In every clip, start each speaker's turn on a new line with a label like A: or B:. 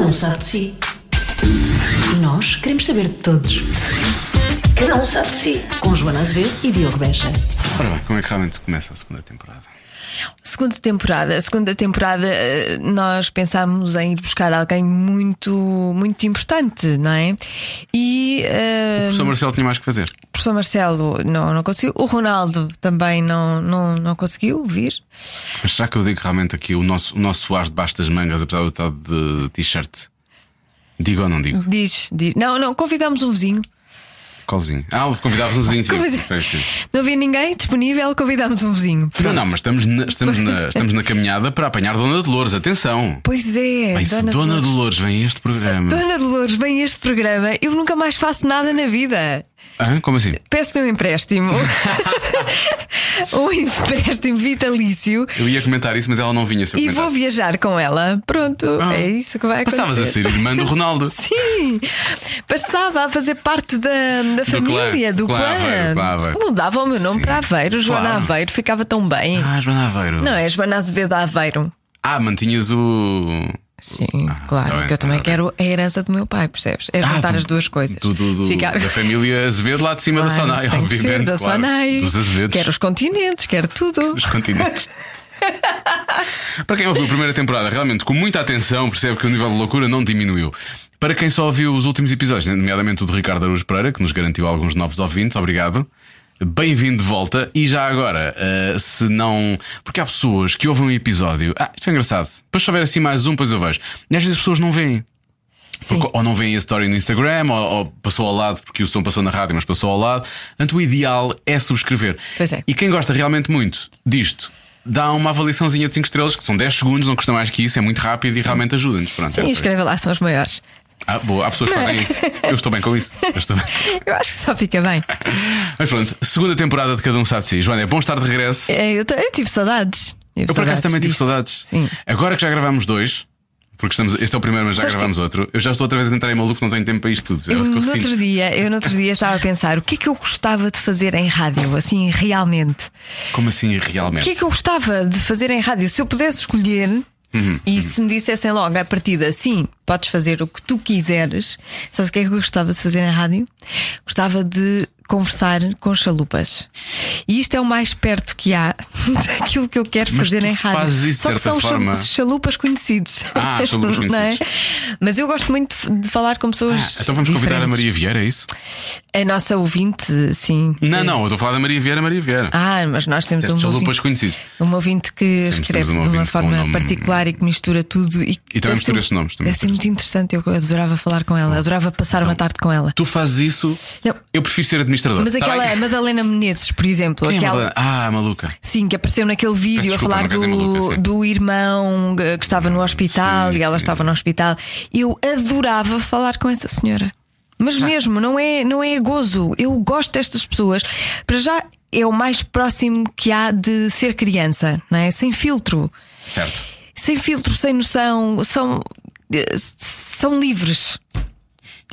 A: um sabe de si. E nós queremos saber de todos. Cada um sabe de si. Com Joana Azevedo e Diogo Beja.
B: Ora bem, como é que realmente começa a segunda temporada?
C: Segunda temporada. A segunda temporada eh, nós pensámos em ir buscar alguém muito, muito importante, não é? E
B: O
C: eh,
B: professor Marcelo tinha mais que fazer.
C: o professor Marcelo não, não conseguiu. O Ronaldo também não, não, não conseguiu vir.
B: Mas será que eu digo realmente aqui o nosso, o nosso ar debaixo das mangas, apesar de eu estar de t-shirt? Digo ou não digo?
C: Diz, diz. Não, não, convidámos um vizinho.
B: Qualzinho. Ah, convidámos um vizinho. sim.
C: Convida-
B: Sim, sim.
C: Não havia ninguém disponível, convidámos um vizinho.
B: Não, não, mas estamos na, estamos, na, estamos na caminhada para apanhar Dona Dolores, atenção!
C: Pois é,
B: Bem, se Dona
C: Dolores.
B: Dolores vem a este programa.
C: Dona Dolores, vem a este programa. Eu nunca mais faço nada na vida.
B: Hã? Como assim?
C: Peço-lhe um empréstimo. um empréstimo vitalício.
B: Eu ia comentar isso, mas ela não vinha se eu
C: E vou
B: comentasse.
C: viajar com ela. Pronto,
B: Ah.
C: é isso que vai acontecer.
B: Passavas assim. a ser irmã do Ronaldo.
C: Sim, passava a fazer parte da, da família,
B: clã.
C: do clã.
B: Clã Aveiro, clã Aveiro.
C: Mudava o meu nome
B: Sim,
C: para Aveiro, Joana
B: claro.
C: Aveiro, ficava tão bem.
B: Ah, Joana Aveiro.
C: Não, é Joana Azevedo Aveiro.
B: Ah, mantinhas o.
C: Sim,
B: tá
C: claro,
B: bem,
C: que eu também
B: tá bem.
C: quero a herança do meu pai, percebes? É juntar
B: Ah, do-
C: as duas coisas.
B: do- do- do-
C: Ficar-
B: Da família Azevedo lá de cima da
C: Claro,
B: Sonai,
C: tem que
B: obviamente.
C: ser da
B: claro.
C: Sonai.
B: Dos Azevedos.
C: Quero os continentes, quero tudo.
B: Dos continentes. Para quem ouviu a primeira temporada, realmente com muita atenção, percebe que o nível de loucura não diminuiu. Para quem só ouviu os últimos episódios, nomeadamente o de Ricardo Araújo Pereira, que nos garantiu alguns novos ouvintes, obrigado. Bem-vindo de volta. E já agora, eh, se não. Porque há pessoas que ouvem um episódio. Ah, isto foi engraçado. Depois, se houver assim mais um, depois eu vejo. E às vezes as pessoas não veem.
C: Sim.
B: Porque ou não veem a story no Instagram, ou, ou passou ao lado porque o som passou na rádio, mas passou ao lado. Portanto, o ideal é subscrever.
C: Pois é.
B: E quem gosta realmente muito disto, dá uma avaliaçãozinha de 5 estrelas, que são 10 segundos, não custa mais que isso, é muito rápido e realmente ajuda-nos. Pronto, é
C: Sim,
B: ok.
C: escreve é? lá, são os maiores.
B: ah, boa, há pessoas que fazem isso. Eu estou bem com isso. Eu estou bem.
C: Eu acho que só fica bem.
B: Mas pronto, segunda temporada de Cada Um Sabe de Si. Joana, é bom estar de regresso.
C: É, Eu, t- eu tive saudades. Tive
B: Eu por acaso
C: saudades
B: também tive
C: disto.
B: saudades.
C: Sim.
B: Agora que já gravámos dois. Porque estamos, este é o primeiro, mas já
C: Sabes que-
B: gravámos outro. Eu já estou outra vez a entrar em maluco, não tenho tempo para isto tudo. É
C: Eu
B: o que eu
C: no, outro
B: sinto.
C: dia, eu no outro dia estava a pensar o que é que eu gostava de fazer em rádio, assim, realmente.
B: Como assim,
C: O
B: realmente?
C: que é que eu gostava de fazer em rádio? Se eu pudesse escolher
B: Uhum,
C: e se me dissessem logo à partida, sim, podes fazer o que tu quiseres, sabes o que é que eu gostava de fazer em rádio? Gostava de conversar com chalupas. E isto é o mais perto que há daquilo que eu quero
B: Mas
C: fazer
B: tu
C: em rádio.
B: fazes isso de
C: Só que
B: certa
C: são chalu-
B: forma.
C: chalupas conhecidos.
B: Ah, chalupas
C: Não é?
B: conhecidos.
C: Mas eu gosto muito de falar com pessoas.
B: Ah, então vamos convidar a
C: diferentes.
B: Maria Vieira, é isso?
C: A nossa ouvinte, sim.
B: Não, não, eu estou a falar da Maria Vieira, Maria Vieira.
C: É. Ah, mas nós temos
B: Certo,
C: um
B: chalupas
C: ouvinte,
B: conhecidos.
C: um ouvinte que
B: Sim,
C: escreve
B: temos um
C: de uma
B: ouvinte com um
C: forma
B: nome-
C: particular e que mistura tudo. E,
B: E também
C: deve
B: mistura
C: ser- um
B: esses nomes, também
C: Deve ser muito interessante. Eu adorava falar com ela, adorava passar uma tarde com ela.
B: Tu fazes isso,
C: Não.
B: eu prefiro ser administrador.
C: Mas
B: Então. Tá
C: aquela
B: bem?
C: Madalena Menezes, por exemplo,
B: Quem é a
C: aquela.
B: Madalena? Ah, maluca.
C: Sim, que apareceu naquele vídeo
B: Peço desculpa,
C: a falar
B: não quero dizer maluca,
C: do,
B: sim.
C: do irmão eh, que estava no hospital
B: sim,
C: e ela
B: sim.
C: estava no hospital. Eu adorava falar com essa senhora. Mas mesmo, não é, não é gozo. Eu gosto destas pessoas. Para já é o mais próximo que há de ser criança, não é? Sem filtro.
B: Certo.
C: Sem filtro, sem noção. São, eh, são livres.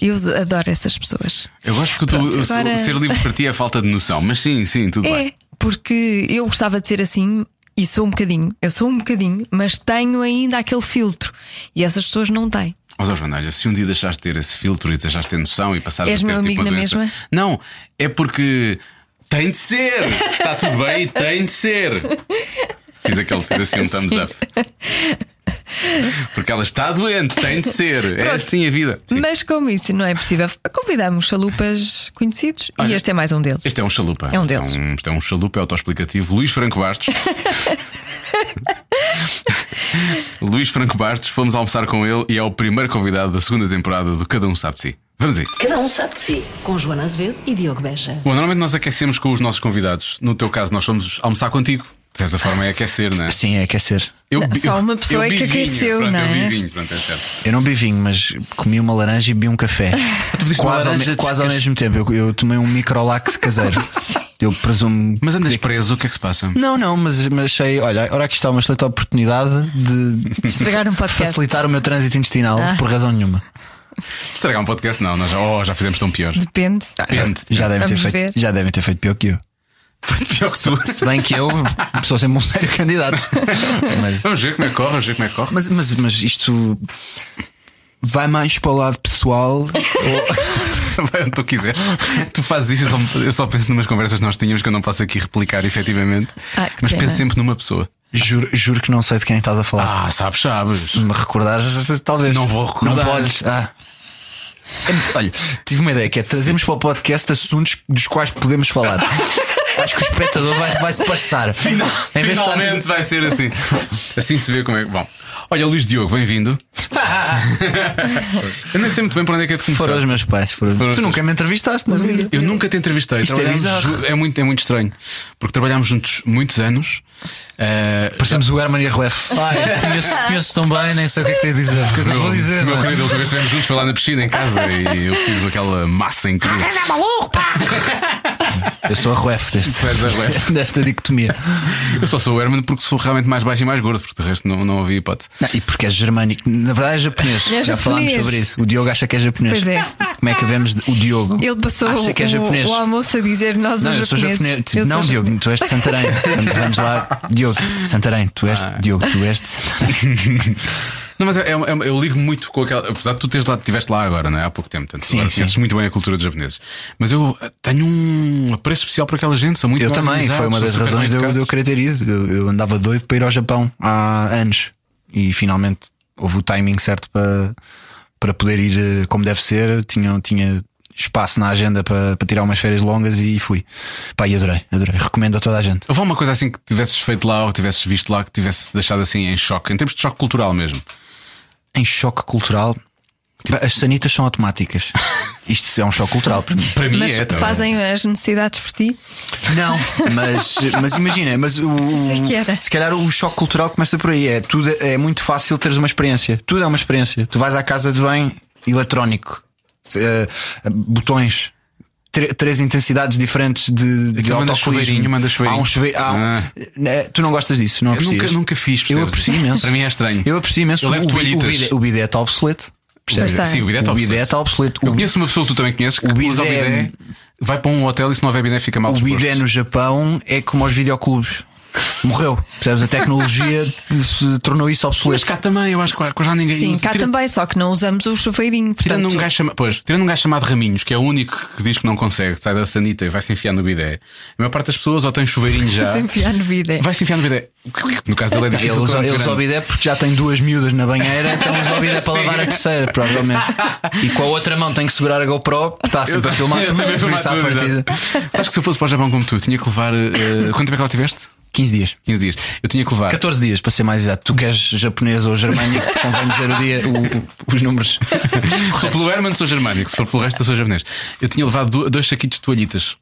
C: Eu adoro essas pessoas.
B: Eu gosto que tu,
C: Pronto,
B: eu sou-
C: agora-
B: ser livre para ti é falta de noção, mas sim, sim, tudo bem.
C: É, porque eu gostava de ser assim e sou um bocadinho, eu sou um bocadinho, mas tenho ainda aquele filtro e essas pessoas não têm.
B: Mas, ó, Joana, olha, se um dia deixaste de ter esse filtro e deixaste de ter noção e passaste
C: És
B: a ter
C: meu
B: tipo
C: amigo
B: uma
C: na
B: doença.
C: mesma?
B: Não, é porque tem de ser. Está tudo bem e tem de ser. Fiz aquele, fiz assim um thumbs
C: Sim.
B: up. Porque ela está doente, tem de ser. É
C: Pronto.
B: assim a vida. Sim.
C: Mas como isso não é possível, convidamos chalupas conhecidos e
B: Olha,
C: este é mais um deles.
B: Este é um chalupa.
C: É um
B: Este
C: deles.
B: um- Este é um chalupa autoexplicativo. Luís Franco Bastos. Luís Franco Bastos, fomos almoçar com ele e é o primeiro convidado da segunda temporada do Cada Um Sabe de Si. Vamos a isso.
A: Cada um sabe de si. Com Joana Azevedo e Diogo Beja.
B: Bom, normalmente nós aquecemos com os nossos convidados. No teu caso, nós fomos almoçar contigo. De certa forma é aquecer, não é?
D: Sim, é aquecer.
B: Eu,
C: Não,
B: bi-
C: só uma pessoa é
B: bi
C: que
B: vinho.
C: aqueceu,
B: pronto,
C: não
B: eu
C: é?
B: bi vinho, pronto, é certo.
D: Eu não bebi vinho, mas comi uma laranja e bebi um café.
B: pediste uma
D: Quase, ao,
B: laranja,
D: me- quase ao
B: descas-
D: mesmo tempo. Eu, eu tomei um microlax caseiro. eu presumo.
B: Mas andas preso, o que é que se passa?
D: Não, não, mas, mas achei. Olha, ora aqui está uma excelente oportunidade de
C: Estragar um podcast.
D: facilitar o meu trânsito intestinal
B: Ah.
D: por razão nenhuma.
B: Estragar um podcast? Não, nós já, oh, já fizemos tão pior.
C: Depende.
D: Ah,
B: Depende.
D: Já devem, ter
C: Vamos ver.
D: feito, já devem ter feito pior que eu.
B: Foi pior que tu.
D: Se bem que eu sou sempre um sério candidato. Mas,
B: Vamos ver como é que corre, vamos ver como é que corre.
D: mas, mas, mas isto. vai mais para o lado pessoal.
B: Vai onde tu quiseres. Tu fazes isso, eu só, eu só penso numas conversas que nós tínhamos que eu não posso aqui replicar efetivamente.
C: Ah, que
B: mas
C: pena.
B: penso sempre numa pessoa.
D: juro, juro que não sei de quem estás a falar.
B: Ah, sabes, sabes.
D: Se me recordares, talvez.
B: Não vou recordar.
D: Não podes. Ah. É muito- Olha, tive uma ideia que é trazemos para o podcast assuntos dos quais podemos falar. Acho que o espectador vai- vai-se passar. Em vez de estarmos-
B: Finalmente vai ser assim. Assim se vê como é que. Bom, olha, Luís Diogo, bem-vindo. eu nem sei muito bem para onde é que é de começar.
D: Foram os meus pais. foram-
B: Foram os
D: Tu
B: teus-
D: nunca me entrevistaste na vida.
B: Eu nunca te entrevistei.
D: Isto é
B: Trabalhámos
D: bizarro.
B: ju- é, muito, é muito estranho. Porque trabalhámos juntos muitos anos. Eh,
D: Parecemos o Herman e a Ruef.
E: Ai, conheço, conheço tão bem, nem sei o que é que tenho a dizer.
D: Eu não vou dizer.
B: Meu
D: não é?
B: querido, a última vez que estivemos juntos foi lá na piscina em casa e eu fiz aquela massa incrível.
D: Eu sou a Ruef deste,
B: és a Ruef.
D: desta dicotomia.
B: Eu só sou o Herman porque sou realmente mais baixo e mais gordo, porque de resto não, não havia hipótese.
D: Não, e porque és germânico. Na verdade é japonês.
C: É
D: Já
C: japonês.
D: falámos sobre isso. O Diogo acha que é japonês.
C: Pois é.
D: Como é que vemos de- o Diogo?
C: Ele passou
D: Acha que é
C: o-
D: japonês.
C: o, almoço a dizer nós
D: Não,
C: os
D: eu sou
C: japoneses.
D: japonês. Tipo,
C: Eu
D: não,
C: sou
D: Diogo, tu és de Santarém. Vamos- Vamos lá, Diogo, Santarém, tu és
B: Ah.
D: Diogo, tu és de Santarém.
B: Não, mas é, é- é- eu ligo muito com aquela. Apesar de tu teres lá, estiveste lá agora, não é? Há pouco tempo, portanto,
D: Sim,
B: agora
D: sim.
B: conheces muito bem a cultura dos japoneses. Mas eu eh, tenho um apreço especial por aquela gente, são muito
D: Eu
B: bem
D: também,
B: organizados,
D: foi uma
B: são
D: das
B: super
D: razões de
B: bem
D: eu, de eu
B: educados.
D: querer ter ido. Eu, eu andava doido para ir ao Japão há anos e finalmente houve o timing certo para, para poder ir eh, como deve ser. Tinha, tinha espaço na agenda para, para tirar umas férias longas e fui. Pá, e adorei, adorei. Recomendo a toda a gente.
B: Houve alguma coisa assim que tivesses feito lá ou tivesses visto lá que tivesse deixado assim em choque, em termos de choque cultural mesmo.
D: Em choque cultural, pá, as sanitas são automáticas. Isto é um choque cultural para mim.
B: Para mim
C: Mas
B: é. tá bem.
C: fazem as necessidades por ti.
D: Não, mas, mas imagina, mas o,
C: Isso é que era.
D: se calhar o choque cultural começa por aí. É, tudo, é muito fácil teres uma experiência. Tudo é uma experiência. Tu vais à casa de bem eletrónico, eh, botões. tre- Três intensidades diferentes de, de
B: Aquilo manda
D: autocolismo.
B: chuveirinho, manda chuveirinho.
D: Há um chuve... há um-
B: Ah.
D: Eh, Tu não gostas disso, não
B: Eu
D: aprecias?
B: nunca, nunca fiz.
D: Eu
B: percebes?
D: aprecio imenso.
B: Para mim é estranho.
D: Eu aprecio imenso.
B: Eu levo
D: o, bi- o,
B: toalhitas.
D: bide- o bidé está obsoleto.
C: Pois está.
B: Sim, o bidé está
D: o bidé
B: obsoleto.
D: está obsoleto.
B: É Eu
D: O-
B: conheço uma pessoa que tu também conheces que
D: O
B: usa o
D: bidé é-
B: bidé, vai para um hotel e se não houver bidé fica mal
D: O
B: disposto.
D: bidé no Japão é como aos videoclubes. Morreu. Percebes? A tecnologia se tornou isso
B: Mas
D: obsoleto.
B: cá também, eu acho que que já ninguém
C: Sim,
B: usa.
C: cá
B: Tira-
C: também, só que não usamos o chuveirinho.
B: Tirando
C: Portanto,
B: um, gajo chama- pois, tirando um gajo chamado Raminhos, que é o único que diz que não consegue, sai da sanita e vai se enfiar no bidé. A maior parte das pessoas ou tem chuveirinho já,
C: se enfiar no bidé.
B: vai se enfiar no bidé. No caso dele é
D: Ele
B: difícil.
D: usa,
B: porque é
D: ele
B: muito
D: usa o
B: grande.
D: bidé porque já tem duas miúdas na banheira, então usa o bidé para lavar a terceira, provavelmente. E com a outra mão tem que segurar a GoPro, porque está sempre a filmar
B: Eu
D: tudo,
B: também
D: por
B: filmar
D: isso à
B: tudo,
D: partida.
B: exato. Sabes que se eu fosse para o Japão como tu, tinha que levar. eh, quanto tempo é que lá tiveste?
D: 15 dias.
B: 15 dias. Eu tinha que levar.
D: 14 dias, para ser mais exato. Tu que és japonês ou germânico, convém dizer o dia, o- o- os números.
B: Se for pelo Herman, sou germânico. Se for pelo resto, eu sou japonês. Eu tinha levado do- dois saquitos de toalhitas.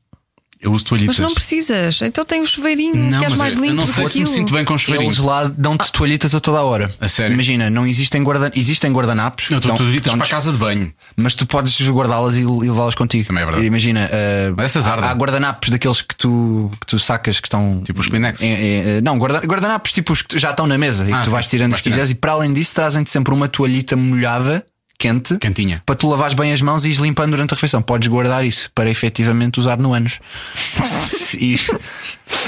B: Eu uso toalhitas.
C: Mas não precisas, então tem o chuveirinho,
B: Não, mas é,
C: queres mais
B: eu,
C: limpo
B: eu não
C: do
B: sei
C: que
B: se me
C: aquilo.
B: sinto bem com os
D: Eles
B: chuveirinhos.
D: lá é dão-te toalhitas a toda a hora.
B: A sério?
D: Imagina, não existem, guarda... existem guardanapos.
B: Não, tu
D: dão-
B: tu ditas
D: dão-te
B: para a casa de banho.
D: Mas tu podes guardá-las e e levá-las contigo.
B: Também é verdade.
D: Imagina, eh,
B: Mas essas ardem.
D: há, há guardanapos daqueles que tu, que tu sacas que estão.
B: Tipo os Kleenex.
D: Eh, eh, eh, não, guarda- guardanapos tipo os que tu- já estão na mesa e
B: Ah,
D: que tu
B: sim.
D: vais tirando
B: Vais
D: os que quiseres. E para além disso, trazem-te sempre uma toalhita molhada, quente,
B: Cantinha.
D: para tu lavares bem as mãos e ires limpando durante a refeição. Podes guardar isso para efetivamente usar no anos. e.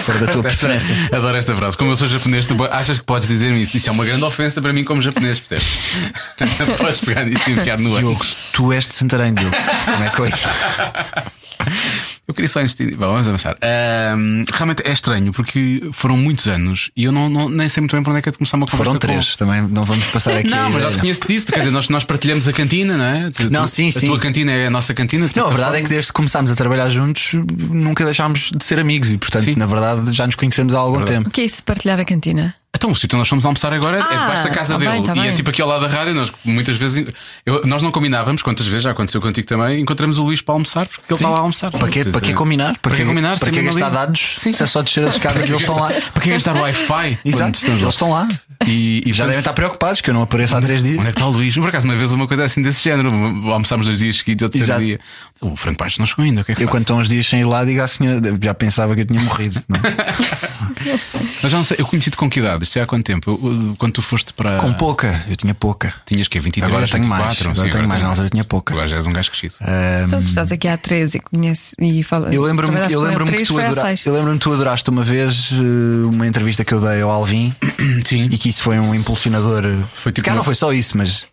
D: para da tua preferência.
B: Adoro esta frase. Como eu sou japonês, tu achas que podes dizer-me isso? Isso é uma grande ofensa para mim, como japonês, percebes? podes pegar nisso e enfiar no ar.
D: Diogo, tu és de Santarém, Diogo. Como é que eu-
B: Eu queria só insistir. Bom, vamos avançar. Ahm, realmente é estranho, porque foram muitos anos e eu não, não- nem sei muito bem para onde é que é de começar uma conversa.
D: Foram
B: com-
D: três, também não vamos passar aqui. a
B: Não, mas já
D: ideia.
B: te conheço disso, quer dizer, nós, nós partilhamos a cantina, não é? Tu-
D: Não,
B: tu-
D: sim,
B: a
D: sim.
B: tua cantina é a nossa cantina. de
D: Não, a
B: certa
D: verdade é que desde que começámos a trabalhar juntos nunca deixámos de ser amigos e, portanto,
B: Sim.
D: na verdade já nos conhecemos há algum
B: Verdade.
D: tempo.
C: O que é isso de partilhar a cantina?
B: Então, o sítio onde nós fomos almoçar agora é
C: Ah,
B: debaixo da casa
C: tá
B: dele.
C: bem, tá
B: e é
C: bem.
B: tipo aqui ao lado da rádio. Nós muitas vezes. eu- nós não combinávamos, quantas vezes já aconteceu contigo também. Encontramos o Luís para almoçar, porque ele está lá a almoçar.
D: Para quê, para quê combinar?
B: Para, quê combinar?
D: Para
B: Sem
D: quê
B: mesmo
D: gastar
B: ali.
D: dados?
B: Sim.
D: Se é só descer as escadas e eles estão lá.
B: Para quê gastar é Wi-Fi? Quando
D: Exato,
B: estamos
D: eles
B: lá.
D: estão lá.
B: E, e
D: Já
B: portanto,
D: devem estar preocupados que eu não apareço há três dias.
B: Onde é que está o Luís? Por acaso, uma vez uma coisa assim desse género. Almoçámos dois dias seguidos, outro terceiro
D: Exato.
B: dia. O Franco Paixos não chegou ainda. O que é que se
D: Eu,
B: passa?
D: quando estão uns dias sem ir lá, digo à senhora, já pensava que eu tinha morrido. não é?
B: Mas já não sei, eu conheci-te com que idade? Isto é há quanto tempo? Eu- eu- quando tu foste para.
D: Com pouca, eu tinha pouca.
B: Tinhas que 23,
D: Agora tenho mais,
B: 24,
D: agora
B: sim,
D: tenho mais, na
B: tens-
D: altura tinha pouca.
B: Agora já és um gajo crescido.
C: Então tu estás aqui há 13 e conheces e fala.
D: Eu lembro-me
C: trabalhaste
D: eu
C: com ele
D: lembro-me que,
C: três,
D: tu
C: foi há
D: adora-
C: seis.
D: eu lembro-me que tu adoraste uma vez eh, uma entrevista que eu dei ao Alvin
B: Sim.
D: e que isso foi um impulsionador.
B: Foi tipo
D: Se calhar
B: uma-
D: não foi só isso, mas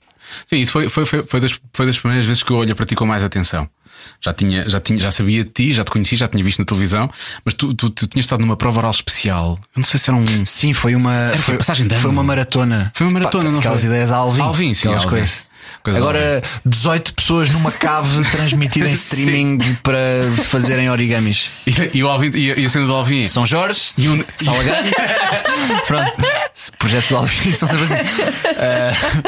B: Sim, isso foi, foi, foi, foi, das, foi das primeiras vezes que eu olho para ti com mais atenção. Já, tinha, já, tinha, já sabia de ti, já te conheci, já tinha visto na televisão, mas tu, tu, tu tinhas estado numa prova oral especial. Eu não sei se era um.
D: Sim, foi uma.
B: que
D: Foi,
B: passagem de ano.
D: foi uma maratona.
B: Foi uma maratona,
D: Pá,
B: não
D: Aquelas
B: foi?
D: ideias a Alvin.
B: Alvin, sim,
D: Aquelas
B: Alvin.
D: coisas.
B: Coisas
D: Agora, 18 pessoas numa cave transmitida em
B: Sim.
D: streaming para fazerem origamis.
B: E, e, o Alvin, e, a- e a cena do Alvin.
D: São Jorge,
B: E um-
D: Salagani. Pronto. Projetos de Alvin são sempre assim.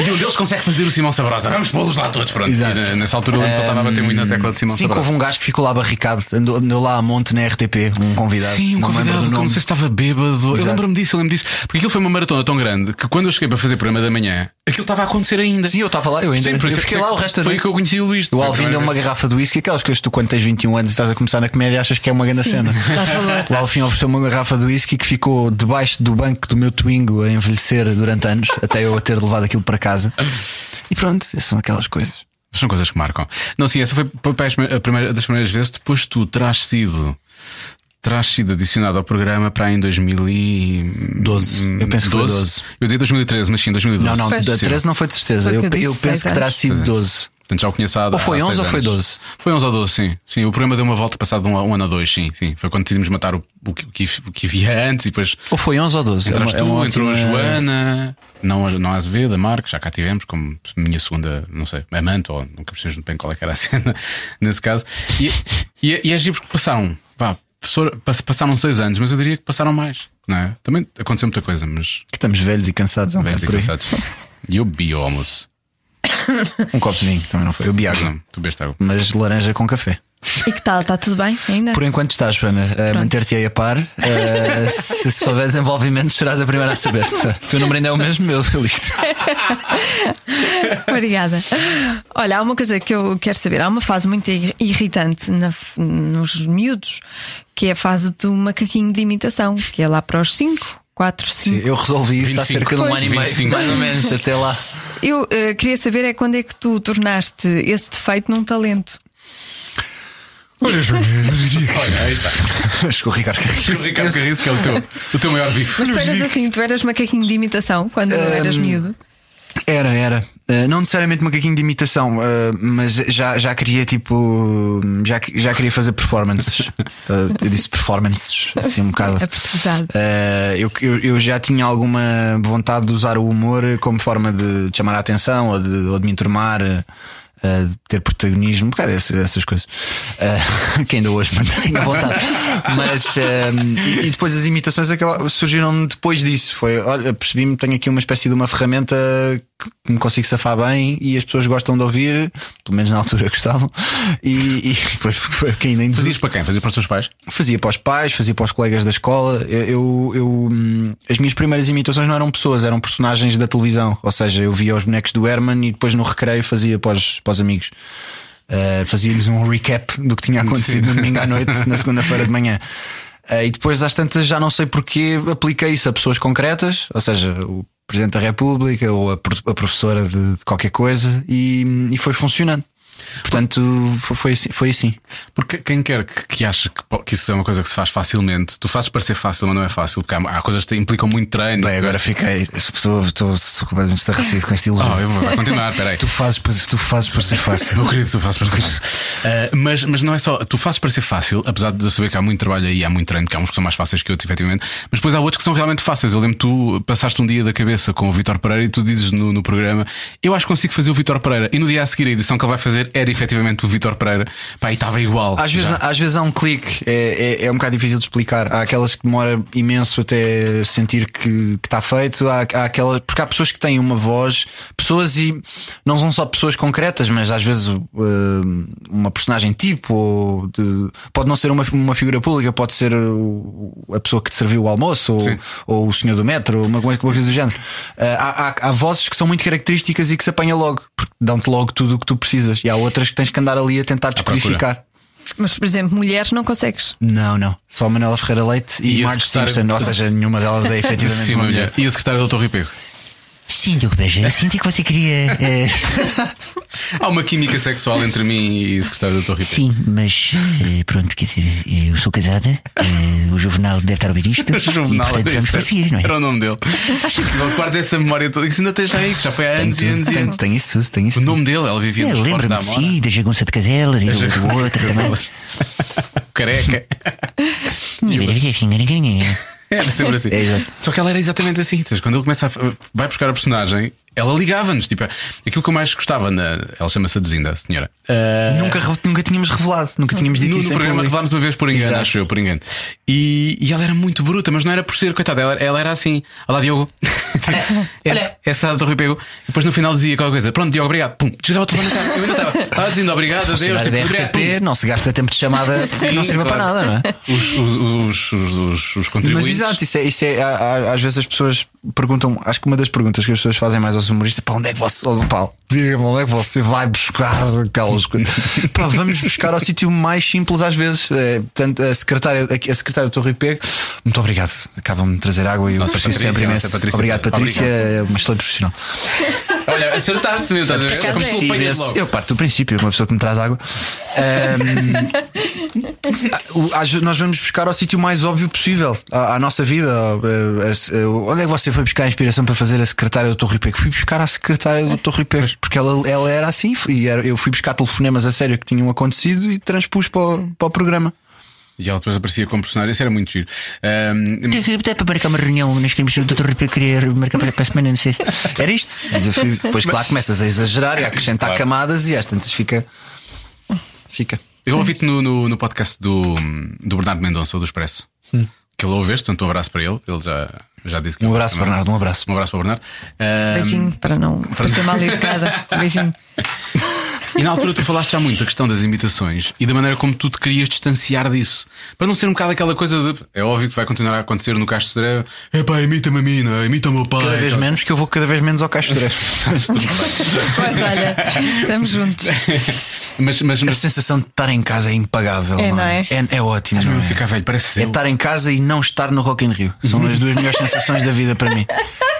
B: E um deles consegue fazer o Simão Sabrosa. Vamos pô-los lá todos, pronto.
D: Exato. Ehm,
B: E, eh, nessa altura eu lembro que ele estava a bater muito na tecla de Simão
D: Sim, que
B: Sabrosa.
D: houve um gajo que ficou lá barricado, andou, andou lá a monte na RTP, um convidado.
B: Sim, um
D: não me lembro
B: convidado,
D: do
B: que eu não
D: nome.
B: sei se estava bêbado. Eu
D: Exato.
B: lembro-me disso, eu lembro disso. Porque aquilo foi uma maratona tão grande que quando eu cheguei para fazer o programa da manhã, aquilo estava a acontecer ainda.
D: Sim, eu estava lá, eu ainda.
B: Sim, por
D: eu
B: isso-
D: fiquei
B: por isso
D: lá o
B: é que
D: resto da
B: Foi aí
D: noite.
B: que eu conheci o Luís.
D: O Alvin deu uma garrafa de whisky, aquelas coisas que tu, quando tens 21 anos e estás a começar na comédia, achas que é uma grande cena. O Alvin ofereceu uma garrafa de whisky que ficou debaixo do banco do meu Twingo a envelhecer durante anos, até eu a ter levado aquilo para casa. E pronto, essas são aquelas coisas.
B: São coisas que marcam. Não, sim, essa foi foi para as prime- a primeira, das primeiras vezes. Depois tu terás sido. Terás sido adicionado ao programa para aí em 2012.
D: Eu penso que foi 12.
B: Eu dizia 2013, mas sim, 2012.
D: Não, não,
B: Sim.
D: da 13 não foi de certeza.
C: Foi o
D: Eu,
C: que eu disse,
D: eu penso
C: seis
D: que terá
C: anos.
D: sido 12.
B: Portanto, já o conheço há
D: Ou foi
B: há
D: 11
B: seis
D: ou foi
B: anos.
D: 12?
B: Foi 11 ou 12, sim. Sim, o programa deu uma volta passado de um, a- um ano ou dois, sim, sim. Foi quando decidimos matar o, o, que, o que- o que havia antes e depois
D: Ou foi 11 ou 12?
B: entraste
D: é uma- é
B: tu, entrou
D: uma ótima-
B: a Joana, não, a- não a Azevedo, a Marcos, já cá tivemos, como minha segunda, não sei, amante, ou nunca percebemos muito bem qual é que era a cena nesse caso. E, e, é- e é giro porque passaram, vá, professor, pass- passaram seis anos, mas eu diria que passaram mais, não é? Também aconteceu muita coisa, mas
D: Que estamos velhos e cansados. é um
B: bem
D: bocado por aí.
B: cansados. E eu bebi ao almoço.
D: Um copo de vinho também não foi. Eu bi água,
B: Não, tu bebeste água.
D: mas laranja com café.
C: E que tal? Está tudo bem ainda?
D: Por enquanto estás, Joana, a manter-te aí a par. Eh, se souberes envolvimento, serás a primeira a saber. O teu número ainda é o mesmo, meu, eu ligo-te.
C: Obrigada. Olha, há uma coisa que eu quero saber. Há uma fase muito ir- irritante na- nos miúdos, que é a fase do macaquinho de imitação, que é lá para os 5, 4, 5.
D: Eu resolvi isso há
B: 25.
D: cerca de um ano e meio,
B: 25.
D: mais ou menos, até lá.
C: Eu eh, queria saber é quando é que tu tornaste esse defeito num talento.
B: Olha, aí está.
D: Chegou o Ricardo Carreiro.
B: Diz o Ricardo Carriço que é o teu, o teu maior bife.
C: Mas tu eras assim, tu eras macaquinho de imitação quando não eras miúdo.
D: Era, era. Eh, não necessariamente macaquinho de imitação, eh, mas já, já queria tipo. Já, já queria fazer performances. Eh, eu disse performances, assim um bocado.
C: Aportuguesado.
D: Eh, eu, eu, eu já tinha alguma vontade de usar o humor como forma de chamar a atenção ou de, ou de me enturmar, eh, eh, de ter protagonismo, um bocado esse- essas, coisas Eh, que ainda hoje mantenho a vontade. Mas eh, e, e depois as imitações acaba- surgiram depois disso. Foi olha, percebi-me que tenho aqui uma espécie de uma ferramenta que me consigo safar bem e as pessoas gostam de ouvir, pelo menos na altura gostavam, e, e depois foi que ainda em
B: Tu
D: desuso.
B: dizes para quem? Fazias para os teus pais?
D: Fazia para os pais, fazia para os colegas da escola. Eu, eu, hum, as minhas primeiras imitações não eram pessoas, eram personagens da televisão. Ou seja, eu via os bonecos do Herman e depois no recreio fazia para os, para os amigos. Uh, Fazia-lhes um recap do que tinha acontecido no domingo à noite, na segunda-feira de manhã. Uh, e depois, às tantas, já não sei porquê, apliquei isso a pessoas concretas, ou seja, o Presidente da República ou a, pro- a professora de, de qualquer coisa, e, e foi funcionando. Portanto, foi, foi assim. Foi assim.
B: Porque quem quer que, que ache que, po- que isso é uma coisa que se faz facilmente, tu fazes parecer fácil, mas não é fácil, porque há, há coisas que te implicam muito treino.
D: Bem, agora fiquei. Estou, estou, estou completamente estarrecido com este elogio.
B: Oh, eu vou, vai continuar, peraí.
D: Tu fazes, para- tu fazes para ser fácil.
B: Meu querido, tu fazes parecer fácil. Ah, mas, mas não é só. Tu fazes parecer fácil, apesar de eu saber que há muito trabalho aí, há muito treino, que há uns que são mais fáceis que outros, efetivamente. Mas depois há outros que são realmente fáceis. Eu lembro que tu passaste um dia da cabeça com o Vitor Pereira e tu dizes no, no programa: Eu acho que consigo fazer o Vitor Pereira. E no dia a seguir, a edição que ele vai fazer era efetivamente o Vitor Pereira. Pá, e estava igual.
D: Às vezes,
B: Já.
D: às vezes há um clique, é, é, é um bocado difícil de explicar. Há aquelas que demora imenso até sentir que está feito, há, há aquelas. Porque há pessoas que têm uma voz, pessoas e não são só pessoas concretas, mas às vezes uh, uma personagem tipo, ou de- pode não ser uma, uma figura pública, pode ser o- a pessoa que te serviu o almoço, ou,
B: Sim.
D: ou o senhor do metro, ou uma coisa uma coisa do género. Ah, há, há- há vozes que são muito características e que se apanha logo, porque dão-te logo tudo o que tu precisas, e há outras que tens que andar ali a tentar
B: procura.
D: descodificar.
C: Mas, por exemplo, mulheres não consegues.
D: Não, não. Só Manuela Ferreira Leite e,
B: E a
D: Marge
B: secretária-
D: Simpson. Ou seja, nenhuma delas é efetivamente
B: Sim,
D: uma
B: mulher.
D: mulher.
B: E a secretária do Dr. Ripego?
E: Sim, Diogo Beja, eu senti que você queria. eh,
B: Há uma química sexual entre mim e o secretário da Torre P.
E: sim, mas eh, pronto, quer dizer, eh, eu sou casada, eh, o Juvenal deve estar a ouvir isto.
B: O É Juvenal
E: e, portanto, vamos prosseguir, não é?
B: Era o nome dele. Acho que ele guarda essa memória toda. Isso ainda tens aí, que já foi há
E: Tenho
B: anos e anos
E: tudo,
B: e
E: tenho,
B: anos.
E: tenho isso tudo, tenho isso
B: O
E: tudo.
B: nome dele, ela vivia
E: É,
B: nos Fortes
E: Lembro-me
B: da
E: de
B: Amora.
E: si, da jagunça de caselas e do, do
B: jagunça
E: outro também.
B: Careca. Era sempre assim.
E: É, exato.
B: Só que ela era exatamente assim. Sabes, Quando ele começa a. Vai buscar a personagem, ela ligava-nos. Tipo, aquilo que eu mais gostava na. Ela chama-se a Duzinda, a senhora.
D: Nunca, re- nunca tínhamos revelado, nunca tínhamos
B: Eh,
D: dito
B: no,
D: isso
B: no
D: em
B: programa
D: público.
B: revelámos uma vez por engano,
D: Exato.
B: acho eu, por engano. E, e ela era muito bruta, mas não era por ser, coitada, ela, ela era assim: Olá, Diogo. essa, essa do Rui Pego. E depois no final dizia qualquer coisa: Pronto, Diogo, obrigado. Pum, desligava o telefone na cara. Eu ainda estava. Ah, dizendo obrigado, adeus,
D: Chegar
B: tipo,
D: da
B: obrigado. pum.
D: RTP, não se gasta tempo de chamada porque não
B: Sim,
D: serve para
B: claro.
D: nada, não é?
B: Os, os, os, os, os
D: Mas
B: contribuintes.
D: exato, isso é, isso é há- há- às vezes as pessoas perguntam, acho que uma das perguntas que as pessoas fazem mais aos humoristas para onde é que você, oh, Paulo, diga-me onde é que você vai buscar aquelas coisas. Pá, vamos buscar ao sítio mais simples às vezes. É, portanto, a secretária, a secretária do Torre Pego, muito obrigado, acabam de trazer água e eu
B: Nossa,
D: preciso
B: Patrícia,
D: sempre
B: nossa,
D: imenso.
B: Patrícia.
D: obrigado, Patrícia, é uma excelente profissional.
B: Olha, acertaste mesmo, estás a ver? É como tu
C: acaso é.
B: apanhas logo.
D: Eu parto do princípio, uma pessoa que me traz água. Ahm, Ah, o- às vezes nós vamos buscar ao sítio mais óbvio possível, à, à nossa vida. ao- eh, esse- eh, Onde é que você foi buscar a inspiração para fazer a secretária do Torre Peco? Fui buscar a secretária do Torre Peco, porque ela, ela era assim, e era- eu fui buscar telefonemas a sério que tinham acontecido e transpus para o, para o programa.
B: E ela depois aparecia como personagem, isso era muito giro. Ahm,
E: Até para marcar uma reunião, nós queríamos o Dr. Ribeiro queria marcar para para a semana, não sei se.
D: Era isto. Desafio. Depois, claro, começas a exagerar e a acrescentar
B: Claro.
D: camadas e às tantas fica. Fica.
B: Eu ouvi-te no, no, no podcast do, do Bernardo Mendonça, do Expresso, que ele ouveste, portanto, um abraço para ele. Ele já, já disse que
D: Hum. Um abraço,
B: também.
D: Bernardo, um abraço.
B: Um abraço para o Bernardo. Ah,
C: Beijinho para não parecer mal educada. Beijinho.
B: e na altura tu falaste já muito da questão das imitações e da maneira como tu te querias distanciar disso. Para não ser um bocado aquela coisa de. É óbvio que vai continuar a acontecer no Castro Seré. Epá, imita-me a mim, não é? imita o meu pai.
D: Cada vez
B: Então,
D: menos que eu vou cada vez menos ao Caixa
C: Mas olha, estamos juntos.
B: Mas, mas,
D: A
B: mas
D: sensação de estar em casa é impagável.
C: É,
D: não é?
C: não
D: É, é ótimo. Não
B: não
D: é?
B: ficar velho, parece
D: é
B: eu.
D: estar em casa e não estar no Rock in Rio. São as duas melhores sensações da vida para mim.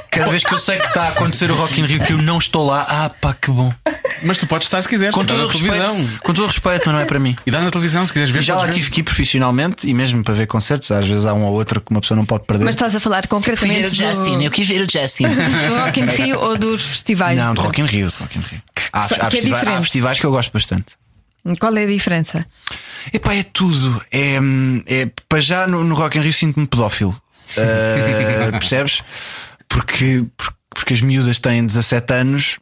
D: Cada vez que eu sei que está a acontecer o Rock in Rio que eu não estou lá, ah pá, que bom.
B: Mas tu podes estar se quiseres,
D: Com
B: está
D: todo o
B: na televisão.
D: respeito, com todo o respeito, mas não é para mim.
B: E dá na televisão se quiseres ver.
D: Já lá
B: podes ver.
D: tive que ir profissionalmente e mesmo para ver concertos, às vezes há um ou outro que uma pessoa não pode perder.
C: Mas tá estás a falar concretamente do,
E: quis ver o Justin.
C: do Rock in Rio ou dos festivais?
D: Não, de Rock in Rio. de Rock in Rio. Há,
C: é que
D: há
C: é
D: festivais, há
C: diferente.
D: festivais que eu gosto bastante.
C: Qual é a diferença?
D: Epá, é tudo. É, hum, é, para já no, no Rock in Rio sinto-me pedófilo. Ah, percebes? Porque, por- porque as miúdas têm 17 anos,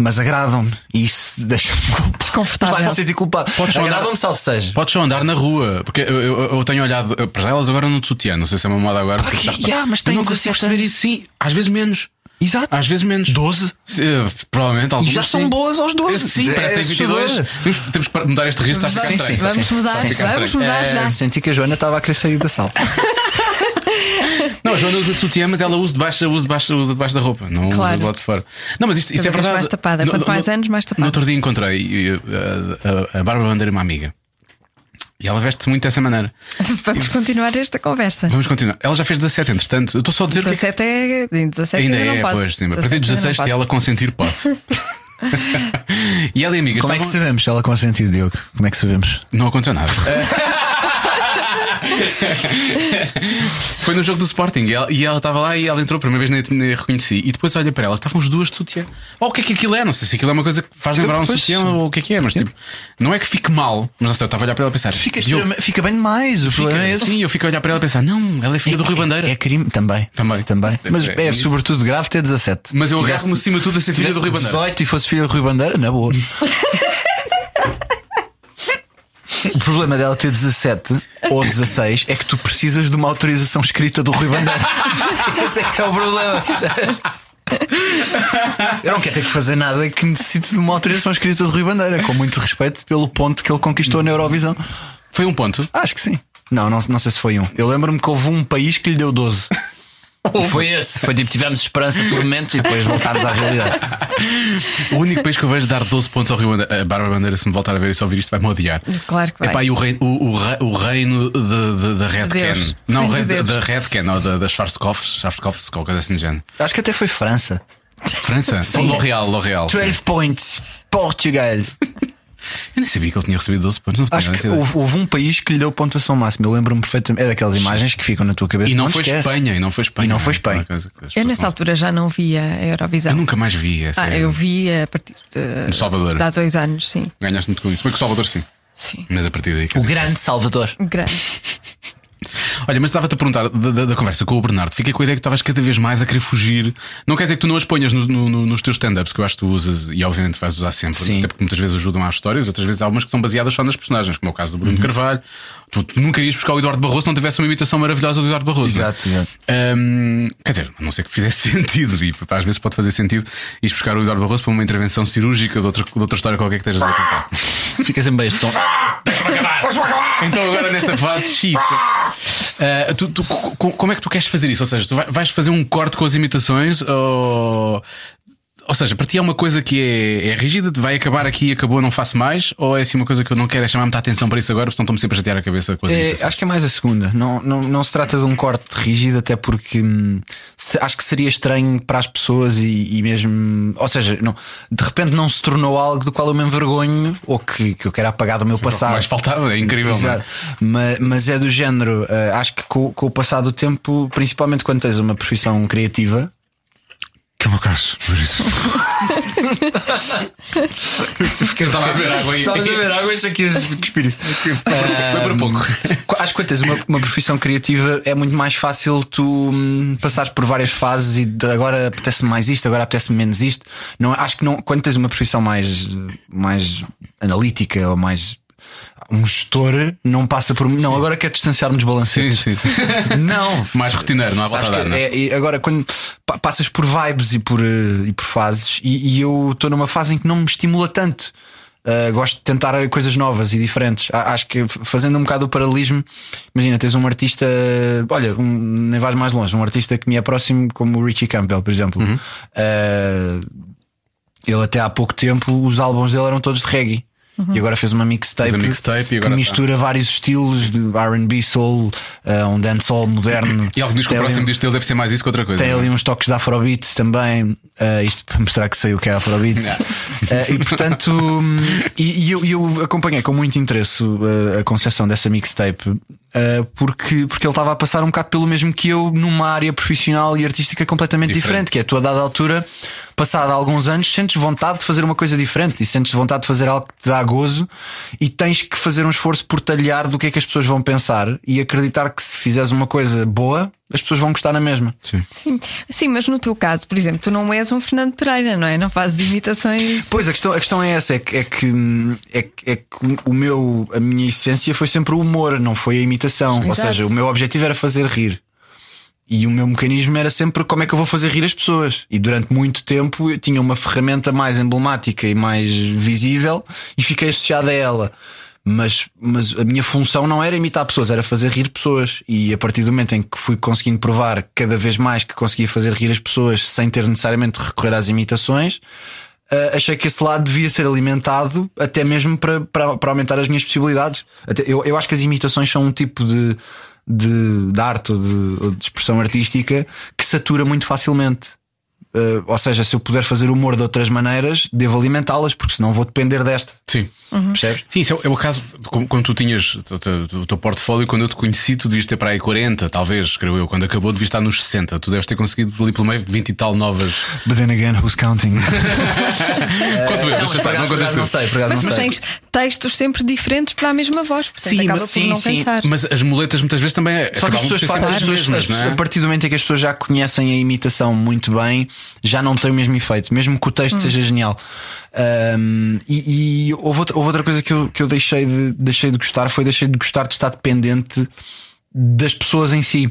D: mas agradam-me. E isso deixa-me culpado.
C: Desconfortável.
D: Vai, não sentir culpado.
B: Podes só
D: Agradam-me,
B: andar-
D: salve seja.
B: Podes só andar na rua, porque eu, eu- eu tenho olhado eu- para já elas agora no sutiã, não sei se é uma moda agora.
D: Pá,
B: porque
D: que- já, mas
B: eu não
D: têm
B: consigo
D: 17
B: perceber isso, sim. Às vezes menos.
D: Exato.
B: Às vezes menos.
D: 12.
B: Se, eh, provavelmente
D: E
B: algumas.
D: já são
B: sim.
D: boas aos 12.
B: Sim, parece que
C: é
B: tem 22.
D: assustador.
B: Temos, temos que mudar este registro, está a
D: Sim,
B: ficar
D: sim,
B: estranho.
C: Vamos mudar,
D: sim, sim,
C: vamos
B: sim. É.
C: mudar Ah, já.
D: É, Senti que a Joana estava a querer sair da sala.
B: Não, a Joana usa sutiã, mas ela usa debaixo, usa debaixo, usa debaixo da roupa, não usa
C: Claro.
B: do lado de fora. Não, mas isto, isto é
C: Também fica
B: verdade.
C: mais tapada. Quanto mais anos, mais tapada.
B: No outro dia encontrei eh, a, a, a Bárbara Bandeira, uma amiga, e ela veste muito dessa maneira.
C: Vamos continuar esta conversa.
B: Vamos continuar. Ela já fez 17, entretanto. Eu estou só a dizer o que é que
C: 17 é. Em 17
B: Ainda
C: não
B: é,
C: pode.
B: pois, sim. A partir dos
C: 17
B: 16, se
C: ainda não
B: ela consentir, pode. e ela e amigas
D: Como é que
B: estavam-
D: sabemos? Ela consentiu, Diogo. Como é que sabemos?
B: Não aconteceu nada.
D: É.
B: Foi no jogo do Sporting e ela- e ela estava lá e ela entrou, a primeira vez nem, nem a reconheci. E depois olha para ela, estavam as duas de sutiã. Ou o que é que aquilo é? Não sei se aquilo é uma coisa que faz lembrar um
D: Então, Pois.
B: sutiã ou o que é que é, mas tipo, não é que fique mal, mas não sei, eu estava a olhar para ela e pensar.
D: Fica,
B: Diogo,
D: extrema- fica bem demais. O problema é
B: fica-
D: esse.
B: Sim, eu fico a olhar para ela e pensar, não, ela é filha do Rui Bandeira.
D: É, crime também.
B: Também.
D: Mas
B: É,
D: é,
B: é isso.
D: sobretudo grave ter 17.
B: Mas eu
D: Se
B: agarro-me
D: tivesse-
B: acima de tudo a ser filha do
D: tivesse
B: Rui Bandeira.
D: 18 e fosse filha do Rui Bandeira, na boa. O problema dela ter 17 ou 16 é que tu precisas de uma autorização escrita do Rui Bandeira. Esse é que é o problema. Eu não quero ter que fazer nada que necessite de uma autorização escrita do Rui Bandeira, com muito respeito pelo ponto que ele conquistou na Eurovisão.
B: Foi um ponto.
D: Acho que sim. Não, não, não sei se foi um. Eu lembro-me que houve um país que lhe deu 12. E foi esse. Foi tipo, tivemos esperança por momentos e depois voltámos à realidade.
B: O único país que eu vejo dar 12 pontos ao Rio Bandeira. A Bárbara Bandeira, se me voltar a ver e só ouvir isto, vai-me odiar.
C: Claro que vai.
B: é Epá, e o reino, o, o re- o reino de- de- da Red
C: Deus.
B: Can. Não, o
C: Reino
B: reino
C: de
B: da-
C: Deus.
B: da Red Can, ou da- das Schwarzkopfs, Schwarzkopfs, qualquer coisa assim do género.
D: Acho que até foi França.
B: França? Ou L'Oréal, L'Oréal. sim.
D: 12 points, Portugal.
B: Eu nem sabia que ele tinha recebido 12 pontos. Não tinha
D: Acho
B: nada
D: que
B: a ver.
D: houve, houve um país que lhe deu pontuação máxima. Eu lembro-me perfeitamente. É daquelas imagens que ficam na tua cabeça.
B: E não, foi
D: esquece.
B: Espanha, e não foi Espanha.
D: E não
B: é
D: foi
B: uma
D: Espanha.
B: coisa que as
C: Eu
B: pessoas
C: nessa
B: não-
C: altura já não via a Eurovisão.
B: Eu nunca mais vi essa.
C: Ah,
B: é-
C: eu vi a partir de.
B: De Salvador.
C: de Há dois anos, sim.
B: Ganhaste muito com isso. Foi com o Salvador, sim.
C: Sim.
B: Mas a partir daí. quer
D: O
B: dizer-
D: grande Salvador.
C: Grande.
B: Olha, mas estava-te a perguntar da, da- da conversa com o Bernardo. Fiquei com a ideia que tu estavas cada vez mais a querer fugir. Não quer dizer que tu não as ponhas no- no- no- nos teus stand-ups, que eu acho que tu usas e obviamente vais usar sempre.
D: Sim.
B: Até porque muitas vezes ajudam às histórias, outras vezes há algumas que são baseadas só nas personagens, como é o caso do
D: Uhum.
B: Bruno Carvalho. Tu, tu nunca irias buscar o Eduardo Barroso se não tivesse uma imitação maravilhosa do Eduardo Barroso. não é?
D: Exato, exato.
B: Hum, quer dizer, a não ser que fizesse sentido, e pá, às vezes pode fazer sentido ir buscar o Eduardo Barroso para uma intervenção cirúrgica de outra, de outra história qualquer que estejas a contar.
D: Fica sempre bem este som.
B: Então agora nesta fase X. Ah, tu- tu- co- co- como é que tu queres fazer isso? Ou seja, tu vai- vais fazer um corte com as imitações ou. Ou seja, para ti é uma coisa que é, é rígida, de vai acabar aqui e acabou, não faço mais? Ou é assim uma coisa que eu não quero é chamar muita atenção para isso agora, porque senão estou-me sempre a chatear a cabeça com as
D: É,
B: imitações?
D: acho que é mais a segunda. Não, não, não se trata de um corte rígido, até porque hum, se- acho que seria estranho para as pessoas e, e mesmo. Ou seja, não, de repente não se tornou algo do qual eu me envergonho ou que, que eu quero apagar do meu passado.
B: Mas faltava, é incrível, não é?
D: tá. Exato. mas, mas é do género. eh, acho que com, com o passar do tempo, principalmente quando tens uma profissão criativa. Que é o meu caso, por isso.
B: Eu estava a ver água aí.
D: Estavas a ver água, isso aqui cuspir isso.
B: Foi por pouco.
D: Qu- Acho que quando tens uma, uma profissão criativa é muito mais fácil tu hum, passares por várias fases e de agora apetece mais isto, agora apetece menos isto. Não, acho que não, quando tens uma profissão mais, eh, mais analítica ou mais. Um gestor não passa por. Não, agora quer distanciar-me dos
B: Sim,
D: balancetes.
B: sim.
D: Não,
B: Mais rotineiro, não há
D: Sabes
B: volta a dar,
D: que
B: não é?
D: é- e agora, quando pa- passas por vibes e por, eh, e por fases, e, e eu estou numa fase em que não me estimula tanto. Ah, gosto de tentar coisas novas e diferentes. A- Acho que f- fazendo um bocado o paralelismo, imagina, tens um artista, olha, um- nem vais mais longe, um artista que me é próximo, como o Richie Campbell, por exemplo.
B: Uhum.
D: Ah, ele até há pouco tempo os álbuns dele eram todos de reggae. E agora fez uma mixtape,
B: Fez a mixtape e agora
D: que
B: tá.
D: mistura vários estilos de RB, soul, ah, um dancehall moderno.
B: E algo diz que o
D: Tem ali
B: próximo
D: um-
B: disco dele deve ser mais isso que outra coisa.
D: Tem
B: não é?
D: ali um uns toques de Afrobeat também. ah, isto para mostrar que sei o que é Afrobeat. Ah, e portanto, hum, e, e eu, e eu acompanhei com muito interesse ah, a concepção dessa mixtape ah, porque, porque ele estava a passar um bocado pelo mesmo que eu numa área profissional e artística completamente
B: Diferente.
D: diferente. que é tu a dada altura, passado alguns anos, sentes vontade de fazer uma coisa diferente e sentes vontade de fazer algo que te dá gozo e tens que fazer um esforço por talhar do que é que as pessoas vão pensar e acreditar que se fizeres uma coisa boa, as pessoas vão gostar na mesma.
C: Sim. Sim, mas no teu caso, por exemplo, tu não és um Fernando Pereira, não é? Não fazes imitações.
D: Pois, a questão, a questão é essa: é que, é, que, hum, é, que- é que o meu, a minha essência foi sempre o humor, não foi a imitação. Ou
C: Exato.
D: seja, o meu objetivo era fazer rir. E o meu mecanismo era sempre como é que eu vou fazer rir as pessoas. E durante muito tempo eu tinha uma ferramenta mais emblemática e mais visível e fiquei associado a ela. Mas, mas a minha função não era imitar pessoas, era fazer rir pessoas. E a partir do momento em que fui conseguindo provar cada vez mais que conseguia fazer rir as pessoas sem ter necessariamente de recorrer às imitações, ah, achei que esse lado devia ser alimentado até mesmo para, para, para aumentar as minhas possibilidades. Até- eu, eu acho que as imitações são um tipo de, de, de arte ou de, ou de expressão artística que satura muito facilmente. Ah, ou seja, se eu puder fazer humor de outras maneiras, devo alimentá-las, porque senão vou depender desta.
B: Sim.
D: Percebes?
B: Sim, isso é, o- é o caso. como- Quando tu tinhas o teu- o teu portfólio, quando eu te conheci, tu devias ter para aí 40, talvez, creio eu. Quando acabou, devias estar nos 60. Tu deves ter conseguido ali pelo meio 20 e tal novas.
D: But then again, who's counting?
B: Quanto eu? Deixa estar,
D: Eh, Não, mas por acaso-
B: não
D: por
B: contas
D: acaso
B: tu.
D: não sei, por acaso
C: Mas,
D: não
C: mas
D: sei.
C: tens textos sempre diferentes para a mesma voz, portanto
D: Sim,
C: acaba
D: mas-
C: por
D: sim,
C: não
D: sim.
C: pensar.
B: Mas as muletas muitas vezes também é-
D: Só que as
B: acabavam por
D: pessoas,
B: ser
D: fazem,
B: sempre
D: as
B: as
D: pessoas-
B: mesmas,
D: as pessoas-
B: não
D: a
B: é?
D: partir do momento em que as pessoas já conhecem a imitação muito bem, já não tem o mesmo efeito, mesmo que o texto seja genial. Ahm, e e houve, outra, houve outra coisa que eu, que eu deixei, de, deixei de gostar: foi deixei de gostar de estar dependente das pessoas em si.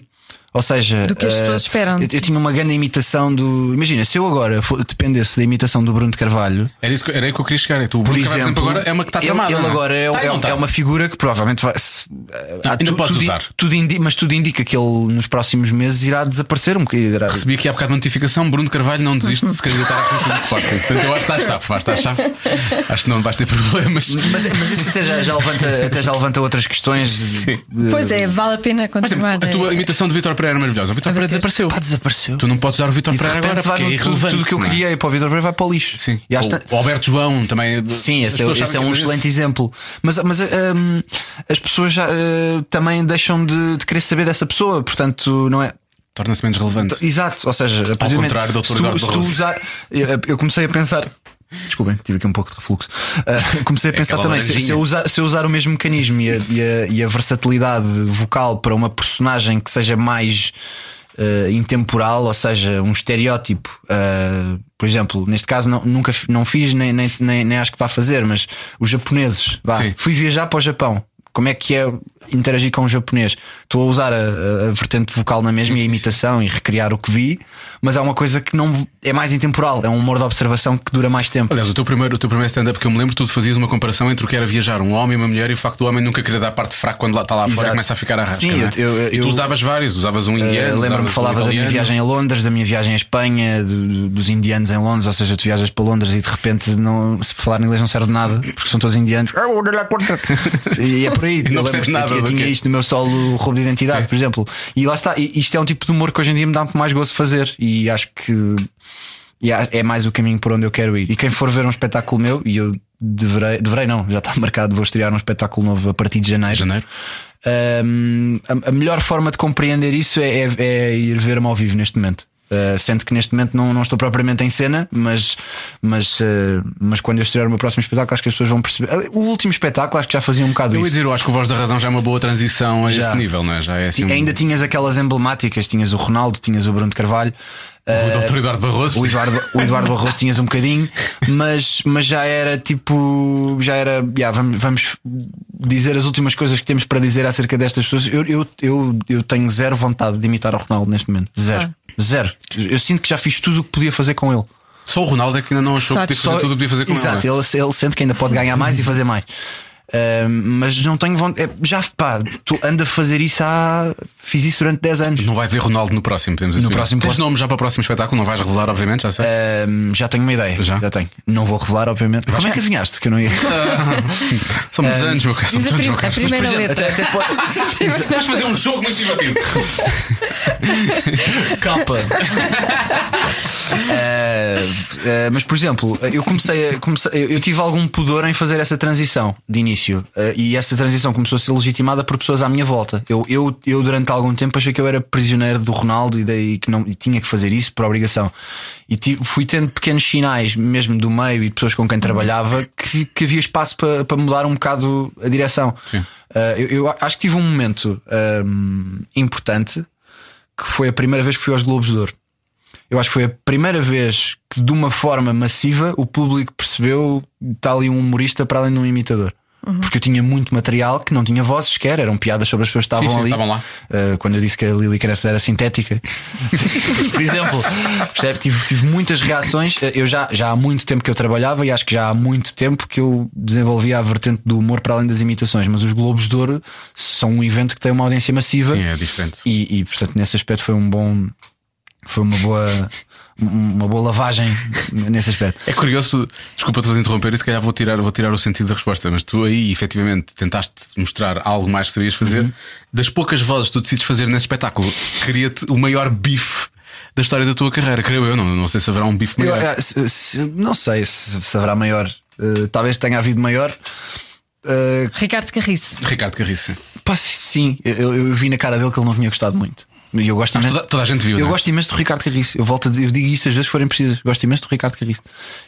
D: Ou seja,
C: Do que as
D: eh,
C: pessoas esperam.
D: Eu, eu tinha uma grande imitação do. Imagina, se eu agora fo- dependesse da imitação do Bruno de Carvalho,
B: Era, isso que, era aí que eu queria chegar. é Tu, o
D: por
B: Bruno Carvalho,
D: exemplo,
B: agora é uma que está
D: ele,
B: tramada.
D: ele
B: não
D: agora é,
B: Tá,
D: é-
B: não tá?
D: é uma figura que provavelmente vai. se- há
B: ainda podes
D: tudo,
B: usar.
D: tudo indi- mas tudo indica que ele nos próximos meses irá desaparecer um bocadinho. irá-
B: Recebi aqui há bocado uma notificação: Bruno Carvalho não desiste de se candidatar à presença do Sporting. Portanto, eu acho que estás chave, vais estar chave. Acho que não vais ter problemas.
D: Mas, mas isso até já, já levanta, até já levanta outras questões. Sim.
C: Pois é, vale a pena
B: Por exemplo,
C: continuar.
B: Tipo,
C: eh,
B: a tua imitação de Vitor Pereira é maravilhosa. O Vitor Pereira desapareceu.
D: Ah, Pá, desapareceu.
B: Tu não podes usar o Vitor
D: E de
B: Pereira agora
D: repente vai
B: porque é
D: no- tudo-
B: irrelevante.
D: Tudo o que eu
B: não é?
D: queria para o Vitor Pereira vai para o lixo.
B: Sim.
D: E às
B: Ou-
D: tan-
B: O Alberto João também.
D: Sim,
B: as
D: esse, é-
B: pessoas
D: esse é
B: sabem
D: um
B: que
D: excelente exemplo. Mas, mas hum, as pessoas já, hum, também deixam de, de querer saber dessa pessoa, portanto, não é?
B: Torna-se menos
D: Então,
B: relevante.
D: Exato, ou seja, a partir do momento-
B: contrário do Dr.
D: se tu,
B: Eduardo
D: se tu
B: Barroso.
D: usar, eu, eu comecei a pensar. Desculpem, tive aqui um pouco de refluxo. Ah, comecei a
B: É
D: pensar
B: aquela
D: também: se, se eu
B: laranjinha.
D: usar, se eu usar o mesmo mecanismo e a, e a- e a versatilidade vocal para uma personagem que seja mais ah, intemporal, ou seja, um estereótipo, ah, por exemplo, neste caso não- nunca fi- não fiz, nem, nem, nem, nem acho que vá fazer, mas os japoneses, vá,
B: Sim.
D: fui viajar para o Japão. Como é que é interagir com um japonês? Estou a usar a, a- a vertente vocal na mesma e a imitação e recriar o que vi, mas há uma coisa que não é mais intemporal, é um humor de observação que dura mais tempo.
B: Aliás, o teu primeiro, o teu primeiro stand-up que eu me lembro, tu fazias uma comparação entre o que era viajar um homem e uma mulher e o facto do homem nunca querer dar parte fraca quando lá está lá fora
D: Exato.
B: e começa a ficar a rasca,
D: Sim,
B: não é?
D: eu- eu-
B: E tu
D: eu-
B: usavas vários, usavas um
D: Eh,
B: indiano.
D: Lembro-me
B: usavas
D: que
B: um
D: falava da minha
B: italiano.
D: viagem a Londres, da minha viagem à Espanha, do- dos indianos em Londres, ou seja, tu viajas para Londres e de repente não, se falar inglês não serve de nada, porque são todos indianos. e é por
B: Não
D: aí. Eu lembro
B: percebes
D: que
B: nada
D: Eu,
B: do
D: tinha
B: quê?
D: isto no meu solo roubo de identidade, por exemplo. E lá está, e isto é um tipo de humor que hoje em dia me dá muito mais gozo fazer e acho que e a- é mais o caminho por onde eu quero ir. E quem for ver um espetáculo meu, e eu deverei, deverei não, já está marcado, vou estrear um espetáculo novo a partir de janeiro.
B: Janeiro.
D: Hum, a, a melhor forma de compreender isso é, é- é ir ver-me ao vivo neste momento. Uh, sendo que neste momento não, não estou propriamente em cena, mas, mas, uh, mas quando eu estrear o meu próximo espetáculo, acho que as pessoas vão perceber. Ali, O último espetáculo, acho que já fazia um bocado
B: Eu ia
D: isso.
B: dizer, eu acho que o Voz da Razão já é uma boa transição a
D: Já.
B: esse nível, não é? Já é assim.
D: Ti-
B: um-
D: Ainda tinhas aquelas emblemáticas, tinhas o Ronaldo, tinhas o Bruno de Carvalho.
B: O Dr. Eduardo Barroso.
D: eh, O Eduardo, o Eduardo Barroso tinhas um bocadinho, mas, mas já era tipo. Já era. já, vamos, vamos dizer as últimas coisas que temos para dizer acerca destas pessoas. Eu, eu, eu, eu tenho zero vontade de imitar o Ronaldo neste momento. Zero. Zero. Eu sinto que já fiz tudo o que podia fazer com ele.
B: Só o Ronaldo é que ainda não achou que podia fazer
C: Exato.
B: tudo o que podia fazer com ele. não é?
D: Exato, ele, ele sente que ainda pode ganhar mais e fazer mais. Ahm, mas não tenho vontade. é, já, pá, tu anda a fazer isso há. Fiz isso durante 10 anos.
B: Não vai ver Ronaldo no próximo, É, podemos assumir.
D: próximo
B: Tens
D: posso-
B: nome já para o próximo espetáculo, não vais revelar, obviamente, já sei.
D: Ahm, já tenho uma ideia.
B: Já?
D: tenho. Não vou revelar, obviamente. Como é que adivinhaste que eu não ia?
B: Somos anos, meu caro. Somos
C: Diz
B: anos,
C: a prim-
B: meu caro.
C: a primeira
B: Somos-
C: letra.
D: até pode.
B: Vamos fazer um jogo muito divertido.
D: capa. Eh, mas, por exemplo, eu comecei, a, comecei- eu- eu tive algum pudor em fazer essa transição de início. Eh, e essa transição começou a ser legitimada por pessoas à minha volta. Eu, eu, eu durante algum tempo, achei que eu era prisioneiro do Ronaldo e, daí que não, e tinha que fazer isso por obrigação. E ti- fui tendo pequenos sinais, mesmo do meio e de pessoas com quem trabalhava, que, que havia espaço para para mudar um bocado a direção.
B: Sim.
D: Eh, eu, eu acho que tive um momento ehm, importante que foi a primeira vez que fui aos Globos de Ouro. Eu acho que foi a primeira vez que, de uma forma massiva, o público percebeu que está ali um humorista para além de um imitador. Porque eu tinha muito material que não tinha vozes sequer, eram piadas sobre as pessoas que estavam
B: sim,
D: ali.
B: estavam lá.
D: Uh, quando eu disse que a Lili Crença era sintética, por exemplo, percebe? Tive, tive muitas reações. Uh, Eu já, já há muito tempo que eu trabalhava e acho que já há muito tempo que eu desenvolvia a vertente do humor para além das imitações. Mas os Globos de Ouro são um evento que tem uma audiência massiva.
B: Sim, é diferente.
D: E, e, portanto nesse aspecto foi um bom foi uma boa um, uma boa lavagem nesse aspecto.
B: É curioso, tu- desculpa estou a interromper, e se calhar vou tirar, vou tirar o sentido da resposta, mas tu aí efetivamente tentaste mostrar algo mais que sabias fazer. Das poucas vozes que tu decides fazer nesse espetáculo, cria-te o maior bife da história da tua carreira, creio eu. Não, não sei se haverá um bife
D: Eu,
B: maior.
D: eh, se- se- não sei se, se haverá maior, eh, talvez tenha havido maior. Eh,
C: Ricardo Carriço.
B: Ricardo Carriço.
D: pá, sim, eu, eu vi na cara dele que ele não tinha gostado muito. E eu gosto
B: Mas
D: imenso-
B: toda, toda a gente viu.
D: Eu
B: não é?
D: gosto imenso do Ricardo Carriço. Eu volto a dizer, eu digo isto às vezes se forem precisas. Gosto imenso do Ricardo Carriço.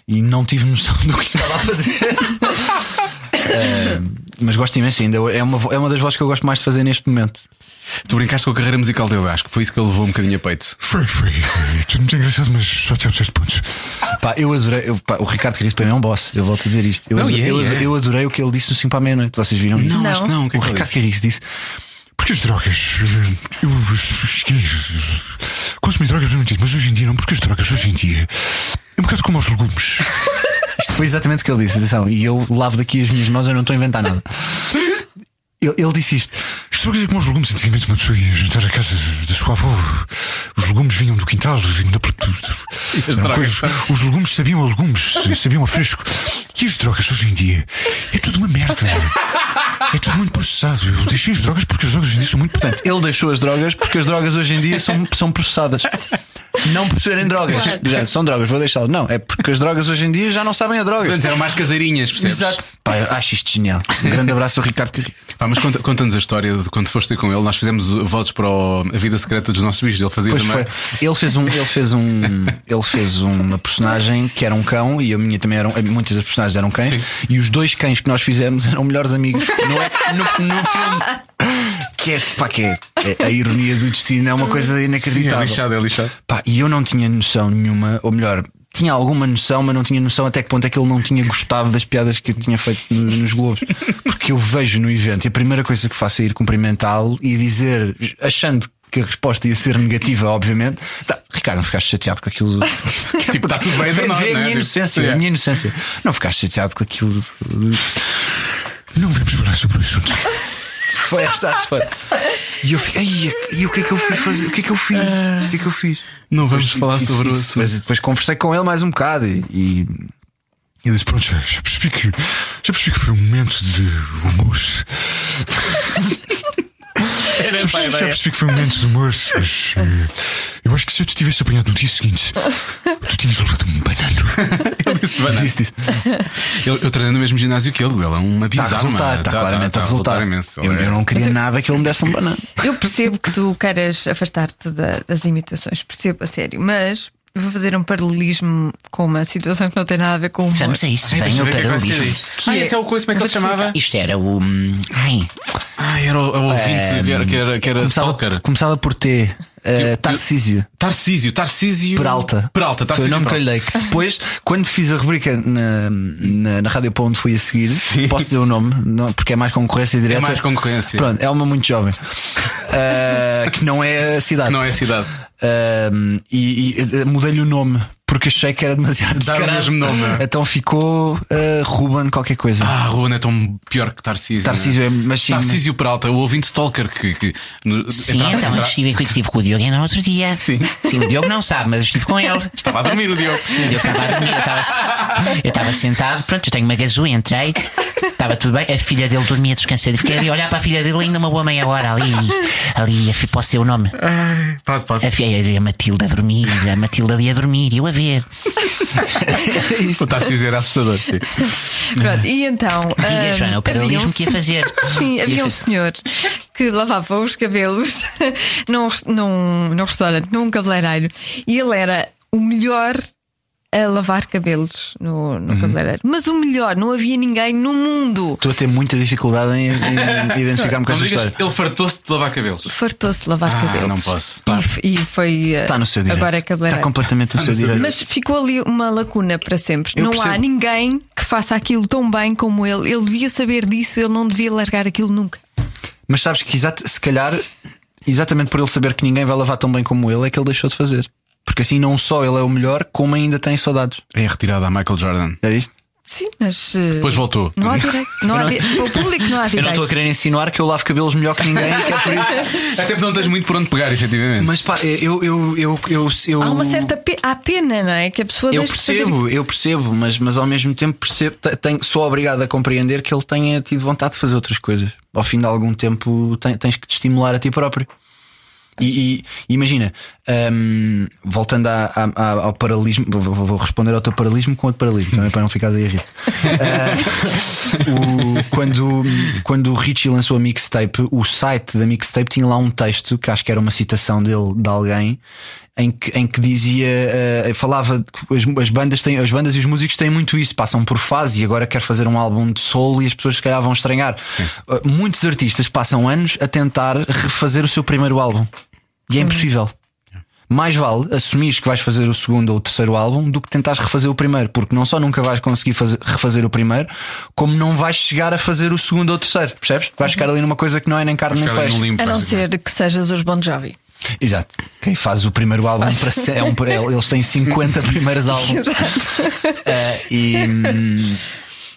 D: E não tive noção do que estava a fazer. Eh, mas gosto imenso ainda. É uma, vo- é uma das vozes que eu gosto mais de fazer neste momento.
B: Tu brincaste com a carreira musical dele, acho que foi isso que ele levou um bocadinho a peito.
F: Foi, foi, foi. Tudo muito engraçado, mas só até um certo ponto.
D: Pá, eu adorei. eu- pá, o Ricardo Carriço para mim é um boss. Eu volto a dizer isto. Eu,
B: Não,
D: adorei,
B: e é,
D: eu,
B: e é.
D: adorei- eu adorei o que ele disse no 5 para a meia-noite. Vocês viram?
B: Não,
C: Não.
B: acho que não. O que é
D: o
B: que ele
D: Ricardo Carriço disse. Porque
F: Porque as drogas. eh, Eu cheguei. Consumi drogas durante muito tempo, mas hoje em dia não, porque as drogas hoje em dia. É um bocado como aos legumes.
D: Isto foi exatamente o que ele disse. Atenção, e eu lavo daqui as minhas mãos, eu não estou a inventar nada. Ele, ele disse isto.
F: As drogas é como os legumes. Antigamente uma pessoa ia jantar à casa da sua avó. Os legumes vinham do quintal, vinham da.
B: as
F: eram
B: drogas?
F: coisas- os legumes sabiam a legumes, sabiam a fresco. E as drogas hoje em dia é tudo uma merda. É tudo muito processado. Eu deixei as drogas porque as drogas hoje em dia são muito potentes.
D: Portanto, ele deixou as drogas porque as drogas hoje em dia são, são processadas. Não por serem drogas. Já, são drogas, vou deixá-lo. Não, é porque as drogas hoje em dia já não sabem a drogas.
B: Antes eram mais caseirinhas, percebes?
D: Exato. Pá, eu acho isto genial. Um grande abraço ao Ricardo Carriz.
B: Pá, mas conta- conta-nos a história de quando foste ter com ele. Nós fizemos o- votos para o- a vida secreta dos nossos bichos. Ele fazia
D: Pois
B: também.
D: foi. Ele fez um, ele fez um, ele fez uma personagem que era um cão e a minha também eram, muitas das personagens eram cães
B: Sim.
D: e os dois cães que nós fizemos eram melhores amigos. Não é no, no filme que é, pá, que é, é- a ironia do destino é uma coisa
B: Sim, é
D: inacreditável.
B: lixado, é lixado.
D: Pá, e eu não tinha noção nenhuma, ou melhor, tinha alguma noção, mas não tinha noção até que ponto é que ele não tinha gostado das piadas que eu tinha feito no- nos Globos. Porque eu vejo no evento e a primeira coisa que faço é ir cumprimentá-lo e dizer, achando que a resposta ia ser negativa, obviamente. Tá, Ricardo, não ficaste chateado com aquilo.
B: Tipo, está tudo bem
D: Vê-
B: entre nós,
D: vê a
B: né?
D: minha
B: Tipo,
D: inocência,
B: é.
D: a minha inocência. Não ficaste chateado com aquilo.
F: Não vamos falar sobre o assunto.
D: Foi esta a resposta. E eu fiquei, "Ai, e o que é que eu fui fazer? O que é que eu fiz? O que é que eu fiz?
B: Não vamos falar
D: Isso-
B: sobre o
D: isso-
B: assunto.
D: Mas depois conversei com ele mais um bocado e, e-
F: E eu disse: Pronto, já, já percebi que. Já percebi que foi um momento de humor.
B: Era essa
F: Já
B: a
F: percebi, já
B: ideia.
F: percebi que foi um momento de humor, mas. eh, Eu acho que se eu te tivesse apanhado no dia seguinte, tu tinhas levado um banano.
B: Banana.
D: disse, disse.
B: Eu, eu treinei no mesmo ginásio que ele. Ele é uma
D: Está Tá a
B: bizarra.
D: resultar,
B: tá,
D: está claramente a resultar.
B: imenso.
D: Eu,
B: Ele é-
D: eu não queria nada que ele me desse um banana.
C: Eu percebo que tu queiras afastar-te da- das imitações, percebo a sério, mas vou fazer um paralelismo com uma situação que não tem nada a ver com o humor.
E: Vamos a isso,
B: Ai,
E: venha
B: deixa eu ver o que é que
E: para o
B: vai ser
E: livro.
B: aí. Ah,
C: é-
B: esse é o coisa, como é que ele se chamava?
E: Isto era o. hum, Ai,
B: Ah, era o, o ouvinte que era, que era, que era stalker.
D: É, Começava, começava por T, eh,
B: Tipo,
D: Tarcísio,
B: Tarcísio, Tarcísio.
D: Peralta.
B: Peralta,
D: Foi
B: Tarcísio.
D: o nome que eu lhe
B: Peralta.
D: dei. Que depois, quando fiz a rubrica na, na, na Rádio para onde fui a seguir, posso dizer o nome, não, porque é mais concorrência direta.
B: mais concorrência.
D: Pronto, é uma muito jovem. Eh, que não é a cidade.
B: Não é a cidade.
D: Um, e e, eh, mudei-lhe o nome porque achei que era demasiado
B: Dar o
D: descarado.
B: mesmo nome, não é?
D: Então ficou eh, Ruben qualquer coisa.
B: Ah, Ruan é tão pior que Tarcísio. né?
D: Tarcísio é- mas sim,
B: Tarcísio Peralta, o ouvinte stalker que. que no-
E: sim,
B: entrava-
E: então eu
B: entrava-
E: estive, estive com o Diogo ainda no outro dia. Sim. O Diogo não sabe, mas eu estive com ele. é
B: Estava a dormir o Diogo.
E: Eu estava a dormir, eu estava- eu estava sentado, pronto, eu tenho uma gasolina, entrei, estava tudo bem, a filha dele dormia descansada, e fiquei ali a olhar para a filha dele ainda uma boa meia hora ali, ali, a fi- posso dizer o nome?
B: Pronto, pode.
E: A, filha, a Matilde a dormir, a Matilde ali a dormir, eu a ver.
B: O Tarcísio era assustador. sim.
C: Pronto, e então.
E: Diga,
C: hum,
E: Joana, o
C: havia
E: paralelismo
C: um
E: que ia
C: sen-
E: fazer.
C: Sim,
E: Ia
C: havia um
E: fazer-
C: senhor que lavava os cabelos num, res- num, num restaurante, num cabeleireiro, e ele era o melhor a lavar cabelos no,
D: Uhum.
C: no cabeleireiro. Mas o melhor, não havia ninguém no mundo.
D: Estou a ter muita dificuldade em, em identificar-me com
B: Não
D: essa
B: digas
D: história.
B: que ele fartou-se de lavar cabelos.
C: Fartou-se de lavar
B: Ah,
C: cabelos.
B: não posso.
C: E f- E, foi. eh,
D: Está Tá no seu direito.
C: Agora é cabeleireiro.
D: Está completamente no seu direito.
C: Mas ficou ali uma lacuna para sempre.
D: Eu
C: não há
D: percebo.
C: ninguém que faça aquilo tão bem como ele. Ele devia saber disso, ele não devia largar aquilo nunca.
D: Mas sabes que exata- se calhar, exatamente por ele saber que ninguém vai lavar tão bem como ele, é que ele deixou de fazer. Porque assim não só ele é o melhor, como ainda tem saudades.
B: É a retirada a Michael Jordan.
D: É isto?
C: Sim, mas. eh,
B: Depois voltou.
C: Não há direito. Não há di- Para o público não há
D: Eu não estou a
C: direito.
D: querer insinuar que eu lavo cabelos melhor que ninguém. que é por isso.
B: Até porque não tens muito por onde pegar, efetivamente.
D: Mas pá, eu. eu, eu, eu, eu
C: Há uma certa pe... há pena, não é? Que a pessoa
D: Eu
C: deixe de fazer
D: percebo, eu percebo, mas, mas ao mesmo tempo percebo, te- tenho- sou obrigado a compreender que ele tenha tido vontade de fazer outras coisas. Ao fim de algum tempo ten- tens que te estimular a ti próprio. E, e- imagina, hum, voltando à- à- à- ao paralelismo, vou, vou- vou responder ao teu paralelismo com outro paralelismo, também para não ficares aí a rir. Ah, o- quando, quando o Richie lançou a mixtape, o site da mixtape tinha lá um texto que acho que era uma citação dele de alguém. Em que, em que dizia, ah, falava que as, as bandas têm, as bandas e os músicos têm muito isso, passam por fase e agora quer fazer um álbum de solo e as pessoas se calhar vão estranhar. Ah, Muitos artistas passam anos a tentar refazer o seu primeiro álbum. E é impossível. mais vale assumires que vais fazer o segundo ou o terceiro álbum do que tentares refazer o primeiro, porque não só nunca vais conseguir fazer- refazer o primeiro, como não vais chegar a fazer o segundo ou o terceiro, percebes? Vais ficar ali numa coisa que não é nem carne nem
B: Ficar ali
D: peixe.
B: no limbo,
C: A não
B: faz-
C: ser que sejas os Bon Jovi.
D: Exato. Quem faz o primeiro álbum para se- é um, eles têm 50 primeiros álbuns Eh, e, hum,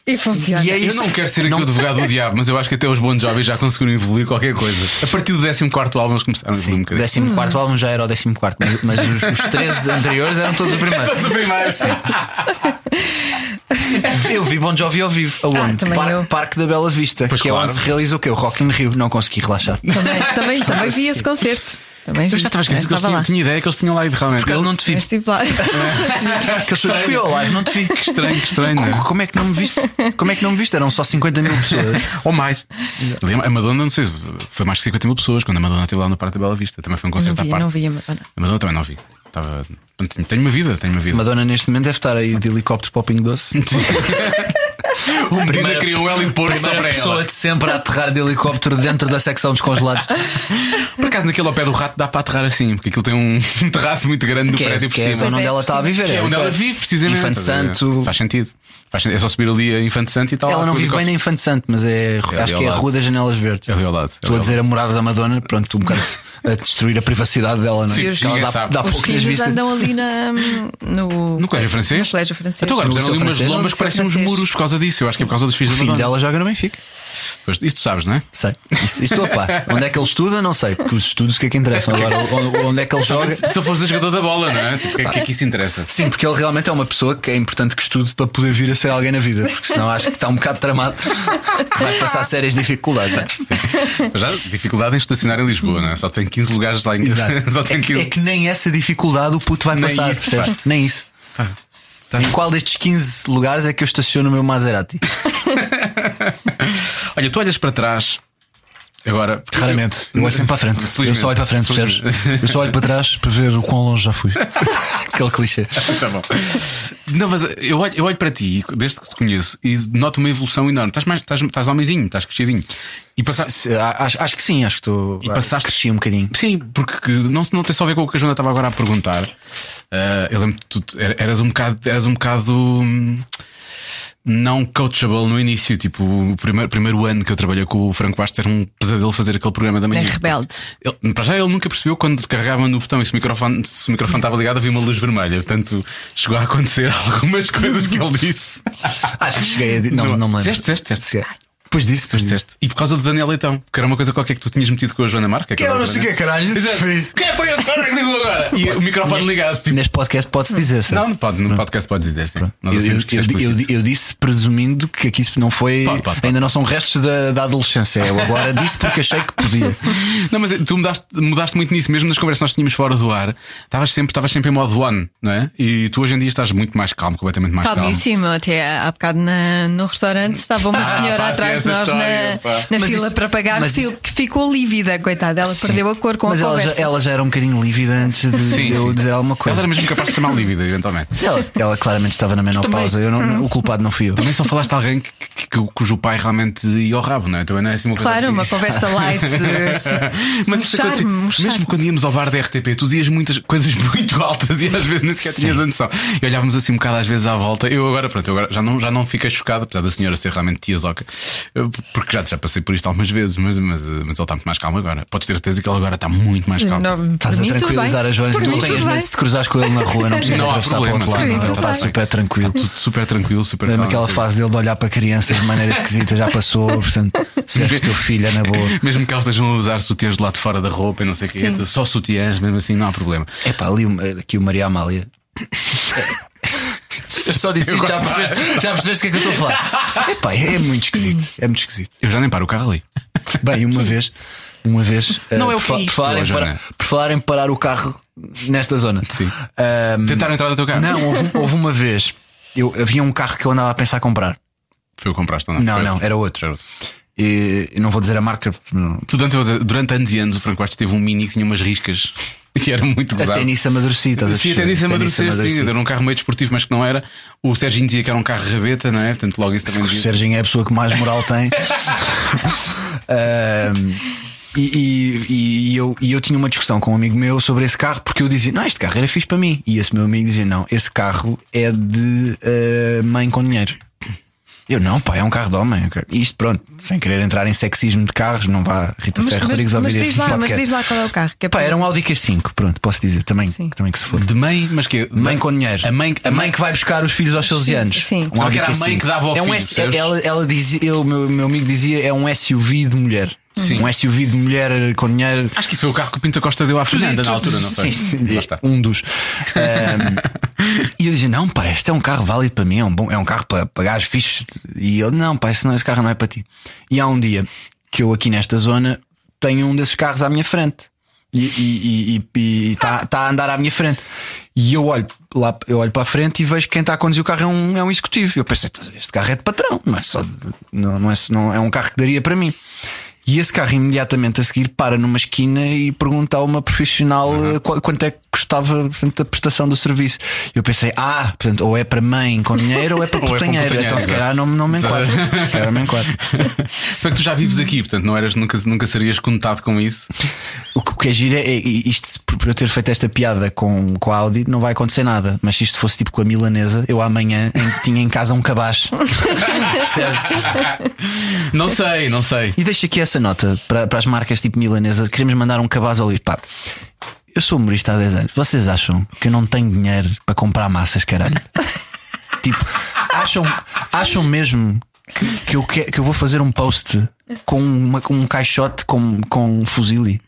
C: E funciona.
D: e é
B: Eu
D: isso.
B: não quero ser aqui o advogado do diabo, mas eu acho que até os Bon Jovi já conseguiram evoluir qualquer coisa. A partir do 14 álbum eles começaram a evoluir um
D: Sim, o
B: bocadinho.
D: 14 álbum já era o 14, mas, mas os, os 13 anteriores eram todos o primeiro.
B: Mas o primeiro, sim.
D: Eu vi Bon Jovi ao vivo, aonde?
C: Ah, também eu.
D: Parque da Bela Vista,
B: Pois
D: que é
B: claro.
D: onde se realiza o quê? O Rock in Rio. Não consegui relaxar.
C: Também, também, também vi esse concerto. Também vi.
B: Eu já estava esquecido que eles tinham,
C: lá.
B: tinha ideia que eles tinham lá ido realmente.
D: Porque eu não te
C: Mas
D: vi.
C: estive lá.
D: Que eu só fui ao live, não te vi.
B: Que estranho, que estranho. não é?
D: Como é que não me viste? Como é que não me viste? Eram só 50 mil pessoas.
B: Ou mais. Ali A Madonna, não sei, foi mais de 50 mil pessoas quando a Madonna esteve lá no Parque da Bela Vista. Também foi um
C: Não
B: concerto à
C: vi,
B: parte.
C: não vi a Madonna.
B: A Madonna também não vi. Estava... Tenho tenho uma vida, tenho uma vida.
D: Madonna neste momento deve estar aí de helicóptero para o Pingo Doce.
B: O Medina criou um heliporto só
D: Primeira
B: para
D: pessoa
B: ela.
D: de sempre a aterrar de helicóptero dentro da secção dos congelados.
B: Por acaso, naquele ao pé do rato dá para aterrar assim, porque aquilo tem um terraço muito grande do
D: Que é,
B: prédio
D: que
B: por
D: é a
B: cima.
D: zona
C: Pois
D: onde
C: é,
D: ela está a viver.
B: Que é onde ela vive, precisamente.
D: Infante
B: Estás a ver?
D: Santo.
B: Faz sentido. Faz sentido. É só subir ali a Infante Santo e tal.
D: Ela não vive bem na Infante Santo, mas é,
B: ali
D: acho
B: ao
D: que é a
B: lado.
D: Rua das Janelas Verdes.
B: É ali ao lado, é ali
D: Estou a
B: ao
D: dizer a morada da Madonna, pronto, um bocado a destruir a privacidade dela, não é?
B: Sim,
D: Porque ela
B: ninguém
D: dá,
B: sabe.
D: dá
C: Os
D: pouco nas
C: filhos
D: vistas.
C: andam ali na, no,
B: No colégio francês?
C: No colégio francês.
B: Então agora
D: No
B: fizeram ali
D: Liceu
B: umas
D: francês.
B: lombas
C: No
B: que parecem uns
C: Liceu francês.
B: muros por causa disso. Eu acho que é por causa dos
D: O
B: filhos da
D: filho
B: Madonna.
D: dela joga no Benfica.
B: Pois, Isso tu sabes, não é?
D: Sei. Isso, isso estou a par. Onde é que ele estuda? Não sei. Porque os estudos o que é que interessam. Agora, onde- onde é que ele joga?
B: Se eu fosse a jogador da bola, não é? O que é que, é que isso interessa?
D: Sim, porque ele realmente é uma pessoa que é importante que estude para poder vir a ser alguém na vida, porque senão acho que está um bocado tramado. Vai passar sérias dificuldades. não é?
B: Mas Já, dificuldade em estacionar em Lisboa, não é? Só tem 15 lugares lá em
D: Exato.
B: Só tem
D: é,
B: 15.
D: é que nem essa dificuldade o puto vai
B: Nem
D: passar,
B: isso,
D: percebes?
B: pá.
D: Nem isso.
B: Tá.
D: Em qual destes 15 lugares é que eu estaciono o meu Maserati?
B: Olha, tu olhas para trás agora. porque-
D: Raramente. Eu olho sempre para a frente. Eu
B: Felizmente.
D: só olho para a frente, percebes? Eu só olho para trás para ver o quão longe já fui. Aquele clichê.
B: Tá bom. Não, mas eu olho, eu olho para ti, desde que te conheço, e noto uma evolução enorme. Estás, mais, estás, estás homenzinho, estás crescidinho. E passa-
D: Se- se- a- acho, acho que sim, acho que estou.
B: E passaste-
D: Cresci um bocadinho.
B: Sim, porque não, não tem só a ver com o que a Joana estava agora a perguntar. Ah, eu lembro que tu tu er- eras um bocado. Eras um bocado hum, não coachable no início, tipo, o primeiro, primeiro ano que eu trabalhei com o Franco Bastos era um pesadelo fazer aquele programa da manhã.
C: É rebelde.
B: Ele- para já ele nunca percebeu quando carregava no botão e se o microfone, se o microfone estava ligado havia uma luz vermelha. Portanto, chegou a acontecer algumas coisas que ele disse.
D: Acho que cheguei a. di- Não, não, me lembro.
B: Disseste, disseste, disseste.
D: Cheguei. Depois disso, depois disso.
B: E por causa do Daniel Leitão, que era uma coisa qualquer que tu tinhas metido com a Joana Marca.
D: Que eu não sei o que é, caralho. Fez.
B: Quem foi esse cara que ligou agora? E o microfone ligado. Tipo,
D: Neste podcast pode-se dizer, certo?
B: não, não pode, no podcast pode dizer. Sim.
D: Eu,
B: Nós
D: eu,
B: assumimos que
D: eu-
B: isso é
D: eu-
B: explícito.
D: eu disse presumindo que aqui isso não foi.
B: Pode, pode, pode.
D: Ainda não são restos da, da adolescência. Eu agora disse porque achei que podia.
B: Não, mas tu mudaste, mudaste muito nisso, mesmo nas conversas que nós tínhamos fora do ar, estavas sempre, estavas sempre em modo one, não é? E tu hoje em dia estás muito mais calmo, completamente mais calmo.
C: Calmíssimo, até há bocado na- no restaurante estava uma
B: Ah,
C: senhora
B: pá, sim,
C: atrás de nós
B: essa história,
C: na,
B: pá.
C: na
D: Mas
C: fila
D: isso-
C: para pagar,
D: mas
C: fil-
D: isso-
C: que ficou lívida, coitada. Ela perdeu a cor com
D: Mas
C: a
D: ela
C: conversa.
D: já, ela já era um bocadinho lívida antes de,
B: Sim,
D: de eu
B: sim.
D: dizer alguma
B: Ela
D: coisa.
B: era mesmo capaz de chamar lívida, eventualmente.
D: Ela, ela claramente estava na menopausa. Eu não-
C: Uhum.
D: não- o culpado não fui eu.
B: Também só falaste de alguém que, que- que- cujo pai realmente ia ao rabo, não é? Também não é assim uma coisa
C: Claro,
B: assim.
C: uma conversa light.
B: Mas isso
C: Um charme,
B: acontecia.
C: um charme.
B: mesmo quando íamos ao bar da RTP, tu dias muitas coisas muito altas e às vezes nem sequer tinhas a noção. E olhávamos assim um bocado às vezes à volta. Eu agora, pronto, eu agora já não, já não fiquei chocado, apesar da senhora ser realmente tia Zoca, eu- porque já, já passei por isto algumas vezes, mas, mas, eh, mas ele está muito mais calmo agora. Podes ter certeza que ele agora está muito mais calmo.
C: Não, por
D: Estás a
C: mim, tudo
D: tranquilizar
C: bem.
D: a Joana.
C: Por
D: Não
C: mim, tudo
D: tenhas medo
C: bem.
D: se te cruzares com ele na rua. Não precisas
B: Não há
D: atravessar para o
B: problema,
D: outro
B: tudo
D: lado. não é?
C: bem,
D: Ele
C: tudo
D: está
C: bem.
D: super tranquilo.
B: Super tranquilo, super
D: Mesmo
B: calmo.
D: aquela fase dele de olhar para crianças de maneira esquisita já passou. Portanto, se és que o teu filho é na boa.
B: Mesmo que elas estejam a usar sutiãs do lado de fora da roupa e não sei o quê,
C: Sim.
B: só sutiãs, mesmo assim não há problema.
D: É pá, ali o- aqui o Maria Amália. Eu só disse isto, já percebeste, já percebeste o que é que eu estou a falar. Epá, é muito esquisito. É muito esquisito.
B: Eu já nem paro o carro ali.
D: Bem, uma vez, uma vez, eh,
B: Não é o
D: por,
B: que é
D: fa-
B: isto,
D: por falar em
B: ó, Joana.
D: parar- por falar em parar o carro nesta zona.
B: Sim.
D: Ahm,
B: Tentaram entrar no teu carro?
D: não, houve, um, houve uma vez. Eu, havia um carro que eu andava a pensar comprar.
B: Foi o que compraste ou não?
D: Não,
B: Foi
D: não,
B: outro.
D: era outro. E, eu não vou dizer a marca. porque não-
B: Tu, Durante, durante anos e anos, o Franco Bastos teve um mini que tinha umas riscas e era muito gozado.
D: Até nisso amadureci, estás a
B: Sim,
D: perceber?
B: até nisso amadurecer,
D: amadureci.
B: sim. Era um carro meio desportivo, mas que não era. O Serginho dizia que era um carro rabeta, não é? Portanto, logo isso também
D: O
B: dizia.
D: Serginho é a pessoa que mais moral tem. Ahm, E, e- e- e eu, e eu tinha uma discussão com um amigo meu sobre esse carro, porque eu dizia: Não, este carro era fixe para mim. E esse meu amigo dizia: Não, esse carro é de eh, mãe com dinheiro. Eu não, pá, é um carro de homem. E Isto, pronto, sem querer entrar em sexismo de carros, não vá Rita
C: Mas,
D: Ferro
C: mas,
D: Rodrigues ouvir
C: mas
D: este
C: diz lá, mas
D: podcast.
C: diz lá qual é o carro. Que é
D: Pá,
C: para-
D: era um Audi Q5, pronto, posso dizer, também,
C: Sim.
D: também que se for.
B: De mãe, mas que
D: Mãe com dinheiro.
B: A mãe,
D: a mãe que vai buscar os filhos aos 12
C: Sim,
D: anos. Um
C: sim.
B: Só que era a
D: Audi
B: mãe
D: Q5.
B: que dava ao
D: é um
B: filho,
D: S-
B: percebes?
D: Ela, ela dizia, ele, meu, meu amigo dizia, é um SUV de mulher.
B: Sim.
D: Um SUV de mulher com dinheiro.
B: Acho que isso foi o carro que o Pinto Costa deu à Fernanda na altura, não foi?
D: Sim, sim.
B: Lá está.
D: Um dos. Ahm, e eu dizia: Não, pá, este é um carro válido para mim, é um, bom, é um carro para pagar os fichos. E ele: Não, pá, esse, não, esse carro não é para ti. E há um dia que eu, aqui nesta zona, tenho um desses carros à minha frente. E está e, e, e, tá- tá a andar à minha frente. E eu olho, lá, eu olho para a frente e vejo que quem está a conduzir o carro é um, é um executivo. E eu pensei: Este carro é de patrão, não é só. de- não, não é, não, é um carro que daria para mim. E esse carro imediatamente a seguir para numa esquina e pergunta a uma profissional eh, qu- quanto é que custava portanto, a prestação do serviço. Eu pensei, ah, portanto, ou é para mãe com dinheiro ou é para
B: Ou é com
D: putanheiro.
B: putanheiro,
D: então se calhar
B: exato.
D: não, não me enquadro. se calhar me enquadro.
B: Se bem que tu já vives aqui, portanto não eras, nunca, nunca serias conectado com isso.
D: O que, o que é giro é, é isto, se por por eu ter feito esta piada com, com a Audi, não vai acontecer nada. Mas se isto fosse tipo com a milanesa, eu amanhã em- tinha em casa um cabaz.
B: Não sei, não sei.
D: E deixo aqui essa nota para, para as marcas tipo milanesa. Queremos mandar um cabaz ao Luís. Pá, eu sou humorista há 10 anos. Vocês acham que eu não tenho dinheiro para comprar massas, caralho? tipo, acham, acham mesmo que, que eu que, que eu vou fazer um post com, uma, com um caixote com, com um fuzile?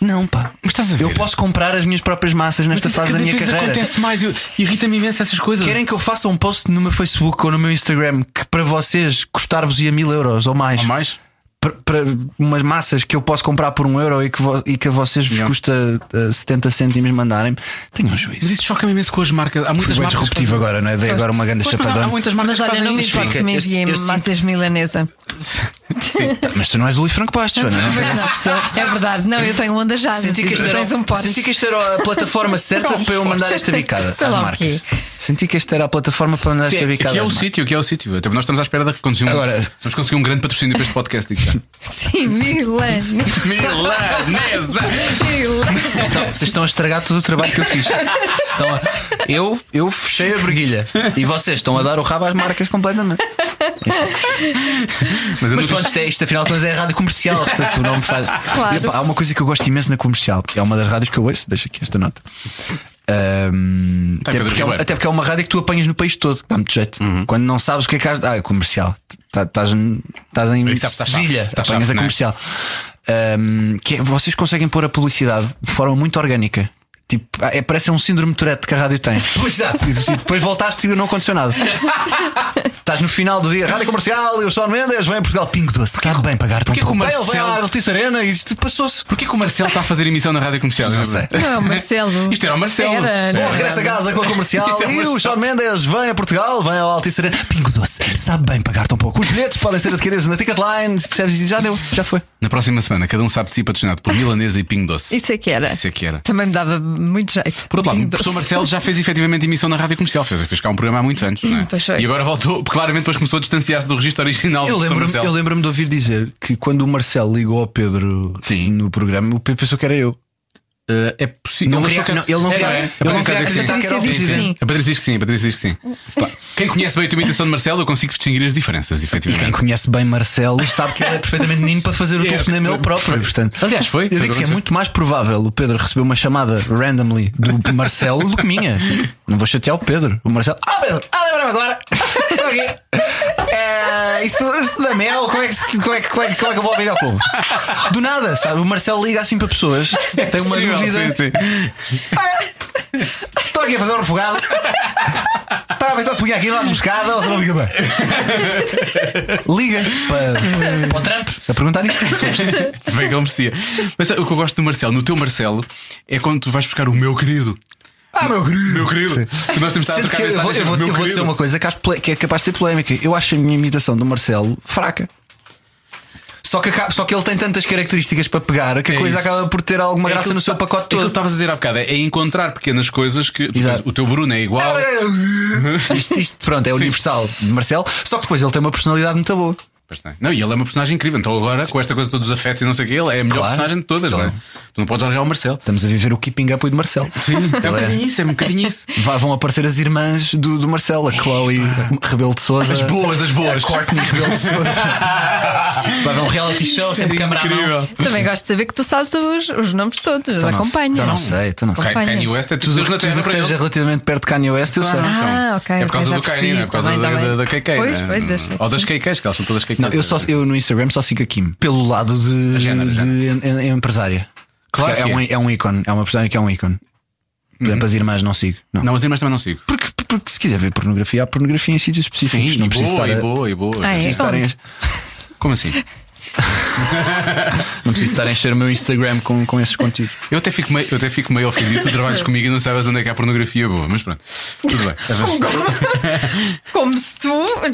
D: Não, pá.
B: Mas estás a ver?
D: Eu posso comprar as minhas próprias massas
B: Mas
D: nesta
B: isso
D: fase da
B: cada
D: minha
B: vez
D: carreira.
B: acontece mais. Eu- Irrita-me imenso essas coisas.
D: Querem que eu faça um post no meu Facebook ou no meu Instagram que para vocês custar-vos ia mil euros ou mais?
B: Ou mais?
D: para- para umas massas que eu posso comprar por um euro e que, vo- e que a vocês vos
B: Yeah.
D: custa eh, 70 cêntimos mandarem-me, tenho um
B: Mas
D: juízo.
B: isso choca-me imenso com as marcas. Há muitas marcas. que fazem-
D: agora, não é? Dei agora uma grande
B: Pois, mas há- há muitas marcas
C: Mas
B: que
C: olha,
B: fazem
C: não me
B: isso.
C: importo que me
D: Eu-
C: enviem
D: eu sinto-
C: massas milanesa.
D: Mas tu não és o Luís Franco Bastos, Joana, não tens essa questão.
C: É verdade, não, eu tenho onda já.
D: Senti que, esta
C: tu
D: era,
C: tens um pote.
D: senti que esta era a plataforma
B: um
D: certa para eu mandar esta bicada às
C: Sei lá o
D: marcas.
C: quê.
D: Senti que esta era a plataforma para mandar esta
B: Sim,
D: bicada.
B: aqui é
D: às
B: o
D: marcas.
B: sítio, aqui é o sítio. Até nós estamos à espera de conseguir um,
D: Agora-
B: vamos conseguir um grande patrocínio para este podcast. digo já.
C: Sim, milanesa.
B: Milanesa!
C: Milanesa.
D: Vocês estão- Vocês estão a estragar todo o trabalho que eu fiz. Estão a- eu, eu fechei a verguilha e vocês estão a dar o rabo às marcas completamente.
B: Mas eu
D: Mas
B: nunca.
D: pronto, isto, é, isto afinal de contas é a rádio comercial, portanto não me faz.
C: Claro.
D: E, epá, há uma coisa que eu gosto imenso na comercial, é uma das rádios que eu ouço, deixa aqui esta nota. Ahm,
B: Tá,
D: até,
B: Pedro
D: porque é,
B: Ribeiro.
D: até porque é uma rádio que tu apanhas no país todo, dá muito jeito.
B: Uhum.
D: Quando não sabes o que é que há. Ah, é comercial. Tá- Estás em- estás em
B: Isso é- tá
D: Sevilha,
B: chato, tá
D: apanhas
B: chato,
D: a
B: né?
D: comercial. Ahm, que é- vocês conseguem pôr a publicidade de forma muito orgânica. Tipo, é, parece um síndrome de Tourette que a rádio tem. Pois
B: é.
D: E tipo, depois voltaste e não aconteceu nada. Estás no final do dia, Rádio Comercial, eu sou Mendes, vem a Portugal Pingo Doce. Sabe bem pagar tão
B: porquê que
D: pouco.
B: o
D: Bem, Ele vem
B: Marcelo-
D: à Altice Arena e isto passou-se.
B: Porquê que o Marcelo está a fazer emissão na rádio comercial?
D: Não sei.
C: Não é o Marcelo.
B: Isto era o Marcelo. Bom,
C: Era, não
D: Bom,
C: era.
D: regressa a casa com a comercial.
B: É Isso é uma
D: e o Sean Mendes vem a Portugal, vem ao Altice Arena. Pingo Doce, sabe bem pagar tão pouco. Os bilhetes podem ser adquiridos na Ticketline, percebes? E Já deu, já foi.
B: Na próxima semana, cada um sabe de si patrocinado por Milanesa e Pingo Doce.
C: Isso é que era.
B: Isso é que era.
C: Também me dava muito jeito.
B: Por outro lado, o
C: Pingo
B: professor
C: doce.
B: Marcelo já fez efetivamente emissão na rádio comercial, fez, fez cá um programa há muitos anos, não é?
C: Pois foi.
B: E agora voltou, porque claramente depois começou a distanciar-se do registro original do
D: Eu
B: professor
D: lembro-me
B: Marcelo.
D: eu lembro-me de ouvir dizer que quando o Marcelo ligou ao Pedro
B: Sim.
D: no programa, o Pedro pensou que era eu.
B: Eh, é possível.
D: Não
B: mas
D: queria-
B: eu quero-
D: não, ele não
B: É,
D: queria-
B: é? A
D: ele não
B: Patrícia diz
D: queria
B: que
D: acreditar
B: sim.
D: que era
C: o Patrícia diz que sim.
B: A Patrícia diz que sim, a Patrícia diz que sim. Pá, Quem conhece bem a tua imitação de Marcelo, eu consigo distinguir as diferenças,
D: E quem
B: efetivamente.
D: conhece bem Marcelo sabe que ele é perfeitamente menino para fazer o
B: É.
D: telefonema ele próprio. Portanto,
B: Aliás, foi.
D: Eu digo que é muito mais provável o Pedro receber uma chamada randomly do Marcelo do que minha. Não vou chatear o Pedro. O Marcelo. Ah, Pedro! Ah, lembra-me agora! Estou aqui! É, isto, isto da Mel, como é, que, se- como, é que, como, é que, como é que eu vou ao videoclube? Do nada, sabe? O Marcelo liga assim para pessoas, tem uma
B: Possível,
D: dúvida.
B: Sim, sim.
D: Estou aqui a fazer um refogado. Estava a pensar se punha aqui numa moscada ou se não liga bem. Liga para, para o Trump a perguntar isto.
B: Se bem que ele merecia. Mas sabe, o que eu gosto do Marcelo, no teu Marcelo, é quando tu vais buscar o meu querido.
D: Ah, meu querido!
B: Meu querido. Que Nós temos estado a
D: Sendo
B: trocar
D: que eu
B: mensagens
D: vou, eu vou-
B: sobre meu
D: eu vou dizer
B: querido.
D: uma coisa que, acho pole- que é capaz de ser polémica. Eu acho a minha imitação do Marcelo fraca. Só que, acaba- só que ele tem tantas características para pegar que a
B: É
D: coisa
B: isso.
D: acaba por ter alguma
B: É
D: graça
B: aquilo
D: no
B: que
D: seu
B: tá-
D: pacote
B: É aquilo que
D: todo.
B: estavas a dizer há bocado, é é encontrar pequenas coisas que. por
D: Exato.
B: exemplo, O teu Bruno é igual.
D: Isto, isto, pronto, é universal de Marcelo. Só que depois ele tem uma personalidade muito boa.
B: Pois tem. Não, e ele é uma personagem incrível. Então agora, com esta coisa todos os afetos e não sei o que, ele é a melhor
D: Claro.
B: personagem de todas,
D: Claro.
B: não é? Tu não podes largar o Marcelo.
D: Estamos a viver o Keeping Up with Marcelo.
B: Sim, é um bocadinho isso, é um bocadinho isso.
D: Vá- Vão aparecer as irmãs do, do Marcelo, a Chloe Rebelo de Souza.
B: As boas, as boas.
D: A Courtney Rebelo de Souza. Vai haver um reality show
B: é
D: sempre câmara à mão.
C: Também gosto de saber que tu sabes os, os nomes todos,
D: Então não-
C: acompanhas.
D: então não sei, então não sei.
B: Kanye
C: Acompanhas.
B: West é
D: Tu,
B: tudo na
D: tu
B: terra
D: que
B: para
D: esteja
B: ele.
D: relativamente perto de Kanye West, eu sei.
C: Ah, ok,
B: É por
C: ok,
B: causa
C: já
B: do
C: percebi,
B: Kanye, não é por causa
C: tá bem,
B: da,
C: tá
B: da,
C: bem.
B: da KK.
C: Pois,
B: né?
C: pois, achei que
B: Ou das
C: sim.
B: KKs, que elas são todas KKs.
D: Não, eu, só, eu no Instagram só sigo a Kim pelo lado de,
B: género,
D: de-
B: género.
D: em- em- empresária.
B: Claro
D: Porque
B: que
D: é, um,
B: é. Uhum.
D: é um ícone, é uma personagem que é um ícone. Por exemplo, as irmãs não sigo. Não.
B: Não, as irmãs também não sigo.
D: Porque, porque se quiser ver pornografia, há pornografia em sítios específicos.
B: Sim,
D: não
B: e
D: preciso
B: boa,
D: estar.
B: e
D: a-
B: boa, e boa.
C: Ah, é?
D: preciso estar
C: Onde?
D: a-
B: Como assim?
D: não preciso estar a encher o meu Instagram com, com esses conteúdos.
B: Eu até fico meio, eu até fico meio ofendido. Tu trabalhas comigo e não sabes onde é que há pornografia boa, mas pronto. Tudo bem.
C: Como se tu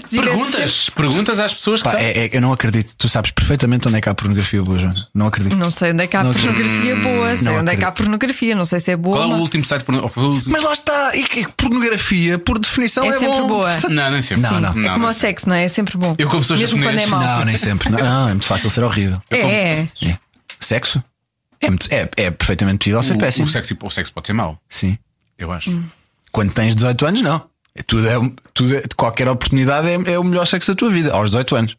C: tivesses-
B: Perguntas, perguntas às pessoas que
D: Pá,
B: sabem.
D: é- é- eu não acredito. Tu sabes perfeitamente onde é que há pornografia boa, Joana. Não acredito.
C: Não sei onde é que há
D: Não acredito. Hum,
C: pornografia boa, sei onde
D: não
C: é que há
D: acredito.
C: pornografia, não sei se é boa.
B: Qual é
C: ou
B: o
C: não.
B: último site porno- o último-
D: Mas lá está. E que pornografia, por definição,
C: É
D: é,
C: sempre
D: bom.
C: boa.
B: Não, nem sempre.
D: Não, Sim, não.
C: É
E: Ah,
C: como
B: nem
C: o
B: sempre.
C: sexo, não é? É sempre bom.
B: Eu, como sou
C: Mesmo quando
B: japonês,
C: é mau.
D: Não, nem sempre. Não, não, é muito fácil ser horrível.
C: É, é.
D: É. Sexo? É, muito- é, é perfeitamente possível ser
B: o,
D: péssimo.
B: o, sexo, o sexo pode ser mau,
D: Sim.
B: eu acho.
C: Hum.
D: Quando tens 18 anos, não. É Tudo é, tudo é- qualquer oportunidade é, é o melhor sexo da tua vida, aos 18 anos.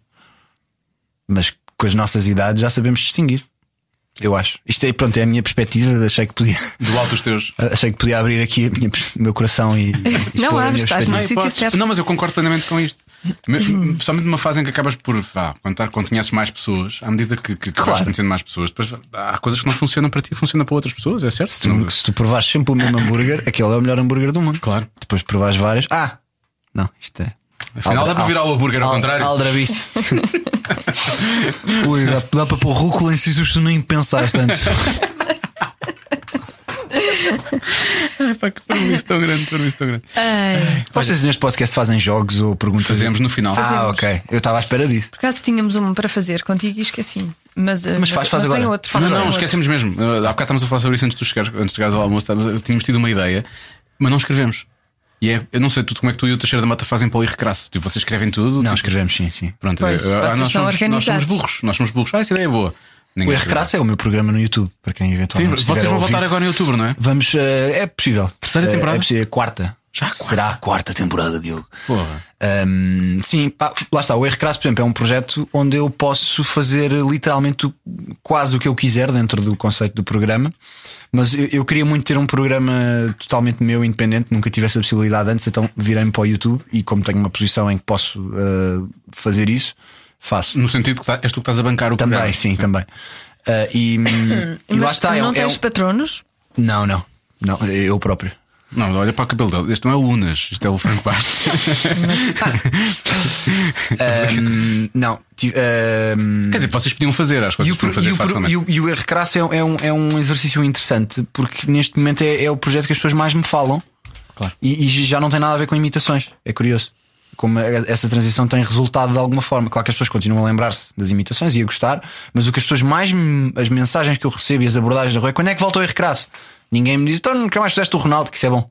D: Mas com as nossas idades já sabemos distinguir. Eu acho. Isto é, pronto, é a minha perspectiva. Achei que podia,
B: Do alto dos teus.
D: achei que podia abrir aqui a minha pers- o meu coração e. e expor a
C: abres,
D: minha
C: estás
D: perspectiva.
C: no
B: Não, eu
C: sítio
B: posso.
C: certo.
B: Não, mas eu concordo plenamente com isto. Me- Principalmente numa fase em que acabas por, vá, quando, tá- quando conheces mais pessoas, à medida que, que, que
D: Claro.
B: vais conhecendo mais pessoas, depois há coisas que não funcionam para ti e funcionam para outras pessoas, é certo? Não-
D: Se tu provares sempre o mesmo hambúrguer, aquele é o melhor hambúrguer do mundo.
B: Claro.
D: Depois provares várias. Ah! Não, isto é.
B: Afinal, dá para virar o hambúrguer ao contrário.
D: Aldrabice. Ui, dá, dá para pôr rúcula em sítios que tu nem pensaste antes.
B: é, Pá, que permisso tão grande, permisso tão
C: Ah.
B: grande.
C: Ai,
D: Vocês neste podcast fazem jogos ou perguntas?
B: Fazemos no final.
D: Ah, ok. Eu estava à espera disso.
C: por acaso tínhamos um para fazer contigo e esqueci-me. Mas, eh, mas,
D: faz- faz
C: mas tem
D: agora.
C: outro.
B: Não,
C: faz
B: Ah. não,
C: agora outro.
B: esquecemos mesmo. Uh, Há bocado estávamos a falar sobre isso antes de chegares, antes de chegares ao almoço. estávamos- Tínhamos tido uma ideia, mas não escrevemos. E é, eu não sei tudo como é que tu e o Teixeira da Mata fazem para o Recrasso. Tipo, vocês escrevem tudo.
D: Não,
B: tipo,
D: escrevemos sim, sim.
B: Pronto,
C: Pois,
B: eu- eu- nós,
C: vocês são
B: somos, nós somos
C: organizados.
B: burros. Nós somos burros. Ah, essa ideia é boa.
D: O
B: Ninguém escreveu.
D: R-Crasso é o meu programa no YouTube, para quem
B: Sim,
D: eventualmente.
B: vocês
D: estiver a
B: vão
D: ouvir.
B: voltar agora em outubro, não é?
D: Vamos, eh, é possível.
B: Terceira
D: Eh,
B: temporada?
D: É possível, quarta.
B: Já a quarta?
D: Será a quarta temporada, Diogo.
B: Porra.
D: Ahm, sim, pá, lá está. O R-Crasso, por exemplo, é um projeto onde eu posso fazer literalmente o- quase o que eu quiser dentro do conceito do programa. Mas eu, eu queria muito ter um programa totalmente meu, independente. Nunca tive essa possibilidade antes, então virei-me para o YouTube. E como tenho uma posição em que posso eh, fazer isso, faço.
B: No sentido que tá- és tu que estás a bancar o
D: Também,
B: programa.
D: sim, também. Ah, e, e lá
C: Mas
D: está. é
C: Não
D: um- é
C: tens
D: um-
C: patronos?
D: Não, não. Não, eu próprio.
B: Não, olha para o cabelo dele. Este não é o Unas, isto é o Franco Bastos.
D: Ahm, não. ti- ahm,
B: Quer dizer, vocês podiam fazer, acho que
D: e
B: vocês
D: o, pro-
B: podiam fazer
D: e o pro-
B: facilmente.
D: e o- e o R Crasso é, um- é um, é um exercício interessante porque neste momento é, é o projeto que as pessoas mais me falam
B: Claro.
D: e, e já não tem nada a ver com imitações. É curioso como a- essa transição tem resultado de alguma forma. Claro que as pessoas continuam a lembrar-se das imitações e a gostar, mas o que as pessoas mais me- as mensagens que eu recebo e as abordagens da rua é quando é que volta o R Crasso? Ninguém me diz, então nunca mais fizeste o Ronaldo, que isso é bom.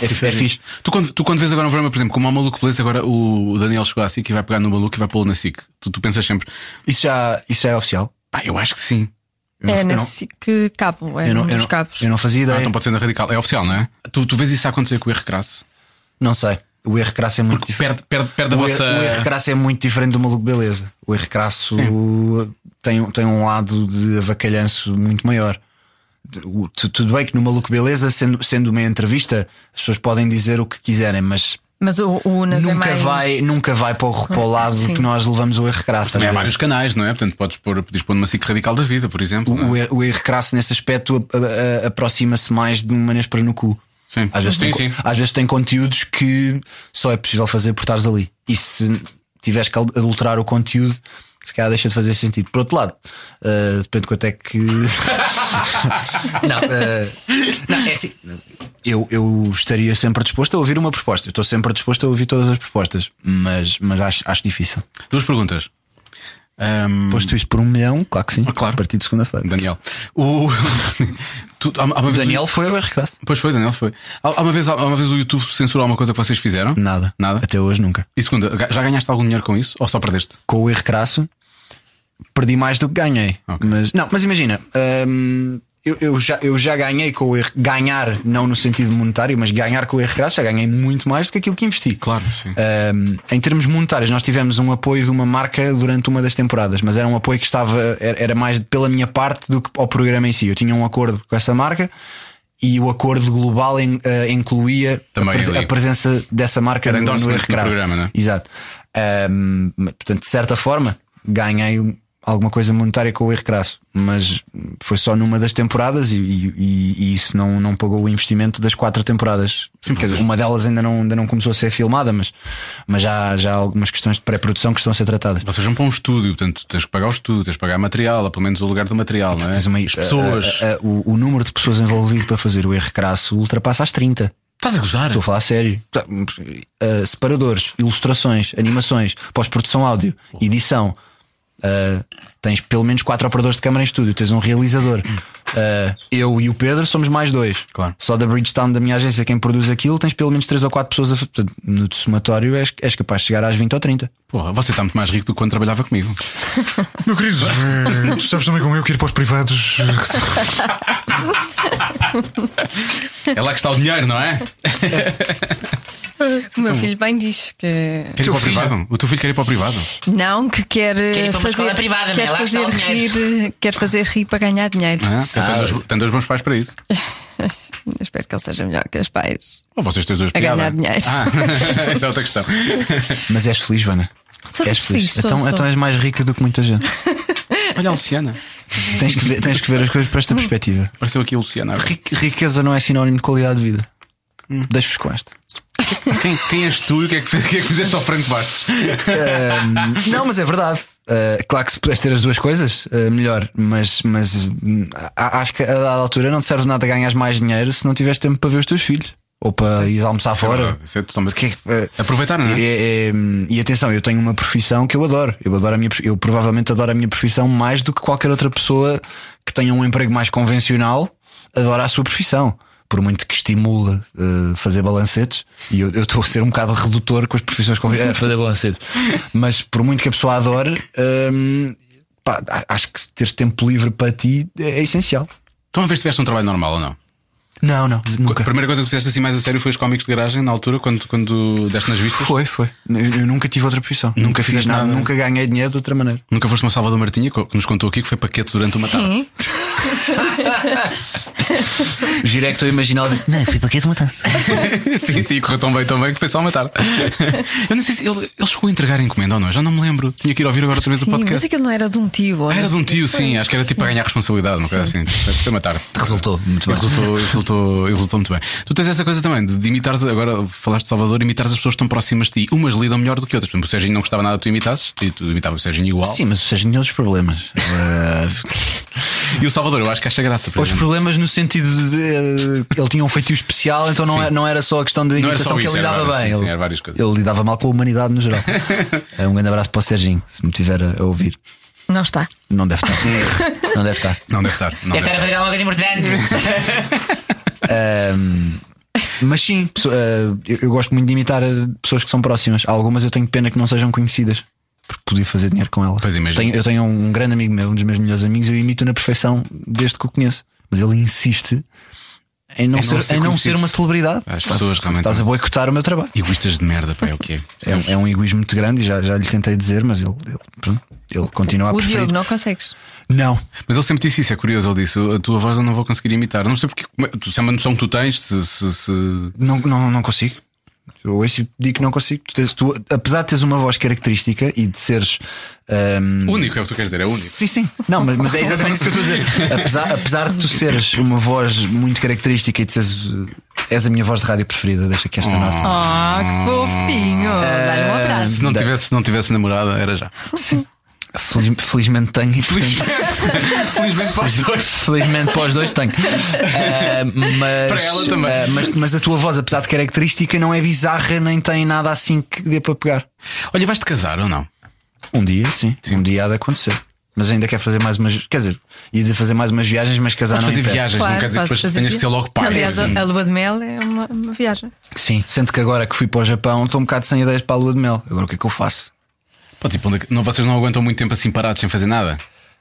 D: É, fi- é fixe.
B: Tu quando, tu quando vês agora um programa, por exemplo, como há o Maluco Beleza, agora o Daniel chegou à SIC e vai pegar no Maluco e vai pô-lo na SIC. Tu, tu pensas sempre,
D: Isso já, isso já é oficial.
B: pá, eu acho que sim.
D: Eu não-
C: É
D: eu não-
C: nesse que cabo, é
D: eu não-
C: um
D: eu
C: dos
D: não-
C: cabos.
D: eu não fazia
B: Ah,
D: ideia.
B: então pode ser na Radical. É oficial, não é? Tu, tu vês isso a acontecer com o R. Crasso?
D: Não sei. O R crasso é muito diferente.
B: Perde, perde, perde a
D: O,
B: vossa.
D: R- o R crasso é muito diferente do maluco beleza. O R crasso tem, um- tem um lado de avacalhanço muito maior. O- tu- Tudo bem que no Maluco Beleza, sendo, sendo uma entrevista, as pessoas podem dizer o que quiserem, mas
C: Mas o, o Unas é
D: nunca,
C: mais.
D: vai, nunca vai para o, para o lado
C: Sim.
D: que nós levamos o R crasso.
B: Também há
D: às
B: vários
D: vezes.
B: canais, não é? Portanto, podes pôr, podes pôr numa SIC Radical da Vida, por exemplo. não é?
D: O, R- o R crasso, nesse aspecto, a- a- a- aproxima-se mais de um manês para no cu.
B: Sim,
D: Às vezes,
B: sim. sim.
D: tem, co- às vezes tem conteúdos que só é possível fazer por estares ali. E se tiveres que ad- adulterar o conteúdo, se calhar deixa de fazer sentido. Por outro lado, ah, depende quanto é que. não, ah, não, é assim. Eu, eu estaria sempre disposto a ouvir uma proposta. Eu estou sempre disposto a ouvir todas as propostas, mas, mas acho, acho difícil.
B: Duas perguntas. Ahm,
D: Posto isto por um milhão, claro que sim.
B: Ah, claro.
D: A partir de segunda-feira.
B: Daniel. O. tu- há- há uma vez-
D: Daniel foi o recrasso.
B: Pois foi, Daniel foi. Há há uma vez, há uma vez o YouTube censurou alguma coisa que vocês fizeram?
D: Nada.
B: Nada.
D: Até hoje nunca.
B: E segunda, ga- já ganhaste algum dinheiro com isso? Ou só perdeste?
D: Com o erro crasso, perdi mais do que ganhei.
B: Ok.
D: Mas, não, mas imagina, hum, eu, eu já, eu já ganhei com o erro. Ganhar, não no sentido monetário, mas ganhar com o erro crasso, já ganhei muito mais do que aquilo que investi.
B: Claro, sim.
D: Um, em termos monetários, nós tivemos um apoio de uma marca durante uma das temporadas, mas era um apoio que estava, era era mais pela minha parte do que ao programa em si. Eu tinha um acordo com essa marca e o acordo global en- eh, incluía a,
B: Também
D: presen-
B: ali.
D: a presença dessa marca
B: Era
D: no, no
B: endorsement
D: RCraft.
B: no programa, não é?
D: Exato. Um, mas, portanto, de certa forma, ganhei um- alguma coisa monetária com o erro crasso, mas foi só numa das temporadas e, e- e- e isso não, não pagou o investimento das quatro temporadas.
B: Sim,
D: Quer dizer,
B: vocês-
D: uma delas ainda não, ainda não começou a ser filmada, mas, mas já, já há algumas questões de pré-produção que estão a ser tratadas.
B: Vocês vão para um estúdio, portanto tens que pagar o estúdio, tens que pagar material, ou pelo menos o lugar do material, não é?
D: Tens uma-
B: As pessoas.
D: a- a- a- o, o número de pessoas envolvidas para fazer o erro crasso ultrapassa as 30.
B: Estás a gozar?
D: Estou a falar a sério. Tá, uh, separadores, ilustrações, animações, pós-produção áudio, edição. Uh, tens pelo menos quatro operadores de câmara em estúdio, tens um realizador. Uh, eu e o Pedro somos mais dois.
B: Claro.
D: Só da Bridgestone, da minha agência, quem produz aquilo, tens pelo menos três ou quatro pessoas a fa- portanto, No somatório és, és capaz de chegar às 20 ou 30.
B: Porra, você está muito mais rico do que quando trabalhava comigo.
F: Meu querido, eh, tu sabes também como eu que ir para os privados. eh, que se-
B: É lá que está o dinheiro, não é?
C: O
E: Hum.
C: meu filho bem diz que.
B: Quer ir para o privado? O teu filho quer ir para o privado?
C: Não, que quer,
E: ir para uma
C: fazer,
E: escola
C: quer
E: privada, né? Lá
C: fazer
E: está o dinheiro.
C: rir, quer fazer rir para ganhar dinheiro.
D: é?
B: Ah, tem dois- Tem dois bons pais para isso.
C: Eu Espero que ele seja melhor que os pais.
B: Ou vocês têm os dois
C: A ganhar
B: piada.
C: dinheiro.
B: Ah, essa é outra questão.
D: Mas és feliz, Vana.
C: Sou
D: és
C: feliz, sou,
D: então,
C: sou.
D: então és mais rica do que muita gente.
B: Olha a Luciana.
D: tens, que ver, tens que ver as coisas para esta perspectiva.
B: Apareceu aqui a Luciana. agora.
D: Rique- Riqueza não é sinónimo de qualidade de vida. Deixo-vos com esta.
B: Quem, quem és tu e o que é que, fez- o que é que fizeste ao Franco Bastos?
D: Um, não, mas é verdade. Uh, claro que se puderes ter as duas coisas, uh, melhor. Mas, mas hum, a- acho que a dada altura não te serve nada ganhas mais dinheiro se não tiveres tempo para ver os teus filhos ou para ir almoçar fora.
B: Isso é totalmente-
D: Que é que, uh,
B: Aproveitar, não é?
D: É, é, hum, e atenção, eu tenho uma profissão que eu adoro. Eu adoro a minha, eu provavelmente adoro a minha profissão mais do que qualquer outra pessoa que tenha um emprego mais convencional adora a sua profissão. Por muito que estimula uh, fazer balancetes, e eu eu estou a ser um bocado redutor com as profissões convencionais. fazer balancetes. Mas por muito que a pessoa adore, hum, pá, a- acho que teres tempo livre para ti é, é essencial.
B: Tu uma vez tiveste um trabalho normal ou não?
D: Não, não,
B: A
D: nunca.
B: primeira coisa que fizeste assim mais a sério foi os cómicos de garagem na altura, quando, quando deste nas vistas?
D: Foi, foi. Eu, eu nunca tive outra profissão. Nunca, fiz
B: fizeste
D: nada, é?
B: nada.
D: nunca ganhei dinheiro de outra maneira.
B: Nunca foste uma Salvador Martinha co- que nos contou aqui que foi paquete durante uma tarde.
C: Sim,
D: Girei que estou a imaginar
E: Não, fui para que matar.
B: sim, sim, correu tão bem, tão bem que foi só uma tarde. Eu não sei se ele, ele chegou a entregar a encomenda ou não, eu já não me lembro. Tinha que ir ouvir agora outra vez o
C: sim, mas
B: podcast.
C: aquilo não era de um tio. ou
B: Ah,
C: não
B: eras
C: sei
B: um
C: o quê.
B: tio, sim, acho que era tipo para ganhar responsabilidade, uma coisa assim. Foi uma tarde.
D: Resultou, muito bem.
B: Resultou, resultou, resultou muito bem. Tu tens essa coisa também de, de imitares, agora falaste de Salvador, imitares as pessoas que estão próximas de ti. Umas lidam melhor do que outras. Por exemplo, o Serginho não gostava nada que tu imitasses e tu imitavas o Serginho igual.
D: Sim, mas seja nenhum dos problemas.
B: E o Salvador, eu acho que acha graça. Por
D: Os
B: exemplo.
D: problemas no sentido de. eh, Ele tinha um feitio especial, então não, é- não era só a questão da
B: Não era só
D: imitação que
B: isso,
D: ele
B: era
D: lidava
B: várias-
D: bem.
B: sim, sim,
D: ele,
B: era várias coisas.
D: ele lidava mal com a humanidade no geral. É um grande abraço para o Serginho, se me tiver a a ouvir.
C: Não está.
D: Não deve estar. não deve estar.
B: Não deve estar. Não deve
E: Deve estar a fazer alguma coisa importante.
D: Ahm, mas sim, pesso- ah, eu, eu gosto muito de imitar ah, pessoas que são próximas. Algumas eu tenho pena que não sejam conhecidas. Porque podia fazer dinheiro com elas.
B: Pois imagino.
D: Tenho- eu tenho um grande amigo meu, um dos meus melhores amigos, eu imito na perfeição desde que o conheço. Mas ele insiste em não,
B: Em não
D: ser,
B: ser
D: em não
B: conhecido.
D: ser uma celebridade.
B: As pessoas realmente.
D: Estás a boicotar o meu trabalho.
B: Egoístas de merda, pá, é o que é.
D: É, um- é um egoísmo muito grande e já, já lhe tentei dizer, mas ele, ele, pronto, ele continua a
C: O
D: preferir.
C: Diogo, não consegues.
D: Não,
B: Mas ele sempre disse isso, é curioso, ele disse: a tua voz eu não vou conseguir imitar. Não sei porque. como é- tu- Se é uma noção que tu tens, se. se- se-
D: Não, não, não consigo. Eu ouço e digo que não consigo. Tu tens- tu, apesar de teres uma voz característica e de seres. ahm,
B: Único é o que tu queres dizer, é único.
D: Sim, sim. Não, mas, mas é exatamente isso que eu estou a dizer. Apesar, apesar de tu seres uma voz muito característica e de seres. eh, És a minha voz de rádio preferida, deixa aqui
B: Ah.
D: esta nota.
C: Oh, que fofinho. Dá-lhe um abraço.
B: Oh, Se não tivesse, se não tivesse namorada, era já.
D: Feliz- felizmente tenho e portanto,
B: Felizmente para os dois.
D: felizmente para os dois tenho. Ah, mas,
B: Para ela também.
D: ah, mas, mas a tua voz, apesar de característica, não é bizarra, nem tem nada assim que dê para pegar.
B: Olha, vais-te casar ou não?
D: Um dia, sim. Um dia há de acontecer. Mas ainda quer fazer mais umas. Quer dizer, ia dizer fazer mais umas viagens, mas casar
B: Podes
D: não
B: fazer
D: impede.
B: viagens, não
C: Claro,
B: quer dizer que depois
C: podes fazer
B: tenhas que ser
C: viagem.
B: logo pai. assim.
C: Aliás,
B: Sim.
C: a a lua de mel é uma, uma viagem.
D: Sim, sendo que agora que fui para o Japão estou um bocado sem ideias para a lua de mel. Agora o que é que eu faço?
B: Pá, tipo, onde é que- não, vocês não aguentam muito tempo assim parados sem fazer nada.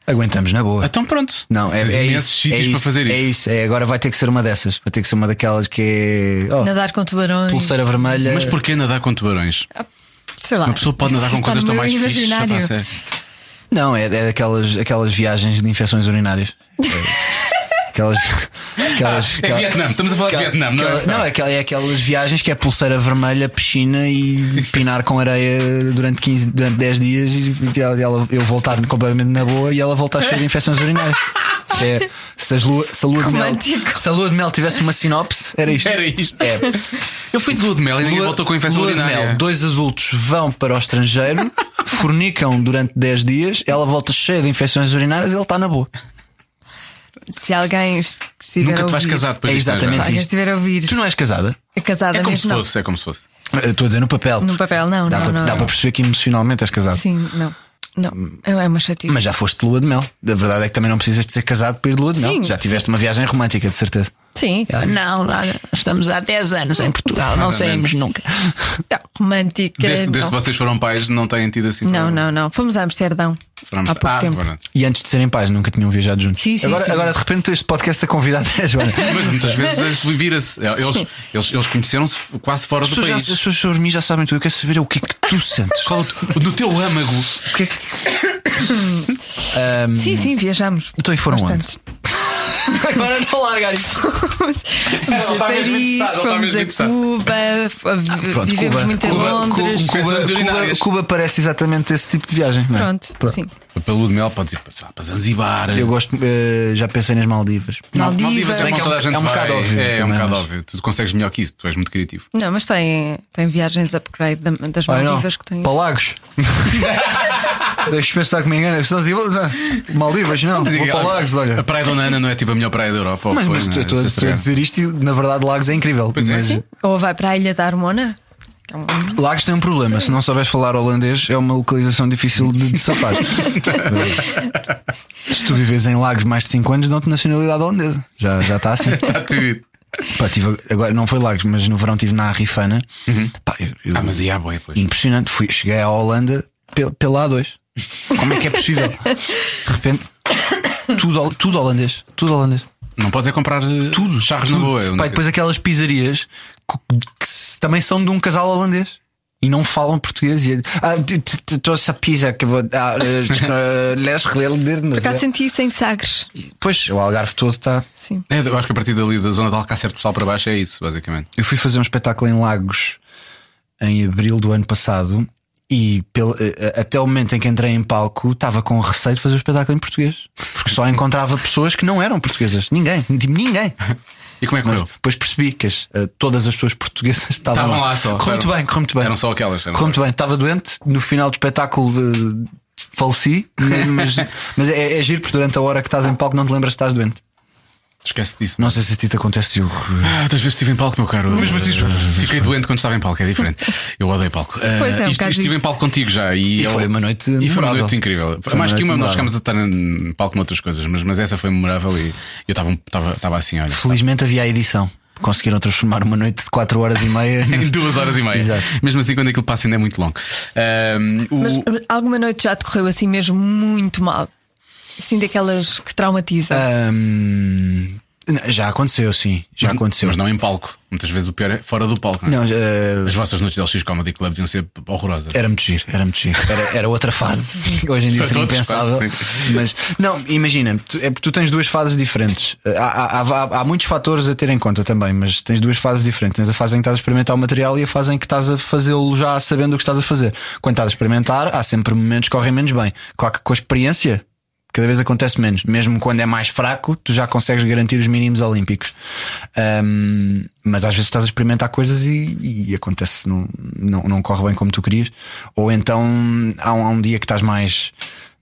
D: Aguentamos na boa.
B: Então pronto.
D: Não, é,
B: Tens
D: é
B: imensos
D: isso,
B: sítios
D: é
B: para
D: isso,
B: fazer
D: é
B: isso.
D: isso. É, agora vai ter que ser uma dessas. Vai ter que ser uma daquelas que é. oh,
C: Nadar com tubarões.
D: pulseira vermelha.
B: Mas porquê nadar com tubarões?
C: Sei lá.
B: Uma pessoa pode nadar com
C: Isso
B: coisas
C: está
B: tão
C: no
B: mais
C: meu
B: fixas. pá,
C: imaginário.
B: sério.
D: Não, é, é daquelas aquelas viagens de infecções urinárias. É, aquelas. aquelas
B: É Vietnã, estamos a falar de
D: aquela-
B: Vietnã, não
D: aquela-
B: é?
D: é, aquela- é aquelas viagens que é pulseira vermelha, piscina e pinar com areia durante 15, durante 10 dias e ela- ela- eu voltar completamente na boa e ela voltar cheia de infecções urinárias. Se, é- se as lua, se a lua de mel,
C: Romântico.
D: se a lua de mel tivesse uma sinopse, era isto.
B: Era isto.
D: É.
B: Eu fui de lua de mel e ninguém
D: Lua-
B: voltou com infecção
D: lua de
B: urinária.
D: mel, dois adultos vão para o estrangeiro, fornicam durante 10 dias, ela volta cheia de infecções urinárias e ele está na boa.
C: Se alguém est- estiver
B: Nunca
C: a
B: te vais
C: ouvir-
B: casar depois
D: É
B: disto, não
C: Se
D: exatamente
B: verdade?
C: alguém
D: isto.
C: estiver a ouvir
D: Tu não és casada?
C: casada
B: É como se
C: mesmo, não.
B: fosse, é como se fosse.
D: Eu Estou a dizer no papel.
C: No papel, não,
D: Dá
C: não,
D: para,
C: não,
D: dá
C: não.
D: para perceber que emocionalmente és casado.
C: Sim, não. Não, é uma chatice.
D: Mas já foste de lua de mel. A verdade é que também não precisas de ser casado para ir de lua de mel.
C: Sim,
D: já tiveste uma viagem romântica, de certeza.
C: Sim,
E: Ela, não, lá estamos há 10 anos em Portugal, não saímos nunca.
C: não, romântica.
B: Desde, desde que
C: não.
B: vocês foram pais, não têm tido assim.
C: não, não, não. Fomos a Amsterdão há pouco
B: ah,
C: tempo.
B: verdade.
D: E antes de serem pais, nunca tinham viajado juntos.
C: Sim, sim,
D: agora,
C: sim.
D: agora de repente este podcast a convidado é Joana.
B: Mas muitas vezes eles vira-se. Eles, eles, eles conheceram-se quase fora
D: As
B: do
D: pessoas, já, as
B: país.
D: pessoas sobre mim já sabem tudo. Eu quero saber é o que é que tu sentes.
B: Qual- no teu âmago.
D: O que é que-
C: Sim, sim, viajamos.
D: Então e foram
C: Bastantes.
D: Agora não largar isto.
C: Fomos
B: Ela
C: a
B: está mesmo
C: Paris,
B: interessada, ela está
C: fomos
B: mesmo
C: a
B: interessada.
C: Cuba, a vi- vivemos muito em Londres.
B: Cu-
D: Ah, Cuba,
B: Infecções
D: Cuba,
B: urinárias.
D: Cuba parece exatamente esse tipo de viagem. não é?
C: Pronto, sim.
B: Para lua de mel, podes ir para, sei lá, para Zanzibar.
D: Eu gosto, eh, já pensei nas Maldivas.
C: Maldivas.
B: é,
D: bem
B: bom,
D: que é
B: toda
D: um-
B: a gente
D: é um
B: vai.
D: bocado óbvio
B: É, é um
D: também,
B: bocado
D: mas-
B: óbvio. Tu consegues melhor que isso, tu és muito criativo.
C: Não, mas tem, tem viagens upgrade da- das
D: Olha, não,
C: Maldivas que têm.
D: para Lagos. Deixa-me pensar que me engano. Maldivas, não. Vou para Lagos,
B: "Ah, A
D: olha.
B: praia da Nana não é tipo a melhor praia da Europa. ou
D: Mas,
B: foi,
D: mas
B: não
D: tu-
B: é?
D: tu- tu-
B: Não sei
D: estou a
B: se é.
D: dizer isto e na verdade Lagos é incrível.
B: Pois é.
D: mas
B: Sim.
C: Ou vai para a Ilha da Armona? que é um-
D: Lagos tem um problema. Se não souberes falar holandês, é uma localização difícil de, de safar. Se tu vives em Lagos mais de 5 anos, dão-te nacionalidade holandesa. Já, já está assim.
B: Está tudo.
D: Pá, tive- agora não foi Lagos, mas no verão estive na Rifana. Pá, eu- eu-
B: Ah, mas e há boia, pois.
D: Impressionante. Fui, cheguei à Holanda pe- pela A2. Como é que é possível? De repente, tudo, hol- tudo holandês. Tudo holandês.
B: Não podes é comprar eh,
D: Tudo.
B: charros
D: tudo.
B: na boa.
D: Pá, e depois aquelas pizzarias co- que se- também são de um casal holandês. E não falam português. E é, ah, t- t- t- tô essa pizza que vou dar. eh, eh, les relder,
C: Por
D: mas
C: acaso
D: é-
C: senti isso em Sagres.
D: Pois, o Algarve todo está.
C: Sim.
B: É, eu acho que a partir dali da zona de Alcácer do Sal para baixo é isso, basicamente.
D: Eu fui fazer um espetáculo em Lagos em abril do ano passado e pelo- eh, até o momento em que entrei em palco estava com receio de fazer o espetáculo em português porque só encontrava pessoas que não eram portuguesas. Ninguém, tipo, ninguém.
B: E como é que
D: Mas
B: correu?
D: depois percebi que as, eh, todas as pessoas portuguesas estavam
B: Estavam lá só,
D: Correu muito
B: eram-
D: bem, correu muito bem.
B: eram só aquelas, eram
D: Correu muito bem. Estava doente, no final do espetáculo. eh, Faleci, mas, mas é, é giro porque durante a hora que estás em palco não te lembras que estás doente.
B: Esquece disso.
D: Não sei se a ti te acontece, Diogo.
B: Ah, das vezes estive em palco, meu caro. Fiquei doente quando estava em palco, é diferente. Eu odeio palco. Ah,
C: Pois é, um
B: isto-
C: bocado
B: estive em
C: isso.
B: palco contigo já. E,
D: E
B: eu-
D: foi uma noite
B: E foi uma
D: memorável.
B: noite incrível.
D: Foi uma
B: Mais que
D: noite
B: uma, nós
D: memorável.
B: chegámos a estar em palco noutras coisas, mas, mas essa foi memorável e eu estava- estava estava assim, olha.
D: Felizmente havia a edição. Conseguiram transformar uma noite de 4 horas e meia.
B: Em duas horas e meia.
D: Exato.
B: Mesmo assim, quando aquilo passa, ainda é muito longo. Ahm, o-
C: Mas uh, alguma noite já te correu assim mesmo muito mal? Assim daquelas que traumatizam.
D: Ah. Ahm, já aconteceu, sim. Já aconteceu.
B: Mas não em palco. Muitas vezes o pior é fora do palco. não é?
D: Não, ah,
B: As vossas noites de LX Comedy Club deviam ser horrorosas.
D: Era muito giro, era muito giro. Era, era outra fase. Hoje em dia
B: Para
D: seria
B: todos,
D: impensável.
B: quase, sim.
D: Mas não, imagina, tu, é, porque tu tens duas fases diferentes. Eh, Há, há- há- há muitos fatores a ter em conta também, mas tens duas fases diferentes. Tens a fase em que estás a experimentar o material e a fase em que estás a fazê-lo já sabendo o que estás a fazer. Quando estás a experimentar, há sempre momentos que correm menos bem. Claro que com a experiência. Cada vez acontece menos, mesmo quando é mais fraco, tu já consegues garantir os mínimos olímpicos. Ahm, mas às vezes estás a experimentar coisas e, e acontece, não, não, não corre bem como tu querias. Ou então há um, há um dia que estás mais.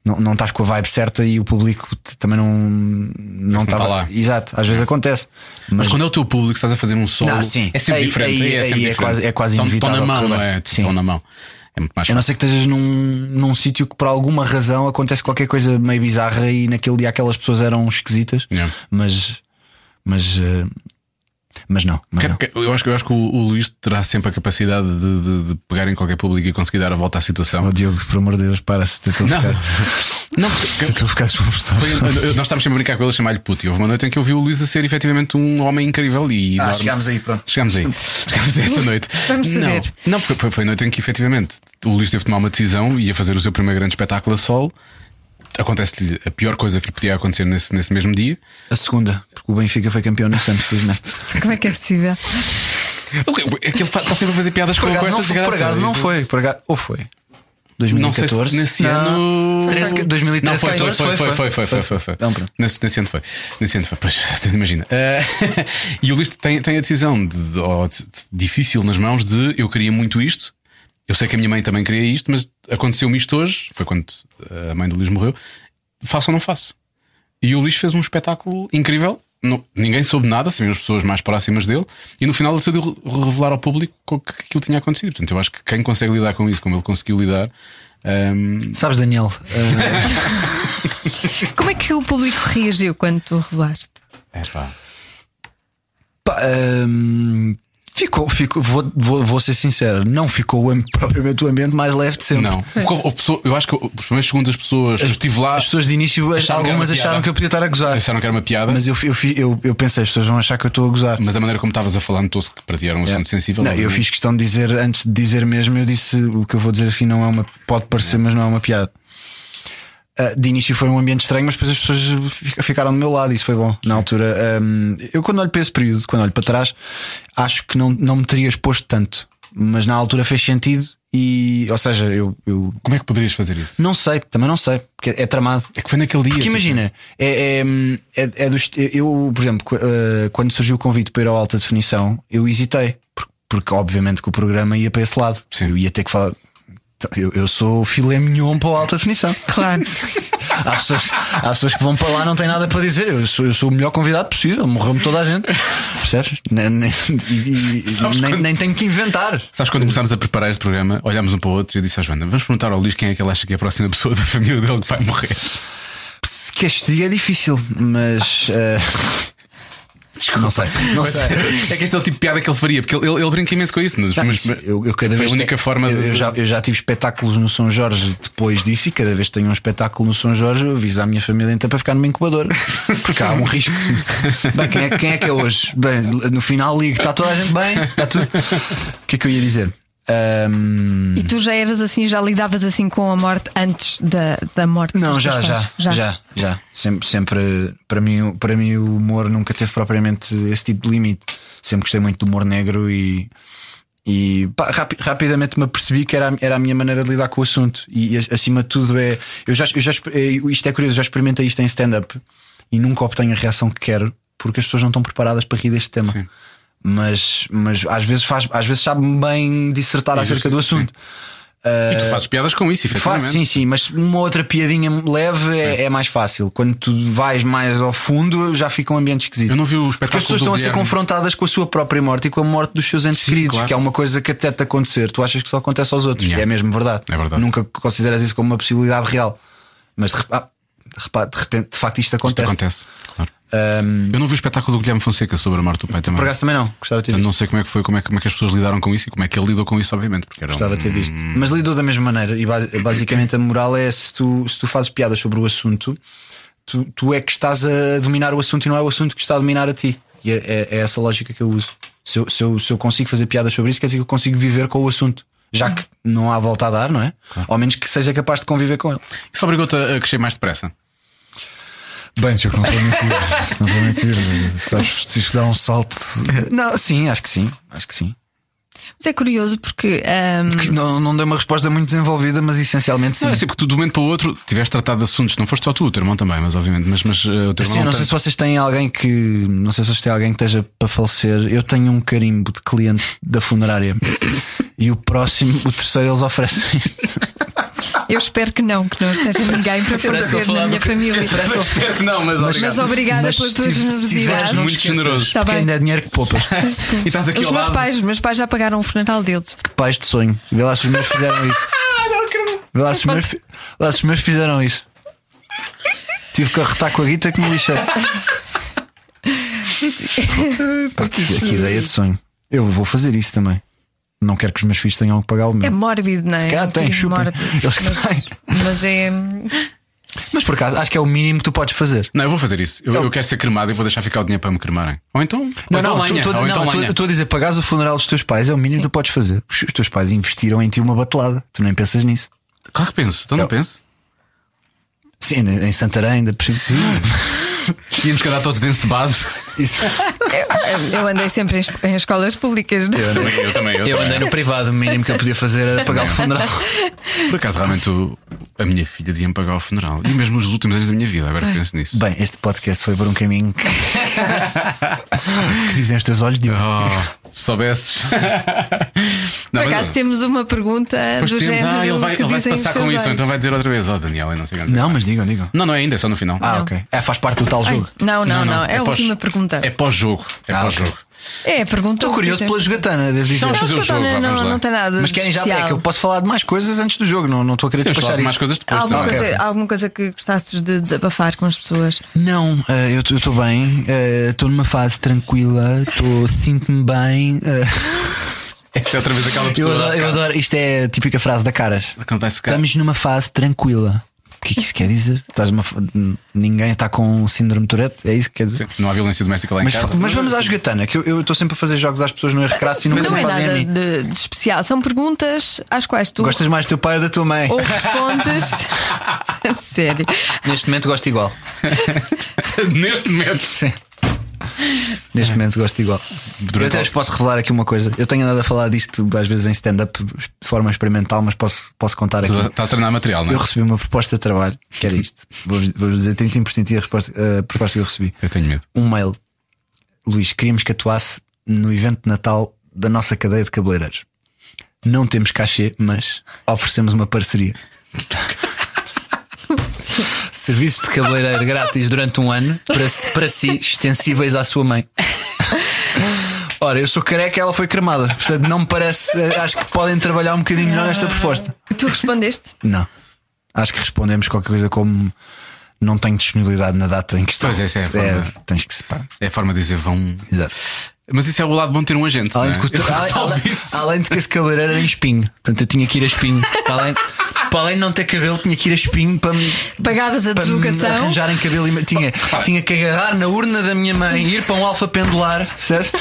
D: não, não estás com a vibe certa e o público t- também não não
B: está
D: estava
B: tá lá.
D: Exato, às vezes acontece.
B: Mas quando é o teu público, estás a fazer um solo,
D: Não, sim.
B: é sempre
D: Aí-
B: diferente.
D: aí-
B: é, sempre
D: aí é
B: diferente.
D: quase- é quase
B: Estão-
D: inevitável
B: Estão na mão,
D: correr
B: não
D: bem.
B: é?
D: Sim.
B: Estão na mão. É muito mais
D: A não
B: fácil.
D: ser que estejas num, num sítio que por alguma razão acontece qualquer coisa meio bizarra e naquele dia aquelas pessoas eram esquisitas,
B: Yeah.
D: mas mas eh, mas não, mas
B: Quer-
D: não.
B: quer- Eu acho, que- eu acho que o, o Luís terá sempre a capacidade de, de- de pegar em qualquer público e conseguir dar a volta à situação.
D: Oh, Diogo, por amor de Deus, para-se, tentou
B: Não.
D: ficar,
B: Não, porque-
D: tentou ficar desconfortável.
B: Foi- um eu- eu- nós estávamos sempre a brincar com ele, a chamar-lhe puto. E houve uma noite em que eu vi o Luís a ser efetivamente um homem incrível. E
D: Ah,
B: enorme.
D: chegámos aí, pronto.
B: Chegámos aí. Chegámos a essa noite.
C: Vamos
B: não,
C: saber.
B: Não, foi, foi, foi a noite em que efetivamente o Luís teve de tomar uma decisão e ia fazer o seu primeiro grande espetáculo a solo. Acontece-lhe a pior coisa que lhe podia acontecer nesse, nesse mesmo dia.
D: A segunda, porque o Benfica foi campeão nesse ano, felizmente.
C: Como é que é possível?
B: O que- É que ele fa- está sempre a fazer piadas
D: Por
B: com, com esta
D: acaso, não foi, por
B: desgraça.
D: acaso não foi, por acaso, ou foi?
B: Não sei se
D: 2014?
B: nesse
D: Não.
B: ano.
D: 13, que- 2013,
B: Não, foi, foi,
D: 14,
B: foi, foi, foi, foi, foi, foi.
D: Então, pronto.
B: Nesse, nesse ano foi. Nesse ano foi, pois, imagina. Ah, e o Luís tem, tem a decisão de- de- ó, de- de- difícil nas mãos de eu queria muito isto. Eu sei que a minha mãe também queria isto, mas aconteceu-me isto hoje. Foi quando eh, a mãe do Luís morreu. Faço ou não faço? E o Luís fez um espetáculo incrível. Não- ninguém soube nada, sabiam as pessoas mais próximas dele. E no final ele decidiu re- revelar ao público o que aquilo tinha acontecido. Portanto, eu acho que quem consegue lidar com isso, como ele conseguiu lidar. ahm,
D: Sabes, Daniel, eh,
C: Como é que o público reagiu quando tu revelaste?
B: é pá.
D: pá, ehm, ficou, ficou vou, vou, vou ser sincero, não ficou o am- propriamente o ambiente mais leve de sempre.
B: Não. Porque houve pessoa- eu acho que os primeiros segundos as pessoas. eu estive lá,
D: As pessoas de início, as-
B: Acharam que era
D: algumas
B: uma piada.
D: acharam que eu podia estar a gozar.
B: acharam que era uma piada, mas,
D: Mas eu, fi- eu, fi- eu, eu pensei, as pessoas vão achar que eu estou a gozar.
B: a maneira como estavas a falar notou-se que para ti era um assunto sensível.
D: É. Não, eu
B: obviamente.
D: fiz questão de dizer, antes de dizer mesmo, eu disse o que eu vou dizer assim não é uma. Pode parecer, mas não é uma piada. Ah, de início foi um ambiente estranho, mas depois as pessoas fica- ficaram do meu lado, e isso foi bom. Na altura, hum, eu quando olho para esse período, quando olho para trás, acho que não, não me teria exposto tanto. Mas na altura fez sentido e. Ou seja, eu, eu
B: Como é que poderias fazer isso?
D: não sei, também não sei, porque é tramado.
B: É que foi naquele dia.
D: Porque
B: tipo,
D: imagina, é, é, é, é dos, eu, por exemplo, qu- eh, quando surgiu o convite para ir ao Alta Definição, eu hesitei, por- porque, obviamente que o programa ia para esse lado.
B: Sim.
D: Eu ia ter que falar. "Então, Eu, eu sou o filé mignon para o Alta Definição.
C: Claro.
D: Há pessoas, há pessoas que vão para lá e não têm nada para dizer. Eu sou, eu sou o melhor convidado possível, morreu-me toda a gente. Percebes? Nem, nem, e- e-
B: Sabes
D: nem-
B: quando-
D: nem tenho que inventar.
B: Sabes quando começámos a preparar este programa, olhámos um para o outro e eu disse à Joana: vamos perguntar ao Luís quem é que ele acha que é a próxima pessoa da família dele que vai morrer.
D: Se que este dia é difícil, mas. eh, Não sei, não
B: Mas-
D: sei.
B: É que este é o tipo de piada que ele faria, porque ele, ele, ele brinca imenso com isso. Nos,
D: Não,
B: mas-
D: isso, Tá, eu, eu cada
B: foi
D: vez
B: a única
D: tenho-
B: forma
D: eu,
B: de.
D: eu já, eu já tive espetáculos no São Jorge depois disso e cada vez que tenho um espetáculo no São Jorge eu aviso à minha família então para ficar numa incubadora porque há um risco. Bem, quem é, quem é que é hoje? Bem, no final ligo, está toda a gente bem? Está tudo. O que é que eu ia dizer? Ahm,
C: E tu já eras assim, já lidavas assim com a morte antes da, da morte?
D: Não,
C: dos teus
D: já, já,
C: pais?
D: já, já, Sempre, sempre para, mim, para mim o humor nunca teve propriamente esse tipo de limite. Sempre gostei muito do humor negro e, e pá, rapi- rapidamente me apercebi que era, a- era a minha maneira de lidar com o assunto. E, e, acima de tudo é. Eu já, eu já, exper- eh, isto é curioso, eu já experimentei isto em stand-up e nunca obtenho a reação que quero porque as pessoas não estão preparadas para rir deste tema.
B: Sim.
D: Mas, mas às vezes, faz, às vezes sabe-me bem dissertar
B: Isso,
D: acerca do
B: sim.
D: assunto.
B: E tu fazes piadas com isso, efetivamente.
D: Eh, Faço, sim, sim, mas uma outra piadinha leve é, é mais fácil. Quando tu vais mais ao fundo, já fica um ambiente esquisito.
B: Eu não vi o
D: Porque
B: espetáculo
D: as pessoas
B: do
D: estão a ser
B: Guilherme.
D: confrontadas com a sua própria morte e com a morte dos seus entes
B: Sim,
D: queridos,
B: claro.
D: que é uma coisa que até te acontecer. Tu achas que só acontece aos outros.
B: Yeah.
D: É mesmo verdade.
B: É verdade.
D: Nunca consideras isso como uma possibilidade real. Mas de, rep- ah, de repa- de repente, de facto, isto
B: Isto
D: acontece.
B: acontece, claro. Eu não vi o espetáculo do Guilherme Fonseca sobre a morte do pai também.
D: Ehm, Por acaso também não. Gostava de ter
B: Eu
D: visto.
B: não sei como é que foi, como é, que- como é que as pessoas lidaram com isso e como é que ele lidou com isso, obviamente. Porque era um-
D: Gostava de ter visto. Mas lidou da mesma maneira. E basi- basicamente a moral é: se tu, se tu fazes piadas sobre o assunto, tu, tu é que estás a dominar o assunto e não é o assunto que está a dominar a ti. E é, é- é essa lógica que eu uso. Se eu, se eu- se eu consigo fazer piadas sobre isso, quer dizer que eu consigo viver com o assunto. Já que não há volta a dar, não é? Ao menos que seja capaz de conviver com ele.
B: Isso obrigou-te a a crescer mais depressa.
F: Bem, Diogo, não estou a mentir. Não estou a mentir. Sabes, isto dá um salto.
D: Não, sim, acho que sim. Acho que sim.
C: Mas é curioso porque hum, ahm,
D: Que não, não dei uma resposta muito desenvolvida, mas essencialmente sim.
B: Não, é assim, porque tu de um momento para o outro tiveste tratado de assuntos, não foste só tu, o teu irmão também, mas obviamente, mas, mas eh, o teu irmão.
D: Sim, eu não sei se
B: tanto.
D: vocês têm alguém que. Não sei se vocês têm alguém que esteja para falecer. Eu tenho um carimbo de cliente da funerária. E o próximo, o terceiro, eles oferecem.
C: Eu espero que não, que não esteja ninguém para falecer na minha família.
B: Espero que não, mas,
C: Mas obrigada
D: Mas
C: pela
D: se
C: tua
D: tiv- se tiveres,
C: generosidade.
D: não te
B: Muito
D: esqueças,
B: generoso.
C: Está
D: porque
C: Tá bem.
D: ainda é dinheiro que poupas.
C: Sim.
B: E estás aqui
C: Os
B: ao
C: meus
B: lado.
C: pais, meus pais já pagaram o funeral deles.
D: Que pais de sonho. Vê lá se os meus fizeram isso. Vê lá se os meus, fi- vê lá se os meus fizeram isso. Tive que arretar com a guita que me lixei. Pá, que, que ideia de sonho. Eu vou fazer isso também. Não quero que os meus filhos tenham que pagar o
C: É
B: Hum.
D: meu.
C: mórbido, não é?
D: Se calhar
C: É um
D: tem,
C: bocadinho
D: chupem.
C: mórbido.
D: Eles que têm.
C: Mas, mas é.
D: Mas por acaso, acho que é o mínimo que tu podes fazer.
B: Não, eu vou fazer isso. Eu, eu quero ser cremado e vou deixar ficar o dinheiro para me cremarem. Ou então, ou então
D: tu-
B: lenha.
D: tu-
B: ou
D: não,
B: então
D: tu- eu
B: lenha.
D: estou a dizer, pagares o funeral dos teus pais é o mínimo que tu podes fazer. Os os teus pais investiram em ti uma batelada. Tu nem pensas nisso.
B: Claro que penso, então não
D: Eu-
B: penso.
D: Sim, ainda- em Santarém, ainda por cima.
B: Íamos cada todos encebados.
D: Isso.
C: é, Eu- Eu andei sempre em, es- em escolas públicas. não é?
B: Eu também, eu também. Eu
D: Eu
B: também.
D: andei no privado, o mínimo que eu podia fazer era pagar o funeral.
B: Por acaso, realmente, o- a minha filha devia me pagar o funeral. E mesmo os últimos anos da minha vida, agora que penso nisso.
D: Bem, este podcast foi por um caminho que, que dizem os teus olhos de ouro.
B: Oh, se soubesses. Não,
C: Por
B: mas-
C: acaso temos uma pergunta
B: Depois
C: É do
B: temos,
C: género.
B: ah, ele vai,
C: que
B: ele vai se
C: dizem os
B: passar com
C: seus
B: isso,
C: olhos.
B: então vai dizer outra vez, ó Daniel, eu não sei o que é.
D: Não, mas digam, digam.
B: não, não é ainda, é só no final.
D: Ah, ok. É, faz parte do tal
C: Ai,
D: jogo.
C: não, não, não, É, a
B: pós-
C: última pergunta.
B: É pós-jogo. É
D: Ah,
B: pós-jogo.
C: É, a pergunta.
D: Estou
C: que
D: curioso
C: dizem.
D: pela jogatana, devo dizer.
B: Então,
C: Não,
B: Vamos fazer o
C: escuta,
B: jogo,
C: não,
B: vá, vamos
C: não,
B: lá.
C: tem nada.
D: Mas
C: de
D: querem já é
C: especial.
D: que eu posso falar de mais coisas antes do jogo, não não estou a querer
B: Temos
D: despachar
B: falado
D: isto.
B: de mais coisas
C: Há
B: depois
C: alguma,
B: também.
C: coisa,
D: ok.
C: há alguma coisa que gostasses de desabafar com as pessoas?
D: Não, eh, eu estou bem, eh, estou numa fase tranquila, tô- sinto-me bem. eh,
B: Essa é outra vez aquela
D: eu,
B: pessoa.
D: adoro, eu adoro- isto é a típica frase da caras.
B: Quando vai ficar.
D: Estamos numa fase tranquila. O que é que isso quer dizer? Estás numa fa- Ninguém está com síndrome de Tourette? É isso que quer dizer?
B: Não há violência doméstica lá em
D: Mas, é
B: casa.
D: mas vamos à jogatana, que eu- eu estou sempre a fazer jogos às pessoas no recraço e nunca
C: não
D: me
C: é
D: fazem a
C: nada
D: mim.
C: de, de especial. São perguntas às quais tu
D: Gostas mais do teu pai ou da tua mãe?
C: ou respondes. A Sério.
D: Neste momento gosto igual.
B: Neste momento.
D: Sim. Neste momento gosto igual. eu até
B: a-
D: vos posso revelar aqui uma coisa. Eu tenho andado a falar disto às vezes em stand-up de forma experimental, mas posso, posso contar aqui.
B: Estás a- estás a treinar material, não
D: Eu
B: é?
D: recebi uma proposta de trabalho, que era isto. Vou-vos vou-vos dizer 30% por cento a, resposta- eh, a proposta que eu recebi.
B: Eu tenho medo.
D: um mail. Luís, queríamos que atuasse no evento de Natal da nossa cadeia de cabeleireiros. Não temos cachê, mas oferecemos uma parceria. Serviços de cabeleireiro grátis durante um ano para, si- para si, extensíveis à sua mãe. Ora, eu sou careca e ela foi cremada. Portanto, não me parece. Acho que podem trabalhar um bocadinho melhor esta proposta.
C: Tu respondeste?
D: Não. Acho que respondemos qualquer coisa como não tenho disponibilidade na data em que está.
B: Pois, essa é a forma.
D: tens que separar.
B: É a forma de dizer vão.
D: Exato.
B: Mas isso é o lado bom de ter um agente.
D: Além
B: não
D: de,
B: é?
D: que, o-
B: Eu
D: além-
B: resolvo
D: além-
B: isso.
D: além de que esse cabeleireiro era em espinho. Portanto, eu tinha que ir a espinho. Para além, para além de não ter cabelo, tinha que ir a espinho para me,
C: Pagavas a
D: para me
C: deslocação?
D: arranjarem cabelo. E, tinha, tinha que agarrar na urna da minha mãe, ir para um alfa pendular, percebes?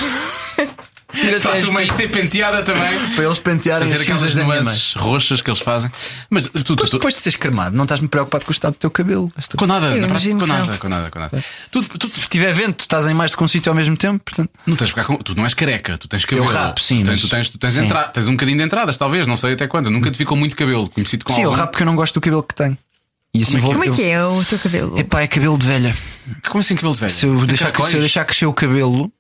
D: Ir até a
B: Falta uma
D: espinho,
B: aí ser penteada também.
D: para eles pentearem as
B: Fazer
D: cinzas
B: aquelas
D: da minha mãe.
B: nuances roxas que eles fazem. Mas tu, tu,
D: Mas
B: tu-
D: depois de seres cremado, não estás-me preocupado com o estado do teu cabelo. Esta-
B: com nada,
C: Eu
B: na prática,
C: imagino
B: com
C: que não.
B: nada, com nada, com nada. Tu, tu,
D: Se tiver vento, estás em mais de que um sítio ao mesmo tempo. Portanto,
B: não tens de ficar com, tu não és careca, tu tens cabelo.
D: Eu rapo, sim,
B: Tu tens,
D: mas-
B: tu tens, tu tens,
D: sim.
B: entra- tens um bocadinho de entradas, talvez, não sei até quando. Eu nunca te vi com muito cabelo, conhecido com
D: sim, eu
B: algum.
D: rapo porque eu não gosto do cabelo que tenho. E assim
B: Como
D: vou.
C: Como é
D: eu-
C: que é o teu cabelo?
D: Epá, é cabelo de velha.
B: Como assim cabelo de velho?
D: Se eu, deixar,
B: Caracóis?
D: se eu deixar crescer o cabelo,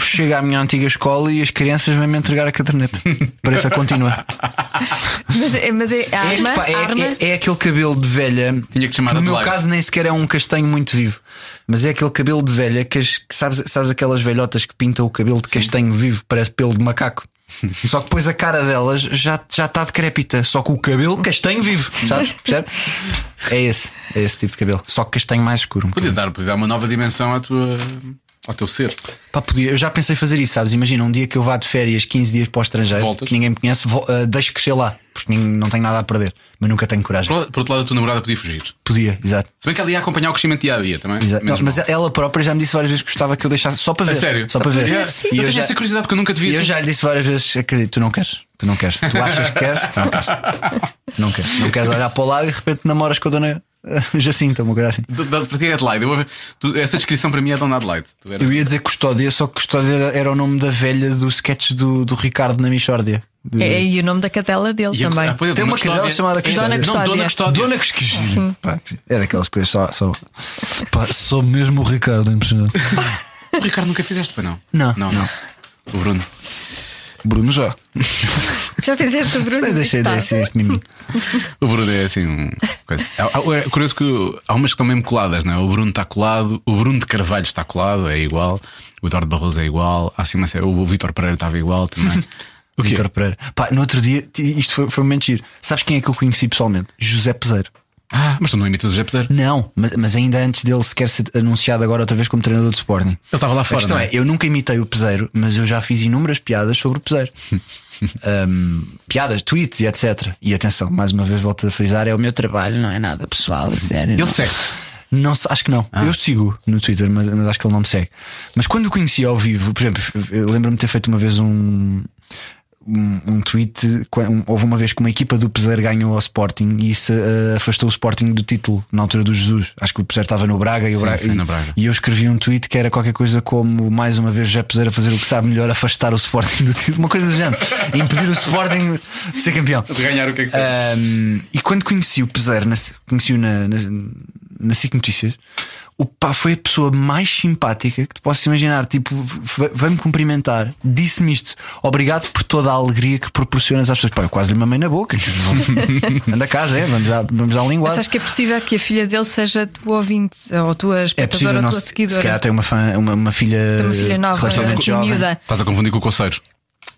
D: chego à minha antiga escola e as crianças vêm-me entregar a caderneta. Parece a continua.
C: Mas, é- mas é arma?
D: pá,
C: arma?
D: é, é aquele cabelo de velha.
B: Tinha que chamar
D: No meu
B: Adelaide.
D: caso, nem sequer é um castanho muito vivo. Mas é aquele cabelo de velha que, as- que sabes, sabes aquelas velhotas que pintam o cabelo de castanho vivo, parece pelo de macaco. Só que depois a cara delas já já está decrépita, só com o cabelo castanho vivo, sabes? Percebe? É esse, é esse tipo de cabelo. Só que castanho mais escuro. um
B: Podia dar, podia dar uma nova dimensão à tua, ao teu ser.
D: Pá, podia. Eu já pensei fazer isso, sabes? Imagina um dia que eu vá de férias 15 dias para o estrangeiro,
B: Voltas.
D: que ninguém me conhece, vou, ah, deixo crescer lá, porque nin- não tenho nada a perder, mas nunca tenho coragem.
B: Por outro- por outro lado, a tua namorada podia fugir.
D: Podia, exato.
B: Se bem que ela ia acompanhar o crescimento dia a dia também.
D: exato.
B: menos
D: Não, mas
B: mal.
D: ela própria já me disse várias vezes que gostava que eu deixasse só para ver.
B: a sério.
D: Só para ver.
B: Yeah.
C: Sim.
B: Eu
D: E eu,
B: tenho
D: já,
B: essa curiosidade que eu nunca te
D: e
B: vi
D: eu
B: assim.
D: já lhe disse várias vezes: acredito, tu não queres, tu não queres, tu achas que queres, tu não queres, tu não queres, não queres olhar para o lado e de repente namoras com a dona ah, Jacinta, uma coisa assim.
B: D- d- Para ti é Adelaide. Eu vou ver- tu- essa descrição para mim é Dona Adelaide. Tu eras-
D: Eu ia dizer Custódia, só que Custódia era, era o nome da velha do sketch do, do Ricardo na Michórdia. De-
C: É, e o nome da cadela dele
B: E a-
C: também.
B: ah, pois é,
D: Tem
B: Dona
D: uma cadela
B: Custódia.
D: chamada Custódia.
B: Não,
C: Dona
B: Dona
C: Custódia.
B: Custódia.
D: Dona Cusquinha. Pá, que- É daquelas coisas só. só... Pá, sou mesmo o
B: é
D: Ricardo, impressionante.
B: Ricardo, nunca fizeste, pois não?
D: Não,
B: Não, O Bruno.
D: Bruno já.
C: Já fizeste o Bruno?
D: Deixei
C: Tá.
D: desse este mimimi.
B: O Bruno é assim. um- coisa. É, é curioso que há umas que estão mesmo coladas, não é? O Bruno está colado, o Bruno de Carvalho está colado, é igual. O Eduardo Barroso é igual. Há assim uma série. O Vitor Pereira estava igual também. O quê?
D: Vitor Pereira. Pá, no outro dia, ti- isto foi, foi um momento giro. Sabes quem é que eu conheci pessoalmente? José Peseiro.
B: Ah, mas tu não imitas o José Peseiro.
D: Não, mas, mas ainda antes dele sequer ser anunciado agora outra vez como treinador de Sporting.
B: Ele estava lá
D: A
B: fora.
D: questão
B: não é?
D: é, eu nunca imitei o Peseiro, mas eu já fiz inúmeras piadas sobre o Peseiro. Ahm, piadas, tweets e etc. E atenção, mais uma vez volto a frisar, é o meu trabalho, não é nada pessoal, a sério.
B: Ele
D: não.
B: segue.
D: Não, se- acho que não.
B: Ah.
D: Eu sigo no Twitter, mas, mas acho que ele não me segue. Mas quando o conheci ao vivo, por exemplo, eu lembro-me de ter feito uma vez um. Um, um tweet, qu- um- houve uma vez que uma equipa do Peseiro ganhou ao Sporting e isso eh, afastou o Sporting do título na altura do Jesus. Acho que o Peseiro estava no Braga, e, o
B: Sim,
D: Braga,
B: foi
D: e,
B: no Braga.
D: e eu escrevi um tweet que era qualquer coisa como mais uma vez José Peseiro a fazer o que sabe melhor, afastar o Sporting do título, uma coisa do género, impedir o Sporting de ser campeão.
B: De ganhar o que é que seja.
D: Um, e quando conheci o Peseiro, na- conheci-o na, na, na SIC Notícias, o pá foi a pessoa mais simpática que tu possas imaginar. Tipo, v- veio-me cumprimentar, disse-me isto. Obrigado por toda a alegria que proporcionas às pessoas. Pá, eu quase lhe mamei na boca. quer dizer, vamos- Anda a casa, é, vamos dar, vamos dar um
C: Mas
D: linguagem.
C: acho que é possível que a filha dele seja tua ouvinte, ou tua
D: É
C: espectadora,
D: possível,
C: ou
D: não,
C: tua
D: se se calhar
C: seguidora.
D: tem uma, fã, uma, uma filha.
C: Tem uma filha nova,
D: relativamente
C: assim,
D: jovem.
C: miúda.
B: Estás a confundir com o Coceiro.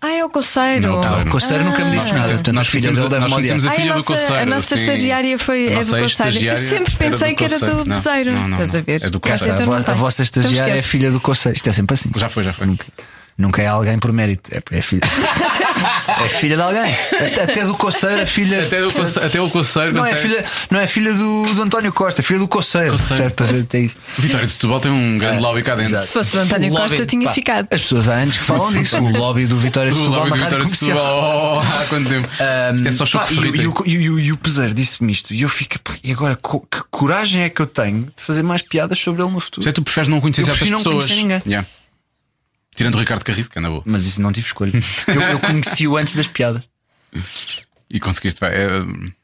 C: Ah, é o Coceiro.
B: Não, o
D: Ah, o Coceiro nunca me disse
C: Ah.
D: nada, portanto,
B: Nós
D: as filhas
B: conhecemos
D: dele
B: a-
D: devem
B: nós conhecemos
D: odiar.
B: a filha
C: Ai,
B: do
C: nossa-
B: Coceiro.
C: a nossa
B: sim.
C: estagiária foi-
B: A
C: é do
B: nossa
C: Coceiro.
B: estagiária
C: Eu sempre
B: era
C: pensei que era do
B: Coceiro. Não,
C: Coceiro.
B: não, não,
C: Estás a
B: não.
C: ver?
B: É do
C: Cá
D: Cá
B: Coceiro.
D: está,
C: Então
D: a,
C: não
D: vo- a
C: tem.
D: vossa estagiária é
C: Então esquece.
D: filha do Coceiro. Isto é sempre assim.
B: Já foi, já foi.
D: Nunca é alguém por mérito. É, é filha. é filha de alguém. Até, até do Coceiro, a filha.
B: Até, o Coceiro, até o Coceiro
D: não, é
B: consegue-
D: filha, não é filha do, do António Costa, é filha do Coceiro.
B: Coceiro.
D: Certo, para ver, tem isso.
B: Vitória de Setúbal tem um
D: É,
B: grande lobby cá dentro.
C: Se fosse o António
E: O lobby,
C: Costa, tinha
E: pá.
C: ficado.
D: As pessoas há anos que falam disso. O lobby do Vitória de
B: O
D: Setúbal
B: lobby
D: na
B: de
D: rádio
B: Vitória de
D: comercial.
B: Setúbal. Oh, há quanto tempo? Isto é só
D: Pá,
B: choque
D: e, o-
B: frito.
D: e, o- e, o- e o Peseiro disse-me isto. E eu fico, pá, e agora, co- que coragem é que eu tenho de fazer mais piadas sobre ele no futuro?
B: Se é tu preferes não conhecer
D: Eu
B: certas
D: prefiro não
B: pessoas.
D: conhecer ninguém.
B: Yeah. Tirando o Ricardo Carrido, que é na boa.
D: Mas isso não tive escolha. Eu, eu conheci-o antes das piadas.
B: E conseguiste. vai, é,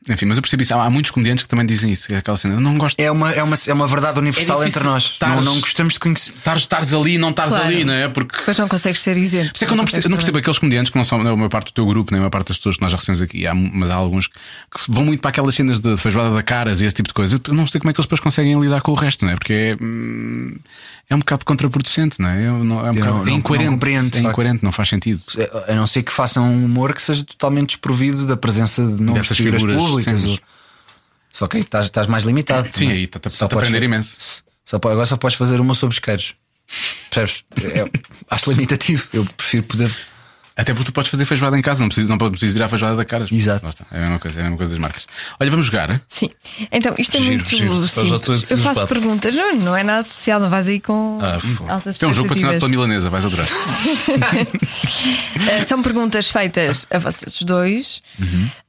B: enfim, mas eu percebi isso. Há, há muitos comediantes que também dizem isso. que é Aquela cena, eu não gosto de
D: É uma, é uma, é uma verdade universal
B: É difícil
D: entre nós. Não,
B: estares-
D: não gostamos de conhecer.
B: estares- estares ali e não estares
C: Claro.
B: ali, não é? Porque.
C: Depois não consegues ser isento.
B: Por isso é que eu não percebo, eu não percebo
C: consegues
B: aqueles comediantes que não são não é a maior parte do teu grupo, nem a maior parte das pessoas que nós já recebemos aqui, há- mas há alguns que vão muito para aquelas cenas de feijoada da caras e esse tipo de coisa. Eu não sei como é que eles depois conseguem lidar com o resto, não é? Porque é, hum, é um bocado contraproducente, não é? Eu não- É, um bocado,
D: não-
B: é
D: não-
B: incoerente.
D: não compreendo, de
B: é
D: facto.
B: incoerente, não faz sentido.
D: a não ser que façam um humor que seja totalmente desprovido da presença de novas
B: Dessas
D: figuras,
B: figuras,
D: públicas.
B: sim,
D: ou-
B: mas-
D: Só que aí estás, estás mais limitado.
B: Sim,
D: não é?
B: aí está- está-
D: Só
B: está-te a
D: podes-
B: aprender imenso.
D: Só, po- agora só podes fazer uma sobre isqueiros. Percebes? É- acho limitativo. Eu prefiro poder.
B: Até porque tu podes fazer feijoada em casa, não precisas, não precisas ir à feijoada da caras.
D: Exato.
B: Lá está. É a mesma coisa, é a mesma coisa das marcas. Olha, vamos jogar. hein?
C: Sim. Então, isto é
G: Giro,
C: muito
G: giro. Estás já todo
C: simples. Eu faço
G: entusiasmado.
C: perguntas. Não, não é nada especial, não vais aí com
G: Ah, fogo.
C: altas
B: Isto é um jogo patrocinado
C: expectativas.
B: pela milanesa, vais adorar.
C: Eh, São perguntas feitas a vocês dois,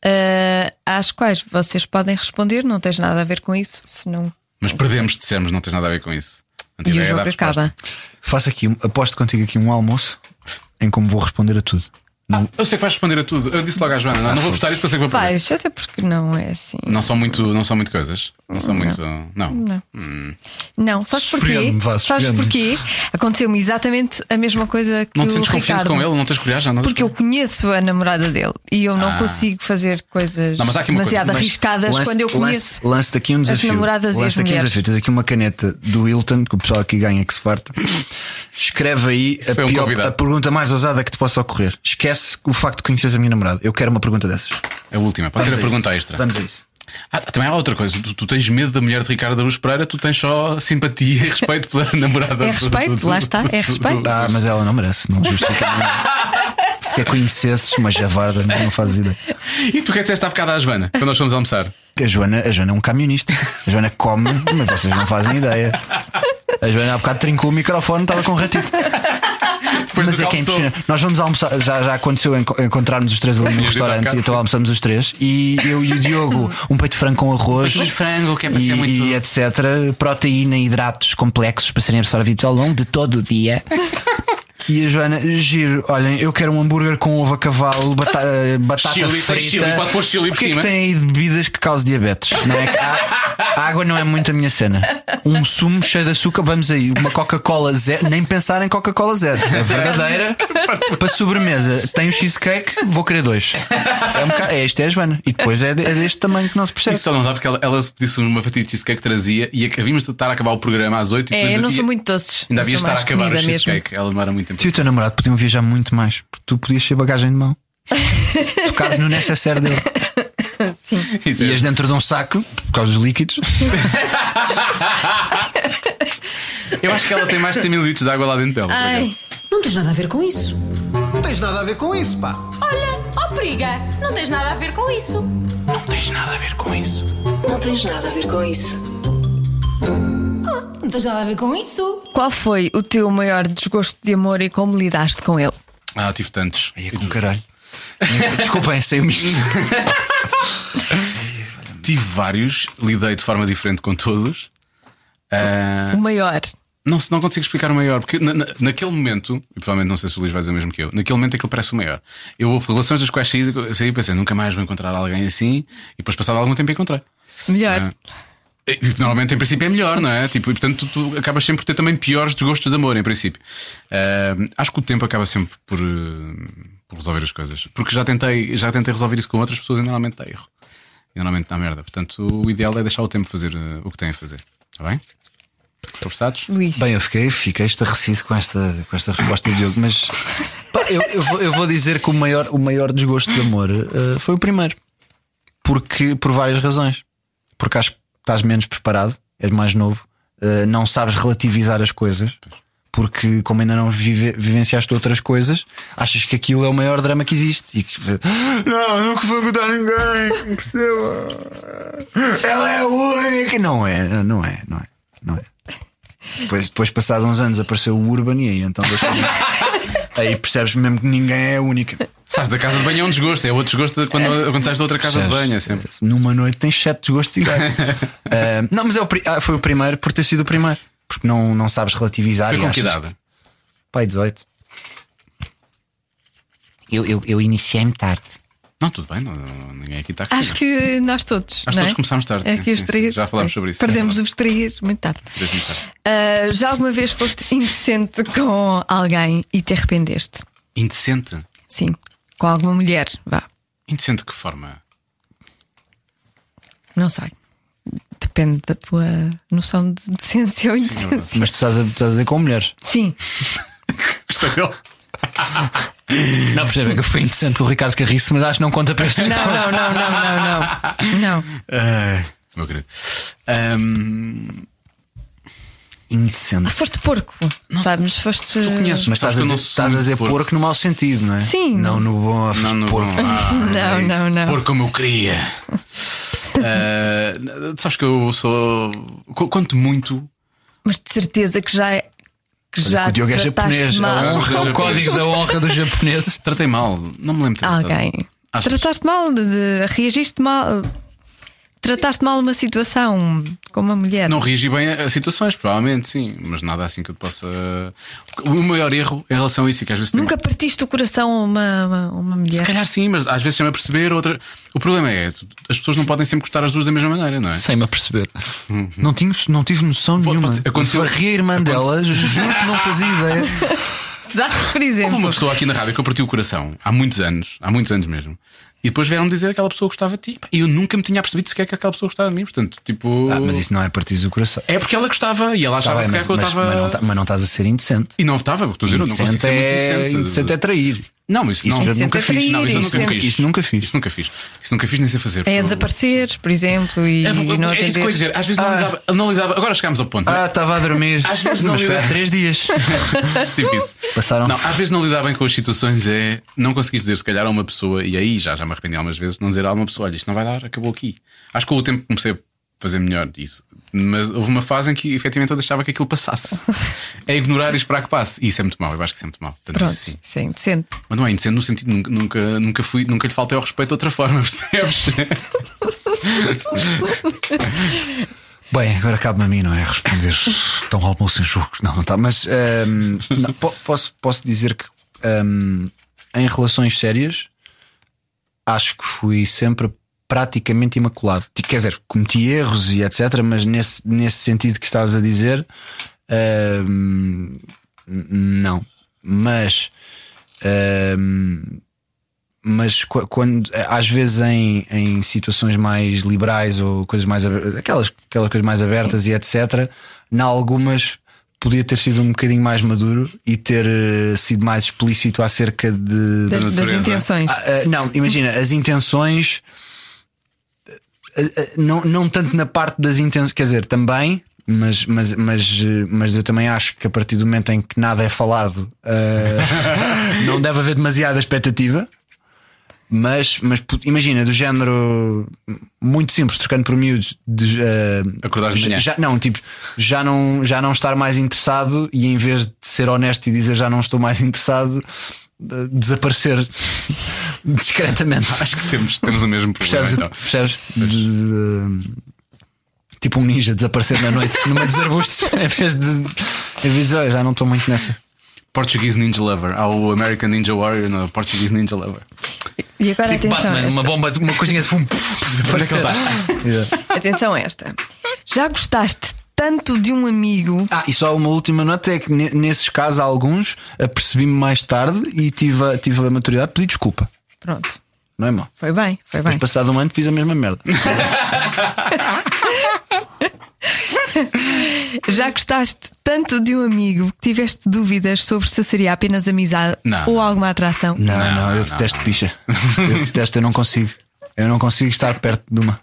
C: eh, às quais vocês podem responder, não tens nada a ver com isso, se não.
B: Mas perdemos, se dissermos, não tens nada a ver com isso. Não
C: E
B: tenho
C: o
B: ideia da
C: jogo
B: resposta.
C: acaba.
D: Faço aqui, um- aposto contigo aqui um almoço em como vou responder a tudo. Não,
B: Ah, Eu sei que vais responder a tudo. Eu disse logo à Joana, não, não vou postar isso que eu sei que vou perder.
C: Vais, até porque não é assim.
B: Não são muito, não são muito coisas. Não são muito. Não.
C: Não. Não, sabes porquê?
D: Surpreende-me, vá,
C: Sabes
D: surpreende-me.
C: porquê? Aconteceu-me exatamente a mesma coisa que
B: Não
C: o
B: te sentes confiante
C: Ricardo.
B: com ele? Não tens coragem? Não,
C: Porque eu conheço a namorada dele e eu não
B: Ah.
C: consigo fazer coisas
B: Não, mas há aqui uma coisa,
C: demasiado
B: mas
C: arriscadas
D: lance-
C: quando eu conheço.
D: lance- Lance daqui um desafio.
C: namoradas e
D: lance
C: as
D: daqui um
C: mulheres.
D: desafio. Tens aqui uma caneta do Wilton, que o pessoal aqui ganha que se farta. Escreve aí
B: Isso
D: a,
B: foi um
D: pior-
B: convidado.
D: a pergunta mais ousada que te possa ocorrer. Esquece o facto de conheceres a minha namorada. Eu quero uma pergunta dessas.
B: É A última. Pode
D: Vamos
B: ser a
D: isso.
B: pergunta extra.
D: Vamos a isso.
B: Ah, também há outra coisa. Tu, tu tens medo da mulher de Ricardo Aruz Pereira, tu tens só simpatia e respeito pela namorada.
C: É respeito, lá está, é respeito.
D: Ah, mas ela não merece, não justifica. não. Se a conhecesses, uma javarda, não, não fazes ideia.
B: E tu que disseste há bocado à Joana, quando nós fomos almoçar?
D: A Joana, a Joana é um camionista. A Joana come, mas vocês não fazem ideia. A Joana há bocado trincou o microfone, estava com um retito.
B: Depois
D: Mas
B: do
D: é que é
B: calçou.
D: impressionante. Nós vamos almoçar, já, já aconteceu enco- encontrarmos os três ali no
B: Tinha dito há
D: restaurante
B: bocado.
D: e então almoçamos os três. E eu e o Diogo, um peito de frango com arroz.
E: Peito de frango, que é para
D: e,
E: ser muito-
D: e etc. Proteína, hidratos complexos para serem absorvidos ao longo de todo o dia. E a Joana, giro, olhem, eu quero um hambúrguer com ovo a cavalo, bata- eh, batata
B: Chili, tem
D: frita.
B: chili, pode pôr chili
D: o
B: por
D: que é que
B: cima.
D: tem aí de bebidas que causam diabetes? Não é? Que a- a água não é muito a minha cena. Um sumo cheio de açúcar, vamos aí. Uma Coca-Cola zero, nem pensar em Coca-Cola zero. É verdadeira. Para sobremesa, tem o cheesecake, vou querer dois. É um bocado, é, isto é a Joana. E depois é, de- é deste tamanho que não se percebe.
B: Isso só não dá porque ela, ela se pedisse uma fatia de cheesecake trazia e havíamos de estar a acabar o programa às 8 e
C: É,
B: depois
C: eu não
B: ia-
C: sou muito doces.
B: Ainda
C: Eu
B: havia de
C: sou
B: estar a
C: mais
B: acabar o
C: comida mesmo.
B: cheesecake. Ela demora muito tempo.
D: Tu e o teu namorado podiam viajar muito mais, porque tu podias ser bagagem de mão. Tocares no necessaire dele.
B: Isso é.
D: Ias dentro de um saco, por causa dos líquidos.
B: Eu acho que ela tem mais de 100 mil litros de água lá dentro dela. por acaso.
C: Ai,
A: Não tens nada a ver com isso.
D: Não tens nada a ver com isso, pá.
G: Olha, ó periga, não tens nada a ver com isso.
A: Não tens nada a ver com isso.
G: Não tens nada a ver com isso.
C: qual foi o teu maior desgosto de amor e como lidaste com ele?
B: Ah, tive tantos.
D: Aí é com caralho. Desculpem, saiu-me isto.
B: Tive vários, lidei de forma diferente com todos. Ah,
C: O maior.
B: não, se- não consigo explicar o maior, porque na- na- naquele momento, e provavelmente não sei se o Luís vai dizer o mesmo que eu, naquele momento aquilo parece o maior. Eu houve relações das quais saí, saí e pensei, nunca mais vou encontrar alguém assim, e depois passado algum tempo encontrei.
C: Melhor.
B: Ah. E, Normalmente, em princípio, é melhor, não é? Tipo, e portanto, tu, tu acabas sempre por ter também piores desgostos de amor, em princípio. Ah, acho que o tempo acaba sempre por, eh, por resolver as coisas. Porque já tentei, já tentei resolver isso com outras pessoas e normalmente dá erro. E normalmente dá merda. Portanto, o ideal é deixar o tempo fazer eh, o que tem a fazer. Está bem? Conversados?
C: Luís.
D: Bem, eu fiquei, fiquei estarrecido com esta, com esta resposta do Diogo, mas pá, eu, eu vou, eu vou dizer que o maior, o maior desgosto de amor eh, foi o primeiro. Porque, por várias razões. Porque acho que estás menos preparado, és mais novo, eh, não sabes relativizar as coisas. Porque, como ainda não vive- vivenciaste outras coisas, achas que aquilo é o maior drama que existe. E que, não, nunca vou contar a ninguém, perceba. Ela é a única. Não é, não é, não é, não é. Depois, depois passado uns anos, apareceu o Urban e aí então deixa-me- Aí percebes mesmo que ninguém é a única.
B: Sabes, da casa de banho é um desgosto, é outro desgosto de quando, quando sais da outra casa de banho. É sempre.
D: Numa noite tens sete desgostos iguais. Ah, não, mas é o pri- ah, foi o primeiro por ter sido o primeiro. Porque não, não sabes relativizar.
B: Foi
D: e
B: com que
D: achas-
B: idade?
D: Pai, 18.
E: Eu, eu, eu iniciei-me tarde.
B: Não, tudo bem, não- não- ninguém aqui está a
C: Acho
B: questionar.
C: que nós todos.
B: Acho que
C: não
B: todos
C: é?
B: começámos tarde,
C: É
B: sim,
C: que os
B: sim,
C: três.
B: sim. Já falámos sobre isso,
C: Perdemos
B: é
C: os três muito tarde.
B: Deixa-me estar.
C: Ah, já alguma vez foste indecente com alguém e te arrependeste?
B: Indecente?
C: Sim. Com alguma mulher? Vá.
B: Indecente de que forma?
C: Não sei. Depende da tua noção de decência ou indecência.
D: Mas tu estás a, estás a dizer com mulheres.
C: Sim.
B: Gostei dele.
D: Não percebe que foi indecente com o Ricardo Carriço, mas acho que não É. conta para este. tipo.
C: Não, não, não, não, não, não. Não.
B: Ai, meu querido. Ahm,
D: Indecente.
C: Ah, Foste porco. sabes? Foste.
B: conheces.
D: Mas estás
B: Sabes que
D: a
B: eu
D: dizer,
B: não sou
D: estás a
B: muito
D: dizer um porco.
B: porco
D: no mau sentido, não é?
C: Sim.
D: Não no bom.
B: não, não,
D: porco. É
B: não. Ah,
C: Não,
D: isso.
C: não, não.
B: Por como eu queria. Ah, sabes que eu sou. co- Conto muito.
C: Mas de certeza que já é. Que já
D: o Diogo é
C: trataste
D: japonês.
C: mal
D: A honra,
B: Japonês.
D: o código da honra dos japoneses.
B: Tratei mal. Não me lembro de ter tratado.
C: alguém.
B: Achas?
C: Ah, Trataste mal, de, de- reagiste mal. Trataste mal uma situação com uma mulher.
B: Não reagi bem a a situações, provavelmente, sim. Mas nada assim que eu te possa. O meu maior erro em relação a isso é que às vezes. tem-
C: Nunca partiste o coração a uma, uma, uma
B: Se
C: mulher.
B: calhar sim, mas às vezes chama a perceber. Outra... O problema é tu- as pessoas não podem sempre gostar as duas da mesma maneira, não é?
D: Sem me aperceber. Não, tinha, não tive noção nenhuma.
B: pode- Uhum. aconteceu-
D: Varri a irmã
B: aconte-
D: dela, juro que não fazia ideia.
C: Exato, por
B: Houve uma
C: exemplo.
B: pessoa aqui na rádio que eu parti o coração há muitos anos, há muitos anos mesmo. E depois vieram dizer que aquela pessoa gostava de ti. E eu nunca me tinha percebido sequer que aquela pessoa gostava de mim. Portanto, tipo.
D: Ah, mas isso não é partir do coração.
B: É porque ela gostava e ela
D: Tá
B: achava
D: bem,
B: sequer
D: mas,
B: que eu
D: mas-
B: estava.
D: mas não, tá- mas não estás a ser indecente.
B: E não estava, porque estou a dizer, eu não consigo
D: Indecente
B: ser muito
D: é,
B: indecente.
D: indecente é trair.
B: Não, isso, não.
D: Isso eu nunca
C: é
D: fiz.
C: trair,
B: Não, isso eu nunca
C: isso
B: fiz.
D: Isso nunca fiz.
B: Isso nunca fiz. Isso nunca fiz nem sei fazer.
C: É
B: porque-
C: desapareceres, por exemplo, e,
B: É, é
C: não
B: isso que eu ia
C: atender.
B: dizer. Às vezes não, lidava, não lidava. Agora chegámos ao ponto. não é?
D: Ah, estava a dormir.
B: Às vezes não
D: mas foi
B: eu-
D: há três dias.
B: Tipo isso.
D: Passaram.
B: Não, às vezes não lidar bem com as situações é não conseguir dizer, se calhar, a uma pessoa, e aí já, já me arrependi algumas vezes, não dizer a uma pessoa: olha, isto não vai dar, acabou aqui. Acho que com o tempo comecei a fazer melhor isso. Mas houve uma fase em que efetivamente eu deixava que aquilo passasse. É ignorar e esperar que passe. E isso é muito mau, eu acho que isso é muito mau. Portanto,
C: Pronto,
B: isso sim.
C: isso é indecente.
B: Mas não é indecente no sentido, nunca, nunca, nunca fui, nunca lhe faltei ao respeito de outra forma, percebes?
D: Bem, agora cabe-me a mim, não é? Responder tão almoço em jogo. Não, não está. Mas ahm, não, po- posso, posso dizer que ahm, em relações sérias acho que fui sempre praticamente imaculado. Ti- Quer dizer, cometi erros e etc., mas nesse, nesse sentido que estás a dizer, ahm, n- não. Mas. ahm, mas qu- quando às vezes em, em situações mais liberais ou coisas mais abe- aquelas, aquelas coisas mais abertas e etc, na algumas podia ter sido um bocadinho mais maduro e ter eh, sido mais explícito acerca de
C: das, das
B: natureza.
C: intenções.
D: ah, ah, não, imagina, as intenções. ah, ah, Não, não tanto na parte das intenções, quer dizer, também, mas, mas, mas, eh, mas eu também acho que a partir do momento em que nada é falado, ah, não deve haver demasiada expectativa. Mas, mas pu- imagina, do género muito simples, trocando por miúdos, de, ah,
B: Acordar de
D: já-
B: manhã.
D: já- não, tipo, já não, já não estar mais interessado e em vez de ser honesto e dizer já não estou mais interessado, de- desaparecer discretamente.
B: Acho que temos, temos o mesmo problema.
D: Percebes?
B: Então.
D: Percebes? De- de- tipo um ninja desaparecer na noite no meio dos arbustos em vez de. Em vez de, "Olha, já não estou muito nessa.
B: Portuguese Ninja Lover. Há o American Ninja Warrior, não, Portuguese Ninja Lover.
C: E agora
E: Tipo
C: atenção. a
E: Batman,
C: esta.
E: uma bomba, uma coisinha de fumo.
B: Onde é que ele está?
C: Atenção a esta. Já gostaste tanto de um amigo
D: Ah, e só uma última nota é que ne- nesses casos, alguns apercebi-me mais tarde e tive a, tive a maturidade de pedir desculpa.
C: Pronto,
D: Não é mau?
C: foi bem, foi
D: Depois,
C: bem.
D: passado um ano, fiz a mesma merda.
C: Já gostaste tanto de um amigo que tiveste dúvidas sobre se seria apenas amizade
B: Não.
C: ou alguma atração?
D: Não, não, eu detesto picha. Eu detesto, eu não consigo. Eu não consigo estar perto de uma.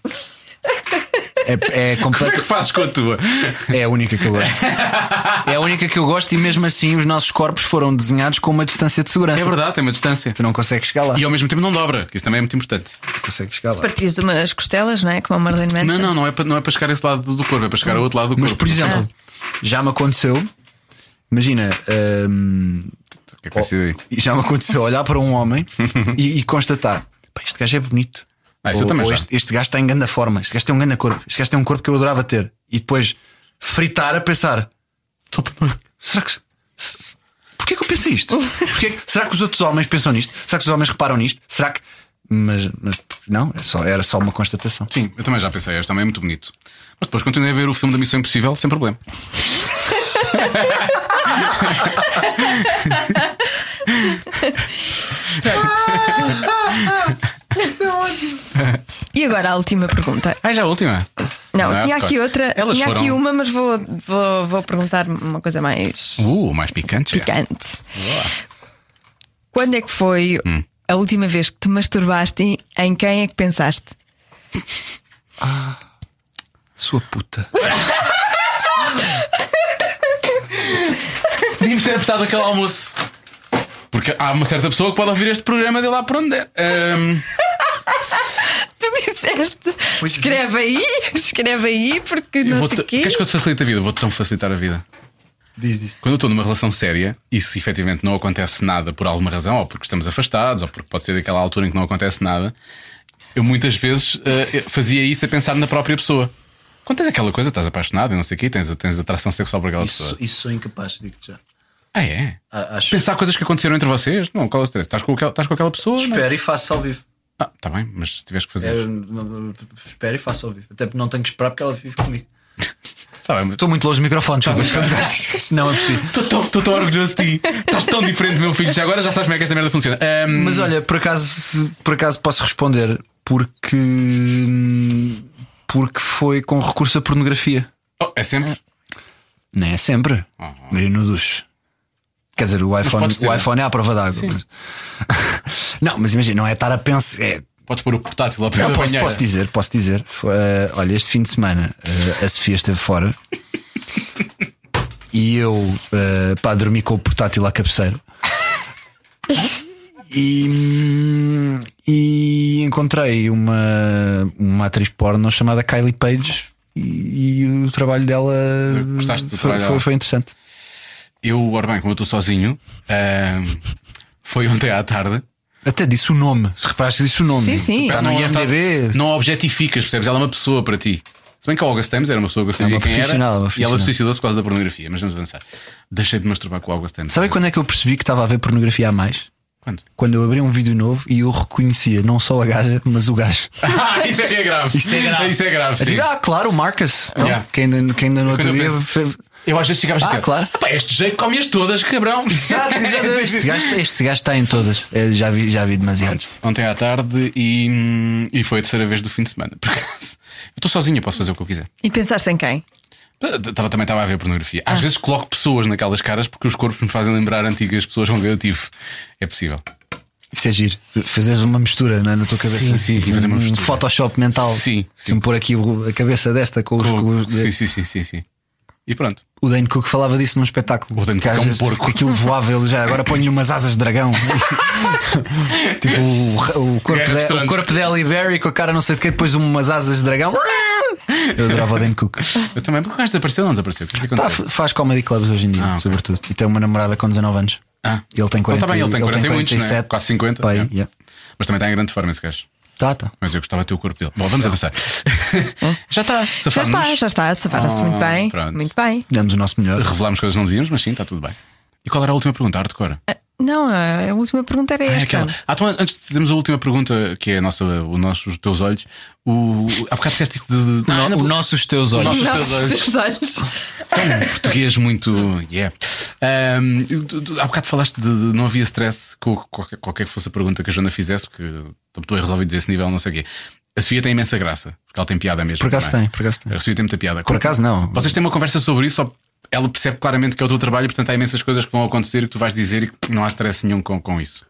D: É, é,
B: Como é
D: completa,
B: que fazes com a tua?
D: é a única que eu gosto. É a única que eu gosto e mesmo assim os nossos corpos foram desenhados com uma distância de segurança.
B: É verdade, tem uma distância.
D: Tu não consegues chegar lá.
B: E ao mesmo tempo não dobra, que isso também é muito importante.
D: não consegues chegar
C: Se
D: lá.
C: partires umas costelas, não é? Como a Marlene Manson.
B: Não, não, não é para, não é para chegar a esse lado do corpo, é para chegar ao outro lado do corpo.
D: Mas por exemplo, Ah. já me aconteceu. Imagina, hum,
B: O que é que vai ser aí?
D: e já me aconteceu olhar para um homem e, e constatar: "Pá, este gajo é bonito.
B: Ah, isso eu
D: Ou-
B: também
D: ou
B: já.
D: este, este gajo está em grande forma, este gajo tem um grande corpo, este gajo tem um corpo que eu adorava ter. E depois fritar a pensar: "Tô- será que. se- se- Porquê que eu pensei isto? Porquê que- será que os outros homens pensam nisto? Será que os homens reparam nisto? Será que. Mas, mas não, é só, era só uma constatação.
B: Sim, eu também já pensei, este também é muito bonito. Mas depois continuei a ver o filme da Missão Impossível sem problema.
C: E agora a última pergunta.
B: Ah, já a última.
C: Não,
B: Ah,
C: tinha aqui
B: claro.
C: outra,
B: Elas
C: tinha
B: foram...
C: aqui uma, mas vou, vou, vou perguntar uma coisa mais
B: Uh, mais picante. já.
C: picante. Quando é que foi
B: Hum.
C: a última vez que te masturbaste e em quem é que pensaste?
D: Sua puta.
B: Podíamos ter apertado aquele almoço. Porque há uma certa pessoa que pode ouvir este programa de lá por onde é. Ahm,
C: Tu disseste, escreve aí, escreve aí, porque
B: eu
C: não
B: vou-te-
C: sei o quê.
B: Queres que eu te facilite a vida? Vou-te tão facilitar a vida.
D: Diz, diz.
B: Quando eu estou numa relação séria e se efetivamente não acontece nada por alguma razão, ou porque estamos afastados, ou porque pode ser daquela altura em que não acontece nada, eu muitas vezes eh, eu fazia isso a pensar na própria pessoa. Quando tens aquela coisa, estás apaixonado e não sei o quê, tens, tens atração sexual por aquela
D: Isso,
B: pessoa.
D: isso sou incapaz, digo-te já.
B: Ah, é?
D: A- acho-
B: Pensar coisas que aconteceram entre vocês? Não, qual é o stress? Estás com, aquela- estás com aquela pessoa? não? é?
D: Espero e faço ao vivo.
B: Ah, tá bem, mas se tiveres que
D: É,
B: fazer.
D: não- espero e faço ao vivo. Até porque não tenho que esperar porque ela vive comigo.
B: Tá bem, mas-
D: Estou muito longe do microfone, Não é possível.
B: Estou tão, estou tão orgulhoso de ti. Estás tão diferente, meu filho. Já agora já sabes como é que esta merda funciona. Ahm,
D: Mas olha, por acaso, por acaso posso responder porque. Porque foi com recurso à pornografia.
B: oh, é sempre.
D: Nem é sempre. Mas no duche. Quer dizer, o iPhone,
B: Uhum. podes ter,
D: o
B: não?
D: iPhone é à prova d'água. mas- não, mas imagina, não é estar a pensar. é-
B: Podes pôr o portátil lá para
D: Não,
B: a
D: posso,
B: banheira.
D: posso dizer, posso dizer. Foi, eh, olha, este fim de semana eh, a Sofia esteve fora e eu eh, pá, dormi com o portátil à cabeceira e, hum, e encontrei uma, uma atriz porno chamada Kylie Page. E, e o trabalho dela
B: Gostaste do
D: foi-
B: trabalho
D: foi,
B: dela?
D: foi interessante.
B: Eu, ora bem, como eu estou sozinho, ahm, foi ontem à tarde.
D: Até disse o nome, se reparaste, disse o nome.
C: Sim, sim.
D: Está no
B: Não,
D: IMDB.
B: Não objetificas, percebes? Ela é uma pessoa para ti. Se bem que a Olga Stamps era uma pessoa que eu sabia
D: é uma
B: quem era.
D: profissional, uma
B: e ela
D: profissional.
B: suicidou-se por causa da pornografia, mas vamos avançar. Deixei de masturbar com a Olga Stamps.
D: Sabe quando é que eu percebi que estava a ver pornografia a mais?
B: Quando?
D: Quando eu abri um vídeo novo e eu reconhecia não só a gaja, mas o gajo.
B: Ah, isso é que é grave.
D: Isso é grave.
B: Isso é grave.
D: Eu
B: sim.
D: digo, ah, claro, o Marcus. Então,
B: Yeah.
D: quem, ainda, quem ainda no outro
B: Quando eu
D: dia.
B: penso-
D: fez-
B: Eu às vezes chegava a
D: Ah,
B: dizer,
D: claro.
B: "Pá, este jeito comias todas, cabrão.
D: Exato, exato. Este gajo, este gajo está em todas. Eu já vi, já vi demasiados.
B: Ontem à tarde e, hum, e foi a terceira vez do fim de semana. Por acaso. Eu estou sozinho, eu posso fazer o que eu quiser.
C: E pensaste em quem?
B: Tava, também estava a ver pornografia. Às
C: Ah.
B: vezes coloco pessoas naquelas caras porque os corpos me fazem lembrar antigas pessoas com quem eu tive. É possível.
D: Isso é giro. Fazeres uma mistura não é, na tua cabeça.
B: Sim, sim, sim, fazer uma
D: um
B: mistura.
D: Photoshop mental.
B: Sim,
D: Se me pôr aqui o- a cabeça desta com os.
B: Com-
D: com os-
B: sim, sim, sim, sim, sim. E pronto.
D: O Dane Cook falava disso num espetáculo.
B: O Dane
D: Que
B: Cook
D: às
B: é um
D: vezes
B: porco.
D: Aquilo voava, ele já agora põe-lhe umas asas de dragão. tipo o, ra- o corpo,
B: Guerra dos
D: de, o
B: Tronos.
D: corpo de Ellie Berry com a cara não sei de quê, depois umas asas de dragão. Eu adorava o Dane Cook.
B: Eu também, porque o gajo desapareceu ou não desapareceu? O que é que
D: Tá,
B: aconteceu?
D: f- faz comedy clubs hoje em dia,
B: Ah, ok.
D: sobretudo. E tem uma namorada com 19 anos.
B: Ah.
D: E ele tem 40
B: Então tá bem, ele tem 40 e muitos, né? Quase 50,
D: Pai,
B: é.
D: yeah.
B: Mas também está em grande forma esse gajo.
D: Tá, tá.
B: Mas eu gostava de ter o corpo dele. Bom, vamos avançar. já tá. está.
C: Hum? Já está, já está, safaram-se muito
B: Ah,
C: bem.
B: pronto.
C: Muito bem.
D: Damos o nosso melhor.
B: Revelámos coisas que não devíamos, mas sim, está tudo bem. E qual era a última pergunta? Arte Cora?
C: Não, a a última pergunta era
B: Ah, é
C: Ah, esta.
B: aquela. Ah, então, antes de fazermos a última pergunta, que é a nossa, o nosso, os teus olhos, o, há bocado disseste isso de. de-
D: Ah, o nosso, os teus olhos.
B: Nosso- os teus
C: Nossos
B: olhos.
C: teus olhos.
B: Tem um português muito. Yeah. Ahm, tu- tu- há bocado falaste de, de não havia stress com qualquer, qualquer que fosse a pergunta que a Joana fizesse, porque estou a resolver dizer esse nível, não sei o quê. A Sofia tem imensa graça, porque ela tem piada mesmo.
D: Por acaso
B: também.
D: tem, por acaso tem.
B: A Sofia tem muita piada.
D: Por acaso não.
B: Vocês têm uma conversa sobre isso, só ela percebe claramente que é o teu trabalho, e, portanto há imensas coisas que vão acontecer e que tu vais dizer e que não há stress nenhum com, com isso.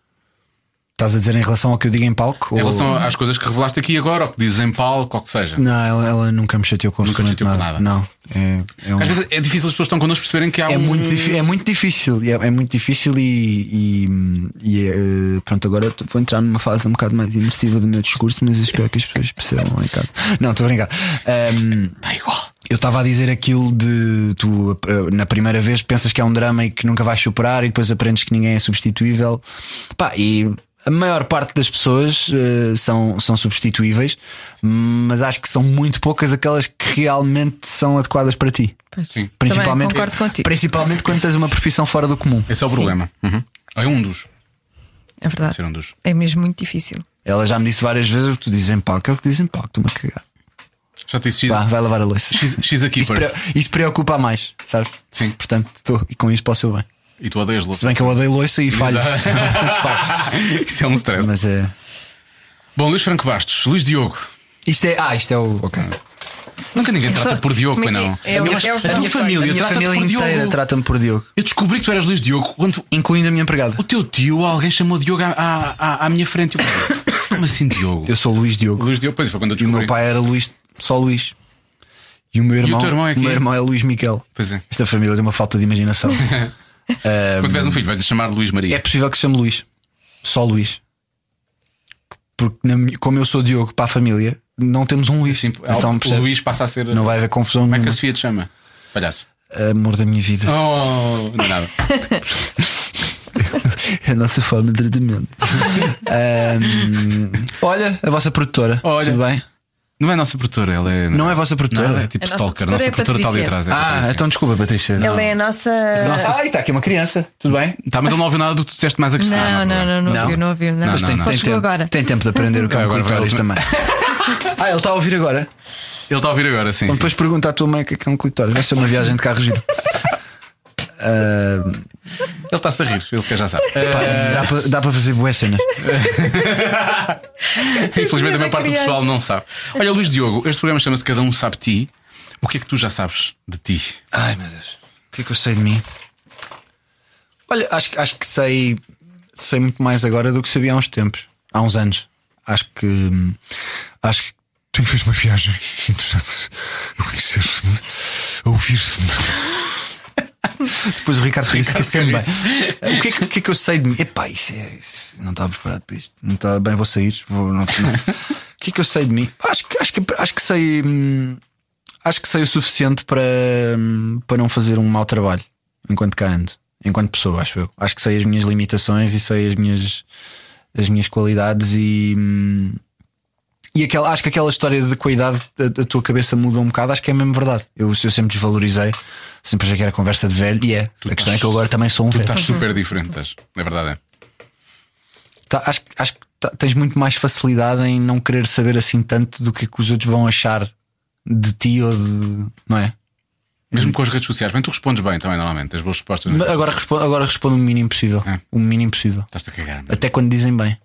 D: Estás a dizer em relação ao que eu digo em palco?
B: Em
D: ou-
B: relação às coisas que revelaste aqui agora, ou que dizem palco, ou que seja.
D: Não, ela, ela nunca me chateou com
B: Nunca te
D: absolutamente
B: chateou com
D: nada.
B: nada.
D: Não. É, é um-
B: Às vezes é difícil as pessoas que estão connosco perceberem que há
D: é
B: um.
D: muito, difí- é muito difícil. e É, é muito difícil e, e- e, eh, pronto, agora t- vou entrar numa fase um bocado mais imersiva do meu discurso, mas eu espero que as pessoas percebam lá em casa. Não, estou a brincar. Está igual. Eu estava a dizer aquilo de tu eh, na primeira vez pensas que é um drama e que nunca vais superar e depois aprendes que ninguém é substituível. Pá, e a maior parte das pessoas eh, são, são substituíveis, mas acho que são muito poucas aquelas que realmente são adequadas para ti.
B: Sim.
D: Principalmente,
C: concordo contigo.
D: principalmente quando tens uma profissão fora do comum.
B: Esse é o
C: Sim.
B: problema. Uhum. É um dos.
C: É verdade.
B: Ser um dos.
C: É mesmo muito difícil.
D: Ela já me disse várias vezes: o que tu dizes em palco, é o que dizes em palco, tu me cagar.
B: Já te disse X,
D: Vá, vai lavar a louça.
B: X, X a
D: Isso,
B: Keeper.
D: pre- isso preocupa mais, sabes?
B: Sim.
D: Portanto, estou e com isso posso eu bem.
B: E tu odeias louco.
D: Se bem que eu odeio louça e falho.
B: Isso é um stress.
D: Mas é.
B: Bom, Luís Franco Bastos, Luís Diogo.
D: Isto é. Ah, isto é o. Ok.
B: Nunca ninguém te trata por Diogo,
C: Como é
B: pois
C: que
B: não.
C: É, é, o- é, o-
D: A minha família, a minha
B: Trata-te
D: família
B: por Diogo.
D: inteira trata-me por Diogo,
B: Eu descobri que tu eras Luís Diogo quando
D: incluindo a minha empregada.
B: o teu tio, alguém chamou Diogo à, à, à- à minha frente. Eu, Como assim, Diogo?
D: Eu sou Luís Diogo.
B: Luís Diogo, pois foi quando eu
D: E o
B: descobri.
D: meu pai era Luís, só Luís. E o meu irmão,
B: teu irmão é
D: o meu
B: quem?
D: irmão é Luís Miquel.
B: Pois é.
D: Esta família tem uma falta de imaginação.
B: Quando tiveres um filho, vais-lhe chamar Luís
D: É
B: Maria.
D: possível que se chame Luís. Só Luís. Porque, na mi- como eu sou Diogo para a família, não temos um Luís.
B: Sim,
D: então,
B: é o
D: percebe?
B: Luís passa a ser.
D: Não vai haver confusão
B: Como é que
D: nenhuma.
B: a Sofia te chama? Palhaço.
D: Amor da minha vida.
B: Oh, não é nada.
D: É a nossa forma de tratamento. Ahm, olha, a vossa produtora.
B: Olha.
D: Tudo bem?
B: Não é a nossa produtora, ela é.
D: Não é a vossa produtora?
B: Nada, é tipo
C: A nossa
B: stalker. A
C: produtora
B: nossa
C: é
B: produtora está ali
C: Patrícia.
B: atrás. é
D: ah,
B: Patrícia.
D: então desculpa, Patrícia.
C: Ela é a nossa.
D: Nossa. Ai, está aqui uma criança. Tudo bem?
B: Tá, mas ele não ouviu nada do que tu disseste mais agressivo.
C: Não, não, não, não ouviu, não ouviu. Não,
B: Mas
C: Só
B: tem- tem
C: chegou
D: tempo,
C: agora.
D: tem tempo de aprender o que é um
B: Agora vai
D: clitóris
B: ouvir.
D: também. ah, ele está a ouvir agora?
B: Ele está a ouvir agora, sim.
D: Então
B: sim.
D: depois pergunta à tua mãe o que é que é um clitóris. Vai ser uma viagem de carro giro. Ahm,
B: Ele está a se rir, ele sequer já sabe. Eh,
D: Pá, dá para fazer boas cenas.
B: Infelizmente a maior parte do
C: criança.
B: pessoal não sabe. Olha, Luís Diogo, este programa chama-se Cada Um Sabe Ti. O que é que tu já sabes de ti?
D: Ai meu Deus, o que é que eu sei de mim? Olha, acho, que- acho que sei, sei muito mais agora do que sabia há uns tempos, há uns anos. Acho que hum, acho que
F: Tenho feito uma viagem interessante a conhecer-me, a ouvir-me.
D: depois o Ricardo Carriço fica sempre bem. O que, é que, o que é que eu sei de mim? Epá, isso, é, isso não estava preparado para isto. Não estava bem, vou sair. vou- não- não. O que é que eu sei de mim? Acho, que- acho, que, acho que sei. hum, acho que sei o suficiente para, hum, para não fazer um mau trabalho enquanto cá ando, enquanto pessoa, acho eu. Acho que sei as minhas limitações e sei as minhas, as minhas qualidades e, hum, E aquela, acho que aquela história de com a idade a, a tua cabeça muda um bocado, acho que é mesmo verdade. Eu, se eu sempre desvalorizei, sempre achei que era conversa de velho, e é. A questão é que eu agora também sou um
B: Tu
D: velho.
B: estás super diferente, estás. É verdade, é.
D: Tá, acho, que- acho que tá- tens muito mais facilidade em não querer saber assim tanto do que, é que os outros vão achar de ti ou de. Não é?
B: Mesmo com as redes sociais, bem, tu respondes bem também, normalmente. Tens boas respostas. é? nas
D: Mas
B: redes
D: Agora respondo, agora respondo o mínimo possível.
B: É.
D: O mínimo possível.
B: sociais. Estás-te a cagar, mano.
D: Até quando dizem bem.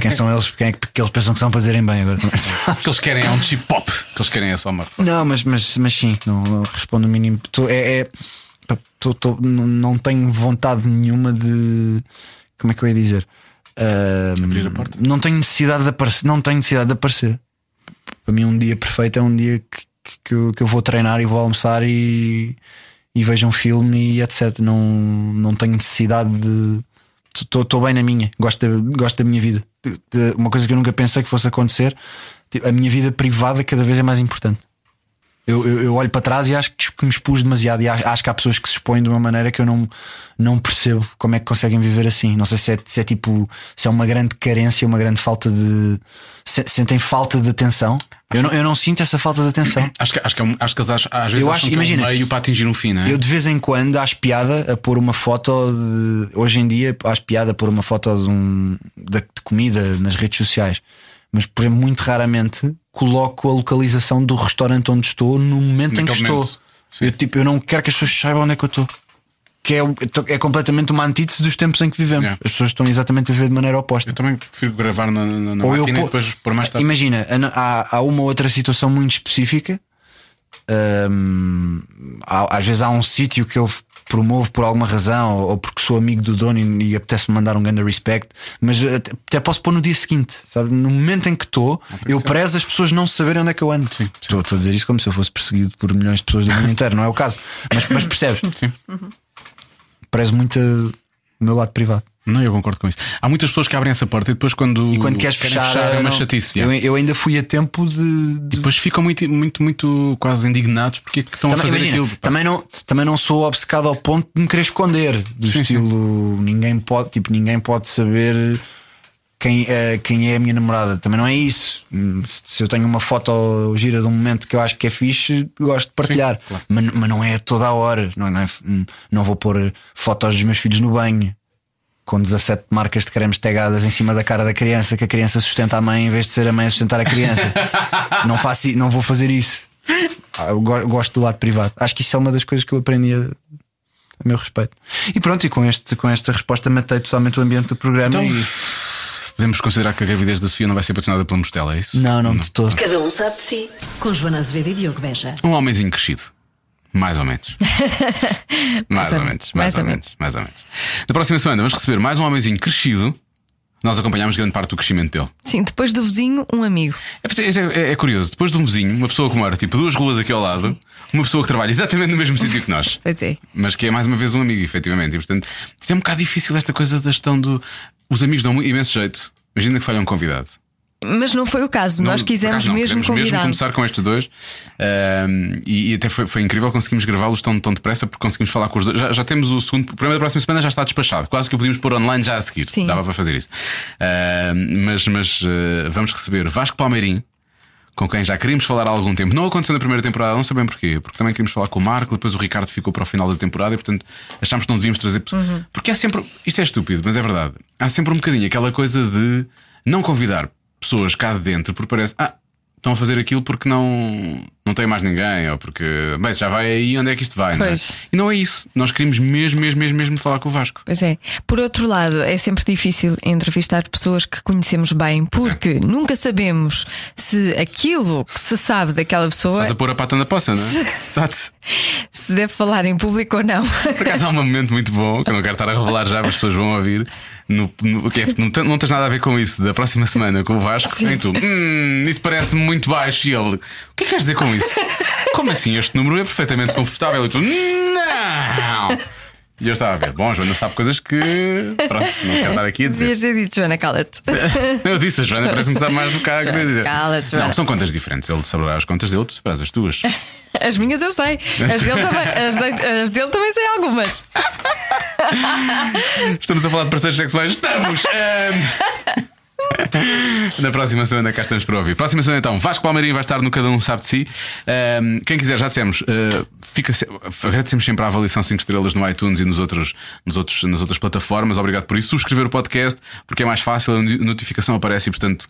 D: Quem são eles? Quem é que, que eles pensam que são para dizerem bem agora?
B: O que eles querem é um chip pop. O que eles querem é só uma.
D: Não, mas, mas, mas sim, não, não respondo o mínimo. Tô- é, é- pá, tô- tô- não, não tenho vontade nenhuma de. Como é que eu ia dizer? Ahm,
B: Abrir a porta?
D: Não tenho necessidade de aparecer. Não tenho necessidade de aparecer. Para mim, um dia perfeito é um dia que, que- que, eu, que eu vou treinar e vou almoçar e, e vejo um filme e etc. Não, não tenho necessidade de. Estou bem na minha, gosto da, gosto da minha vida. De- de- uma coisa que eu nunca pensei que fosse acontecer, tipo, a minha vida privada cada vez é mais importante. Eu, eu- eu olho para trás e acho que me expus demasiado. E acho, acho que há pessoas que se expõem de uma maneira que eu não, não percebo como é que conseguem viver assim. Não sei se é, se é tipo, se é uma grande carência, uma grande falta de. se- sentem falta de atenção. Eu não, eu não sinto essa falta de atenção.
B: Acho que, acho que, é um- acho que eles acham- às vezes
D: Eu
B: acham
D: acho-
B: que é
D: imagina.
B: um meio para atingir um fim, não é?
D: Eu de vez em quando acho piada a pôr uma foto de- hoje em dia acho piada a pôr uma foto de, um, da- de comida nas redes sociais, mas por exemplo, muito raramente coloco a localização do restaurante onde estou no momento em que
B: Naquele
D: estou.
B: momento. Sim.
D: Eu, tipo, eu não quero que as pessoas saibam onde é que eu estou. Que é, o- é completamente uma antítese dos tempos em que vivemos.
B: Yeah.
D: As pessoas estão exatamente a viver de maneira oposta.
B: Eu também prefiro gravar na, na, na
D: Ou eu
B: máquina e
D: pô-
B: depois pôr mais tarde.
D: Imagina, há- há, há uma outra situação muito específica. Hum, há- às vezes há um sítio que eu promovo por alguma razão, ou porque sou amigo do dono e, e apetece-me mandar um grande respect, mas até, até posso pôr no dia seguinte, sabe? No momento em que
B: Ah,
D: estou, eu prezo as pessoas não saberem onde é que eu ando. Estou estou a dizer isto como se eu fosse perseguido por milhões de pessoas do mundo inteiro, não é o caso, mas, mas percebes?
B: Sim.
D: Prezo muito uh, o meu lado privado.
B: Não, eu concordo com isso. Há muitas pessoas que abrem essa porta e depois quando.
D: E quando queres
B: querem é
D: fechar,
B: uma
D: não-
B: chatice.
D: eu,
B: é.
D: eu ainda fui a tempo de-
B: E
D: de
B: depois ficam muito, muito, muito quase indignados porque é que estão a fazer
D: imagina,
B: aquilo.
D: Também não, também não sou obcecado ao ponto de me querer esconder. Do
B: Sim,
D: estilo, ninguém pode, tipo, ninguém pode saber quem, é- quem é a minha namorada. Também não é isso. Hum, Se se eu tenho uma foto gira de um momento que eu acho que é fixe, eu gosto de partilhar.
B: claro.
D: mas, mas não é toda a hora. Não, não, é- não vou pôr fotos dos meus filhos no banho. Com 17 marcas de cremes tagadas em cima da cara da criança, que a criança sustenta a mãe em vez de ser a mãe a sustentar a criança. não, faço, i- não vou fazer isso. Ah, Eu go- gosto do lado privado. Acho que isso é uma das coisas que eu aprendi a, a meu respeito. E pronto, e com, este, com esta resposta matei totalmente o ambiente do programa.
B: Então,
D: e-
B: Podemos considerar que a gravidez da Sofia não vai ser patrocinada pela Mostela, é isso?
D: Não, não, de todo.
A: Cada um sabe de si. Com Joana Azevedo e Diogo Beja.
B: Um homenzinho crescido. Mais ou menos. mais,
C: Mais ou
B: ou
C: menos,
B: menos. Mais
C: mais
B: ou
C: ou
B: menos. Mais ou menos. Na próxima semana vamos receber mais um homenzinho crescido. Nós acompanhámos grande parte do crescimento dele.
C: Sim, depois do vizinho, um amigo.
B: É, é- é- é curioso. Depois de um vizinho, uma pessoa que mora tipo duas ruas aqui ao lado, uma pessoa que trabalha exatamente no mesmo sítio que nós.
C: Pois é.
B: Mas que é mais uma vez um amigo, efetivamente. E portanto, isto é um bocado difícil esta coisa da gestão do. Os amigos dão mu- imenso jeito. Imagina que falha um convidado.
C: Mas não foi o caso,
B: Não,
C: nós
B: por
C: quisemos
B: acaso não,
C: mesmo
B: quisemos
C: convidar.
B: começar com estes dois Ahm, e, e até foi, foi incrível, conseguimos gravá-los tão, tão depressa porque conseguimos falar com os dois. Já, já temos o segundo, o programa da próxima semana já está despachado, quase que o podíamos pôr online já a seguir.
C: Sim.
B: Dava para fazer isso. Ahm, mas mas ah, vamos receber Vasco Palmeirim. Com quem já queríamos falar há algum tempo. Não aconteceu na primeira temporada, não sabemos porquê. Porque também queríamos falar com o Marco, depois o Ricardo ficou para o final da temporada e, portanto, achámos que não devíamos trazer. pessoas. Porque há sempre. Isto é estúpido, mas é verdade. Há sempre um bocadinho aquela coisa de não convidar pessoas cá de dentro porque parece. Ah, estão a fazer aquilo porque não, não tem mais ninguém ou porque. Bem, se já vai aí, onde é que isto vai? Não é?
C: Pois.
B: E não é isso. Nós queríamos mesmo, mesmo, mesmo, mesmo falar com o Vasco.
C: Pois é. Por outro lado, é sempre difícil entrevistar pessoas que conhecemos bem, porque nunca sabemos se aquilo que se sabe daquela pessoa
B: Estás a pôr a pata na poça, não é? Exato.
C: se deve falar em público ou não.
B: Por acaso há um momento muito bom que eu não quero estar a revelar já, mas as pessoas vão ouvir. No, no- que é- não, tem- não tens nada a ver com isso da próxima semana com o Vasco. Em tu, hum, isso parece-me muito baixo. E ele, o que é que queres dizer com isso? Como assim? Este número é perfeitamente confortável. E tu, não! E eu estava a ver, bom, a Joana sabe coisas que. Pronto, não quero estar aqui a dizer.
C: Devias ter dito, Joana, cala-te.
B: Eu disse, a Joana parece-me sabe mais do que há a querer dizer.
C: Cala-te, Joana.
B: Não, são contas diferentes. Ele saberá as contas dele, tu saberás as tuas.
C: As minhas eu sei. As dele também, as de- as dele também sei algumas.
B: É Estamos a falar de parceiros sexuais? Estamos! Ahm, Na próxima semana cá estamos para ouvir. Próxima semana então, Vasco Palmeirinho vai estar no Cada Um Sabe de Si. Ahm, quem quiser, já dissemos, ah, fica se- agradecemos sempre a avaliação 5 estrelas no iTunes e nos outros, nos outros, nas outras plataformas. Obrigado por isso. Subscrever o podcast, porque é mais fácil, a notificação aparece e, portanto,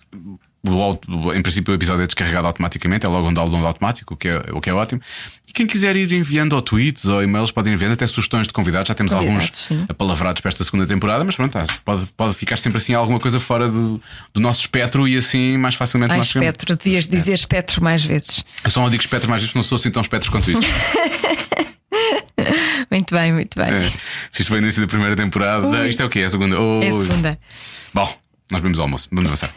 B: o auto- em princípio o episódio é descarregado automaticamente, é logo um download automático, o que é, o que é ótimo. E quem quiser ir enviando ou tweets ou e-mails, podem ir enviando até sugestões de convidados. Já temos alguns
C: Convidados, sim.
B: apalavrados para esta segunda temporada, mas pronto, há- pode, pode ficar sempre assim alguma coisa fora do, do nosso espectro e assim mais facilmente
C: Ah,
B: nós É. chegamos.
C: espectro, devias dizer espectro mais vezes.
B: Eu só não digo espectro mais isto, não sou assim tão espectro quanto isso.
C: Muito bem, muito bem.
B: É. Se isto foi o início da primeira temporada,
C: Ui.
B: isto é o quê? É a segunda? Ui.
C: É a segunda.
B: Bom, nós vemos almoço, vamos avançar.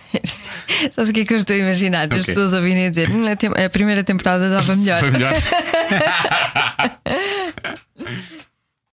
C: Sabes o que é que eu estou a imaginar? As
B: Ok.
C: pessoas ouvirem dizer "Hum, a tem- a primeira temporada dava melhor.
B: Foi melhor.